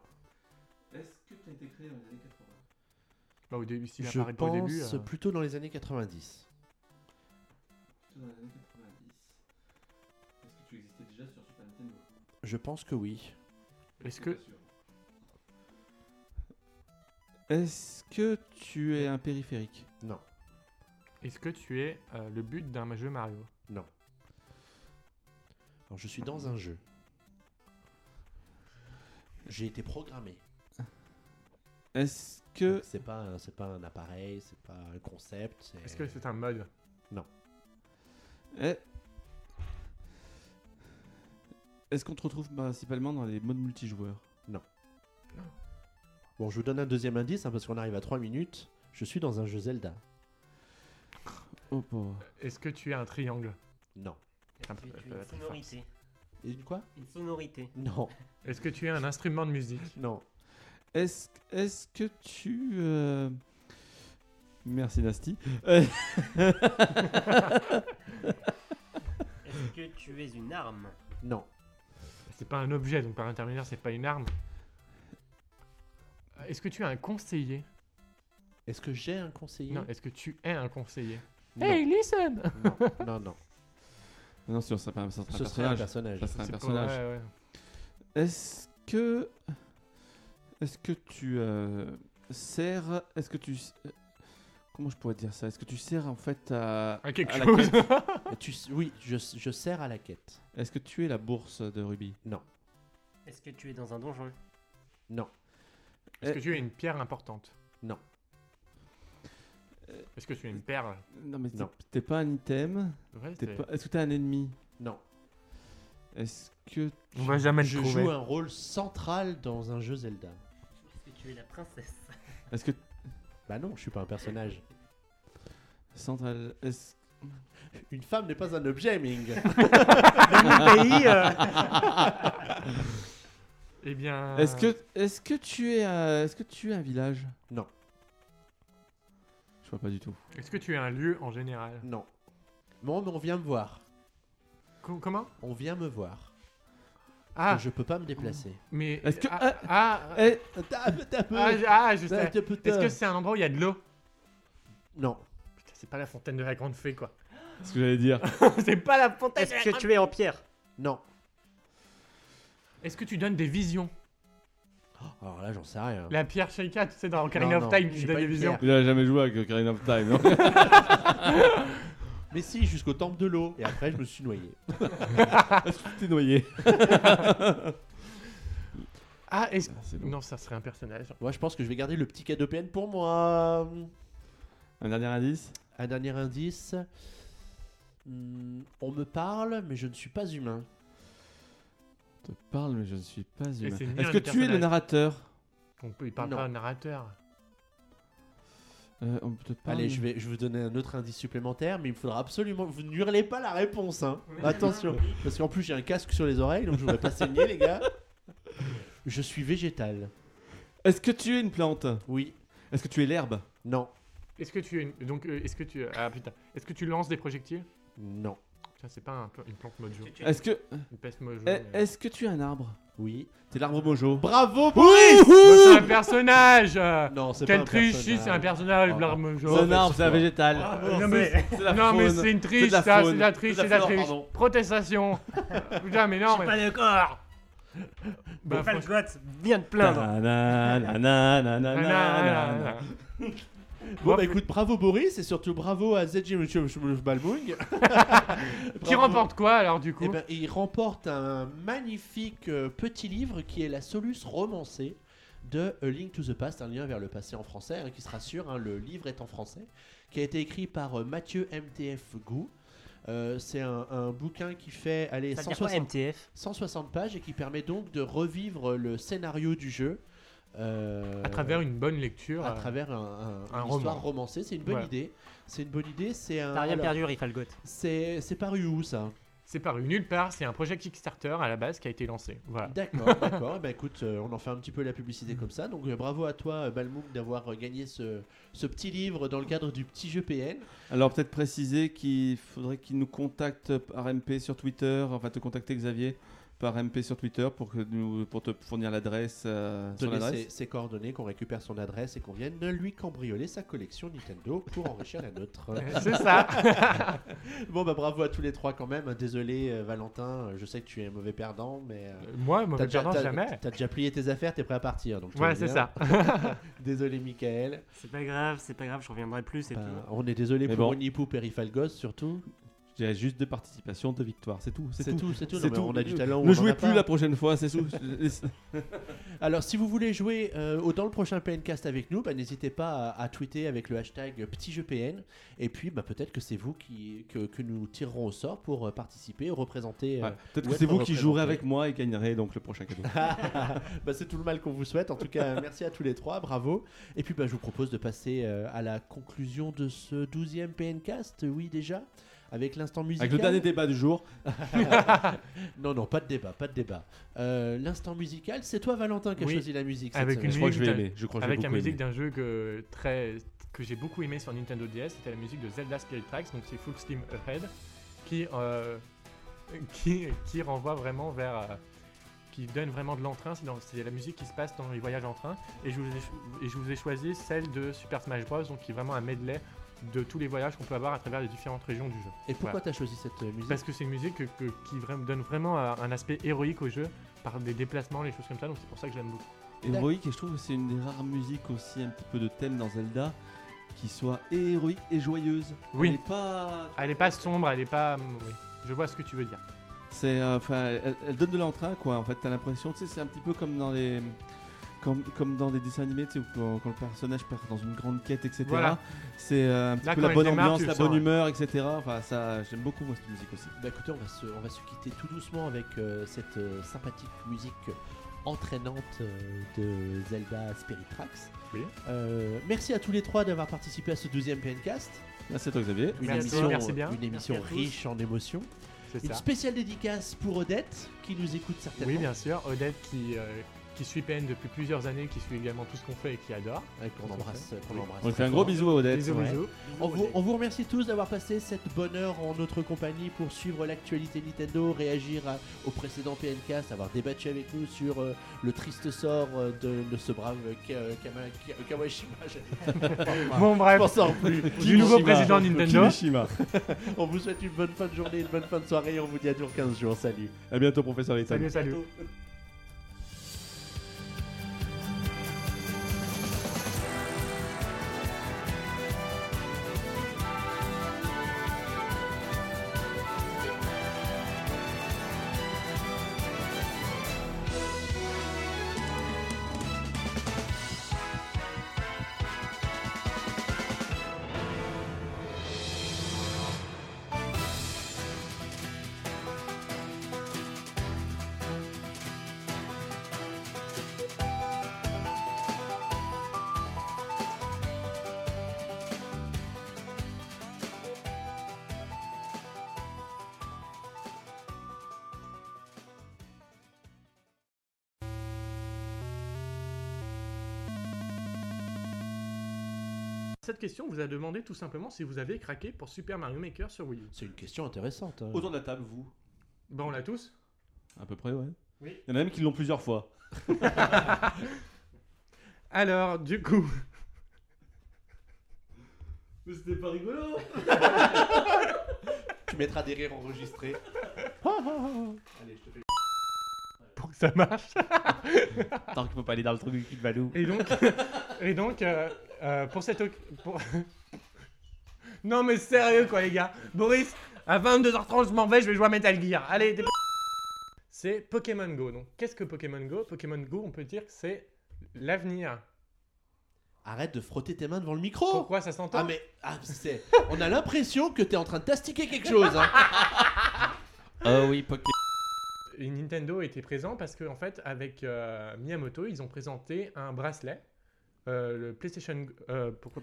Speaker 2: Est-ce que tu as été créé dans les années 80
Speaker 3: bah, au début, s'il
Speaker 1: je
Speaker 3: apparaît pas
Speaker 1: pense
Speaker 3: au début. euh,
Speaker 1: plutôt dans les années 90.
Speaker 2: Plutôt dans les années 90. Est-ce que tu existais déjà sur Super Nintendo
Speaker 1: Je pense que oui.
Speaker 3: Est-ce que
Speaker 2: Pas sûr.
Speaker 7: Est-ce que tu es un périphérique
Speaker 1: Non.
Speaker 3: Est-ce que tu es euh, le but d'un jeu Mario
Speaker 1: Alors, je suis dans un jeu. J'ai été programmé.
Speaker 7: Est-ce que
Speaker 1: Donc, C'est pas, un- c'est pas un appareil, c'est pas un concept. c'est-
Speaker 3: Est-ce que c'est un mode
Speaker 7: Eh. Est-ce qu'on te retrouve principalement dans les modes multijoueurs
Speaker 1: Bon, je vous donne un deuxième indice hein, parce qu'on arrive à 3 minutes. Je suis dans un jeu Zelda.
Speaker 7: Oh pauvre.
Speaker 3: Est-ce que tu es un triangle
Speaker 1: Non.
Speaker 3: Ah,
Speaker 4: Est-ce que tu es
Speaker 3: peut-être
Speaker 4: une sonorité
Speaker 1: Et une quoi
Speaker 4: Une sonorité.
Speaker 1: Non.
Speaker 3: Est-ce que tu es un instrument de musique
Speaker 1: Non.
Speaker 7: Est-ce est-ce que tu... euh, Merci Nasty. Euh,
Speaker 4: Est-ce que tu es une arme
Speaker 1: Non.
Speaker 3: C'est pas un objet, donc par intermédiaire, c'est pas une arme. Euh, Est-ce que tu es un conseiller
Speaker 1: Est-ce que j'ai un conseiller
Speaker 3: Non, est-ce que tu es un conseiller
Speaker 1: Non.
Speaker 3: listen
Speaker 1: non. Non, non.
Speaker 7: Non, sûr, ça, ça
Speaker 1: Ce
Speaker 7: serait un
Speaker 1: serait un
Speaker 7: personnage.
Speaker 1: personnage.
Speaker 7: Ça serait un
Speaker 3: C'est pas-
Speaker 7: personnage.
Speaker 3: ouais, ouais.
Speaker 7: Est-ce que... Est-ce que tu euh, sers... Est-ce que tu... euh, Comment je pourrais dire ça Est-ce que tu sers en fait à...
Speaker 3: À quelque
Speaker 7: à la
Speaker 3: chose.
Speaker 7: quête
Speaker 1: Tu- Oui, je, je sers à la quête.
Speaker 7: Est-ce que tu es la bourse de Ruby
Speaker 4: Est-ce que tu es dans un donjon
Speaker 7: Eh.
Speaker 3: Est-ce que tu es une pierre importante
Speaker 1: Non.
Speaker 7: Euh,
Speaker 3: Est-ce que tu es une perle
Speaker 7: Non mais t'es-
Speaker 1: Non.
Speaker 7: t'es pas un item.
Speaker 3: Ouais,
Speaker 7: t'es
Speaker 3: c'est-
Speaker 7: pas- Est-ce que t'es un ennemi
Speaker 1: Non.
Speaker 7: Est-ce que
Speaker 3: On va jamais le
Speaker 1: Je
Speaker 3: trouver.
Speaker 1: joue un rôle central dans un jeu Zelda.
Speaker 4: Est-ce que tu es la princesse
Speaker 7: est-ce que
Speaker 1: Bah non, je suis pas un personnage.
Speaker 7: central est-ce
Speaker 1: Une femme n'est pas un objet, Ming.
Speaker 7: euh.
Speaker 3: Eh bien.
Speaker 7: est-ce que est-ce que tu es euh, est-ce que tu es un village
Speaker 1: Non.
Speaker 7: Je vois pas du tout.
Speaker 3: Est-ce que tu es un lieu en général
Speaker 1: non. Bon, mais on vient me voir.
Speaker 3: Com- Comment
Speaker 1: On vient me voir.
Speaker 3: Ah,
Speaker 1: Je peux pas me déplacer.
Speaker 3: mais.
Speaker 7: Est-ce que- Bah,
Speaker 3: Ah, ah, ah,
Speaker 7: Eh,
Speaker 3: ah, je- ah, je sais. Est-ce que
Speaker 1: Est-ce
Speaker 3: c'est un endroit où il y a de l'eau
Speaker 1: Non.
Speaker 3: Putain, c'est pas la fontaine de la grande fée, quoi.
Speaker 7: ce que j'allais dire.
Speaker 3: c'est pas la fontaine
Speaker 4: Est-ce que tu es en pierre
Speaker 1: Non.
Speaker 3: Est-ce que tu donnes des visions
Speaker 1: Alors là, j'en sais rien.
Speaker 3: La pierre Sheikah, tu sais, dans Ocarina
Speaker 1: Non,
Speaker 3: of
Speaker 1: non,
Speaker 3: Time,
Speaker 1: j'ai
Speaker 3: tu
Speaker 1: pas
Speaker 3: donnes des
Speaker 1: une
Speaker 3: visions.
Speaker 1: pierre.
Speaker 7: Il a jamais joué avec Ocarina of Time, non
Speaker 1: Mais si, jusqu'au temple de l'eau. Et après, je me suis noyé.
Speaker 7: T'es noyé.
Speaker 3: Ah, est-ce.
Speaker 7: Ah, c'est long.
Speaker 3: Non, ça serait un personnage.
Speaker 1: Moi, je pense que je vais garder le petit cadeau PN pour moi.
Speaker 7: Un dernier indice
Speaker 1: Un dernier indice. Hmm, on me parle, mais je ne suis pas humain.
Speaker 7: Je te parle mais je ne suis pas humain.
Speaker 3: c'est ni
Speaker 7: Est-ce
Speaker 3: un
Speaker 7: que tu es le
Speaker 3: personnage.
Speaker 7: narrateur
Speaker 3: On peut, il parle
Speaker 1: Non.
Speaker 3: pas au narrateur.
Speaker 7: Euh, on peut te parler.
Speaker 1: Ah Allez, je vais, je vais vous donner un autre indice supplémentaire, mais il me faudra absolument. Vous n'hurlez pas la réponse, hein. Attention, parce qu'en plus j'ai un casque sur les oreilles, donc je voudrais pas saigner, les gars. Je suis végétal.
Speaker 7: Est-ce que tu es une plante
Speaker 1: Oui.
Speaker 7: Est-ce que tu es l'herbe
Speaker 1: Non.
Speaker 3: euh, Est-ce que tu es. une- Donc, euh, est-ce que tu. Ah putain. Est-ce que tu lances des projectiles
Speaker 1: Non.
Speaker 3: Tiens, c'est pas un pla- une plante mojo.
Speaker 4: Tu- tu-
Speaker 2: Est-ce que,
Speaker 3: Une peste mojo.
Speaker 7: eh,
Speaker 2: est-
Speaker 3: mais-
Speaker 2: est-ce que tu es un arbre
Speaker 1: Oui.
Speaker 2: T'es l'arbre mojo.
Speaker 1: Bravo pour...
Speaker 2: Oui
Speaker 3: C'est un personnage euh,
Speaker 1: Ah, Non, c'est pas
Speaker 3: Quelle
Speaker 1: un
Speaker 3: triche,
Speaker 1: personnage.
Speaker 3: si, c'est un personnage,
Speaker 1: Ah.
Speaker 3: l'arbre mojo.
Speaker 2: C'est un arbre, c'est un
Speaker 1: foi.
Speaker 2: végétal.
Speaker 7: Ah,
Speaker 1: Bravo,
Speaker 3: Non,
Speaker 1: c'est-
Speaker 3: mais,
Speaker 2: C'est la
Speaker 3: non, mais
Speaker 2: faune.
Speaker 3: c'est une triche,
Speaker 2: de la
Speaker 3: ça, c'est
Speaker 2: faune.
Speaker 3: de la
Speaker 2: C'est
Speaker 3: triche,
Speaker 2: de la
Speaker 3: c'est de la
Speaker 2: flore,
Speaker 3: triche.
Speaker 2: pardon.
Speaker 3: Protestation. Putain, mais non, mais.
Speaker 4: pas d'accord
Speaker 3: Bah,
Speaker 4: Pas le
Speaker 3: franchement-
Speaker 4: droit bien de plaindre
Speaker 3: Ah,
Speaker 2: Nananananananana.
Speaker 1: Bon bah écoute, bravo Boris et surtout bravo à ZG Monsieur Balbung.
Speaker 3: Qui
Speaker 1: Bravo.
Speaker 3: remporte quoi alors du coup
Speaker 1: Eh ben, il remporte un magnifique euh, petit livre qui est la Solus romancée de A Link to the Past, un lien vers le passé en français, hein, qui se rassure, hein, le livre est en français, qui a été écrit par euh, Mathieu MTF Gou. Euh, c'est un, un bouquin qui fait allez,
Speaker 4: Ça veut dire quoi
Speaker 1: 160,
Speaker 4: MTF
Speaker 1: 160 pages et qui permet donc de revivre le scénario du jeu euh,
Speaker 3: À travers une bonne lecture.
Speaker 1: à
Speaker 3: euh,
Speaker 1: travers un, un-
Speaker 3: un
Speaker 1: une histoire
Speaker 3: roman.
Speaker 1: romancée. C'est une bonne
Speaker 3: Voilà.
Speaker 1: idée. C'est une bonne idée. C'est un.
Speaker 4: T'as rien
Speaker 1: alors,
Speaker 4: perdu, Rifalgot.
Speaker 1: C'est c'est paru où ça
Speaker 3: C'est paru nulle part, c'est un projet Kickstarter à la base qui a été lancé. Voilà.
Speaker 1: D'accord, d'accord. Eh ben, écoute, euh, on en fait un petit peu la publicité comme ça. Donc euh, bravo à toi, euh, Balmouk, d'avoir euh, gagné ce, ce petit livre dans le cadre du petit jeu PN.
Speaker 2: Alors peut-être préciser qu'il faudrait qu'il nous contacte par MP sur Twitter, enfin te contacter Xavier par MP sur Twitter pour que nous pour te fournir l'adresse euh, son
Speaker 1: Donner
Speaker 2: adresse.
Speaker 1: ses, ses coordonnées, qu'on récupère son adresse et qu'on vienne lui cambrioler sa collection Nintendo pour enrichir la nôtre.
Speaker 3: C'est ça.
Speaker 1: bon, bah bravo à tous les trois quand même. Désolé, euh, Valentin, euh, je sais que tu es un mauvais perdant, mais. euh,
Speaker 3: Moi, mauvais
Speaker 1: T'as déjà,
Speaker 3: perdant,
Speaker 1: t'as-
Speaker 3: jamais.
Speaker 1: t'as déjà plié tes affaires, t'es prêt à partir. Donc tout
Speaker 3: Voilà,
Speaker 1: va
Speaker 3: c'est
Speaker 1: bien.
Speaker 3: ça.
Speaker 1: Désolé, Michael.
Speaker 4: C'est pas grave, c'est pas grave, je reviendrai plus et
Speaker 1: Ben,
Speaker 4: tout.
Speaker 1: on est désolé
Speaker 2: Mais
Speaker 1: pour
Speaker 2: bon.
Speaker 1: Onipou, Perifalgos surtout.
Speaker 2: J'ai juste deux participations, deux victoires, c'est tout, c'est tout.
Speaker 1: c'est tout. Non,
Speaker 2: C'est
Speaker 1: mais
Speaker 2: tout.
Speaker 1: On a du talent. on
Speaker 2: Ne
Speaker 1: en
Speaker 2: jouez
Speaker 1: a
Speaker 2: plus
Speaker 1: pas.
Speaker 2: la prochaine fois, c'est tout.
Speaker 1: Alors, si vous voulez jouer euh, au- dans le prochain PNcast avec nous, bah, n'hésitez pas à, à tweeter avec le hashtag petit jeu PN. Et puis, bah, peut-être que c'est vous qui, que, que nous tirerons au sort pour euh, participer, représenter. euh,
Speaker 2: Ouais. Peut-être
Speaker 1: ou
Speaker 2: que c'est
Speaker 1: être
Speaker 2: vous qui jouerez
Speaker 1: représenté.
Speaker 2: avec moi et gagnerez donc le prochain cadeau.
Speaker 1: bah, c'est tout le mal qu'on vous souhaite. En tout cas, merci à tous les trois. Bravo. Et puis, bah, je vous propose de passer euh, à la conclusion de ce 12e PNcast. Oui, déjà. Avec l'instant musical.
Speaker 2: Avec le dernier débat du jour,
Speaker 1: Non, non, pas de débat, pas de débat. Euh, l'instant musical, c'est toi, Valentin, qui a
Speaker 3: Oui.
Speaker 1: choisi la musique. Cette
Speaker 3: Avec
Speaker 1: semaine.
Speaker 2: je
Speaker 3: Une
Speaker 2: crois que je vais
Speaker 3: minute
Speaker 2: aimer. Je crois que je vais
Speaker 3: Avec la
Speaker 2: beaucoup
Speaker 3: musique
Speaker 2: aimer.
Speaker 3: d'un jeu que, très, que j'ai beaucoup aimé sur Nintendo DS, c'était la musique de Zelda Spirit Tracks, donc c'est Full Steam Ahead, qui, euh, qui, qui renvoie vraiment vers. euh, qui donne vraiment de l'entrain, c'est dans- c'est la musique qui se passe dans les voyages en train. Et je vous ai, cho- et je vous ai choisi celle de Super Smash Bros, donc qui est vraiment un medley de tous les voyages qu'on peut avoir à travers les différentes régions du jeu.
Speaker 1: Et pourquoi t'as choisi cette euh, musique
Speaker 3: Parce que c'est une musique que- que- qui vra- donne vraiment euh, un aspect héroïque au jeu par des déplacements, les choses comme ça, donc c'est pour ça que j'aime beaucoup.
Speaker 2: héroïque et je trouve que c'est une des rares musiques aussi un petit peu de thème dans Zelda qui soit héroïque et joyeuse.
Speaker 3: Oui.
Speaker 2: Elle est pas
Speaker 3: Elle est pas sombre, elle est pas. oui. Je vois ce que tu veux dire.
Speaker 2: C'est, euh, enfin, elle, elle donne de l'entrain, quoi. En fait, t'as l'impression, tu sais, c'est un petit peu comme dans les, comme, comme dans des dessins animés, tu sais, où quand, quand le personnage part dans une grande quête, etc.
Speaker 3: Voilà.
Speaker 2: C'est euh, un petit
Speaker 3: Là,
Speaker 2: peu
Speaker 3: quand
Speaker 2: la
Speaker 3: elle
Speaker 2: bonne
Speaker 3: démarre,
Speaker 2: ambiance,
Speaker 3: tu le
Speaker 2: la
Speaker 3: sens,
Speaker 2: bonne
Speaker 3: ouais.
Speaker 2: humeur, etc. Enfin, ça, j'aime beaucoup moi cette musique aussi.
Speaker 1: Bah écoutez, on va se, on va se quitter tout doucement avec euh, cette euh, sympathique musique entraînante euh, de Zelda Spirit Tracks.
Speaker 3: Oui.
Speaker 1: Euh, merci à tous les trois d'avoir participé à ce deuxième PNcast.
Speaker 2: Merci à toi, Xavier.
Speaker 1: Une
Speaker 3: Merci,
Speaker 1: émission,
Speaker 3: merci bien.
Speaker 1: Une émission
Speaker 4: Merci à tous.
Speaker 1: riche en émotions.
Speaker 3: C'est
Speaker 1: Une
Speaker 3: ça.
Speaker 1: spéciale dédicace pour Odette qui nous écoute certainement.
Speaker 3: Oui, bien sûr. Odette qui, euh, qui suit PN depuis plusieurs années, qui suit également tout ce qu'on fait et qui adore.
Speaker 1: Ouais, qu'on embrasse. qu'on embrasse
Speaker 2: On lui fait un
Speaker 1: très
Speaker 2: gros
Speaker 1: fort.
Speaker 2: bisou à Odette.
Speaker 3: Bisous,
Speaker 1: ouais.
Speaker 3: bisous.
Speaker 1: On vous, on vous remercie tous d'avoir passé cette bonne heure en notre compagnie pour suivre l'actualité Nintendo, réagir à- au précédent PNcast, avoir débattu avec nous sur euh, le triste sort euh, de, de ce brave Ka- euh, Kama- Ka- Kawashima. Je
Speaker 3: Bon, bref,
Speaker 1: m'en sors plus.
Speaker 3: du nouveau
Speaker 2: Kimishima.
Speaker 3: président Nintendo.
Speaker 1: On vous souhaite une bonne fin de journée, une bonne fin de soirée. et On vous dit à dans 15 jours. Salut.
Speaker 2: À bientôt, professeur Layton.
Speaker 3: Salut, salut. cette question vous a demandé tout simplement si vous avez craqué pour Super Mario Maker sur Wii U.
Speaker 1: C'est une question intéressante. hein.
Speaker 2: Autour de la table, vous
Speaker 3: Bon, on l'a tous
Speaker 2: À peu près, ouais.
Speaker 4: Oui.
Speaker 2: Il y en a même qui l'ont plusieurs fois.
Speaker 3: Alors, du coup,
Speaker 2: Mais c'était pas rigolo
Speaker 1: Tu mettras des rires enregistrés.
Speaker 3: pour que ça marche. Ah.
Speaker 2: Tant qu'il faut pas aller dans le truc du cul de Valou.
Speaker 3: Et donc, et donc euh, euh, pour cette. oc- Pour... non, mais sérieux, quoi, les gars. Boris, à 22h30, je m'en vais, je vais jouer à Metal Gear. Allez, dép- C'est Pokémon Go. Donc, qu'est-ce que Pokémon Go Pokémon Go, on peut dire que c'est l'avenir.
Speaker 1: Arrête de frotter tes mains devant le micro.
Speaker 3: Pourquoi ça s'entend
Speaker 1: ah mais ah, c'est- on a l'impression que t'es en train de tastiquer quelque chose. hein.
Speaker 2: Ah oui, Poké.
Speaker 3: Et Nintendo était présent parce que en fait avec euh, Miyamoto ils ont présenté un bracelet euh, le PlayStation euh, pourquoi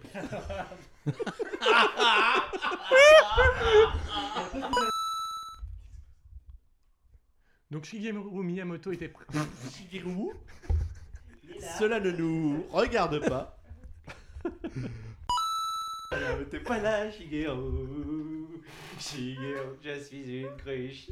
Speaker 3: Donc Shigeru Miyamoto était pr-
Speaker 1: Shigeru,
Speaker 4: Il est là.
Speaker 1: cela ne nous regarde pas. Alors, T'es pas là, Shigeru. Shigeru, je suis une cruche.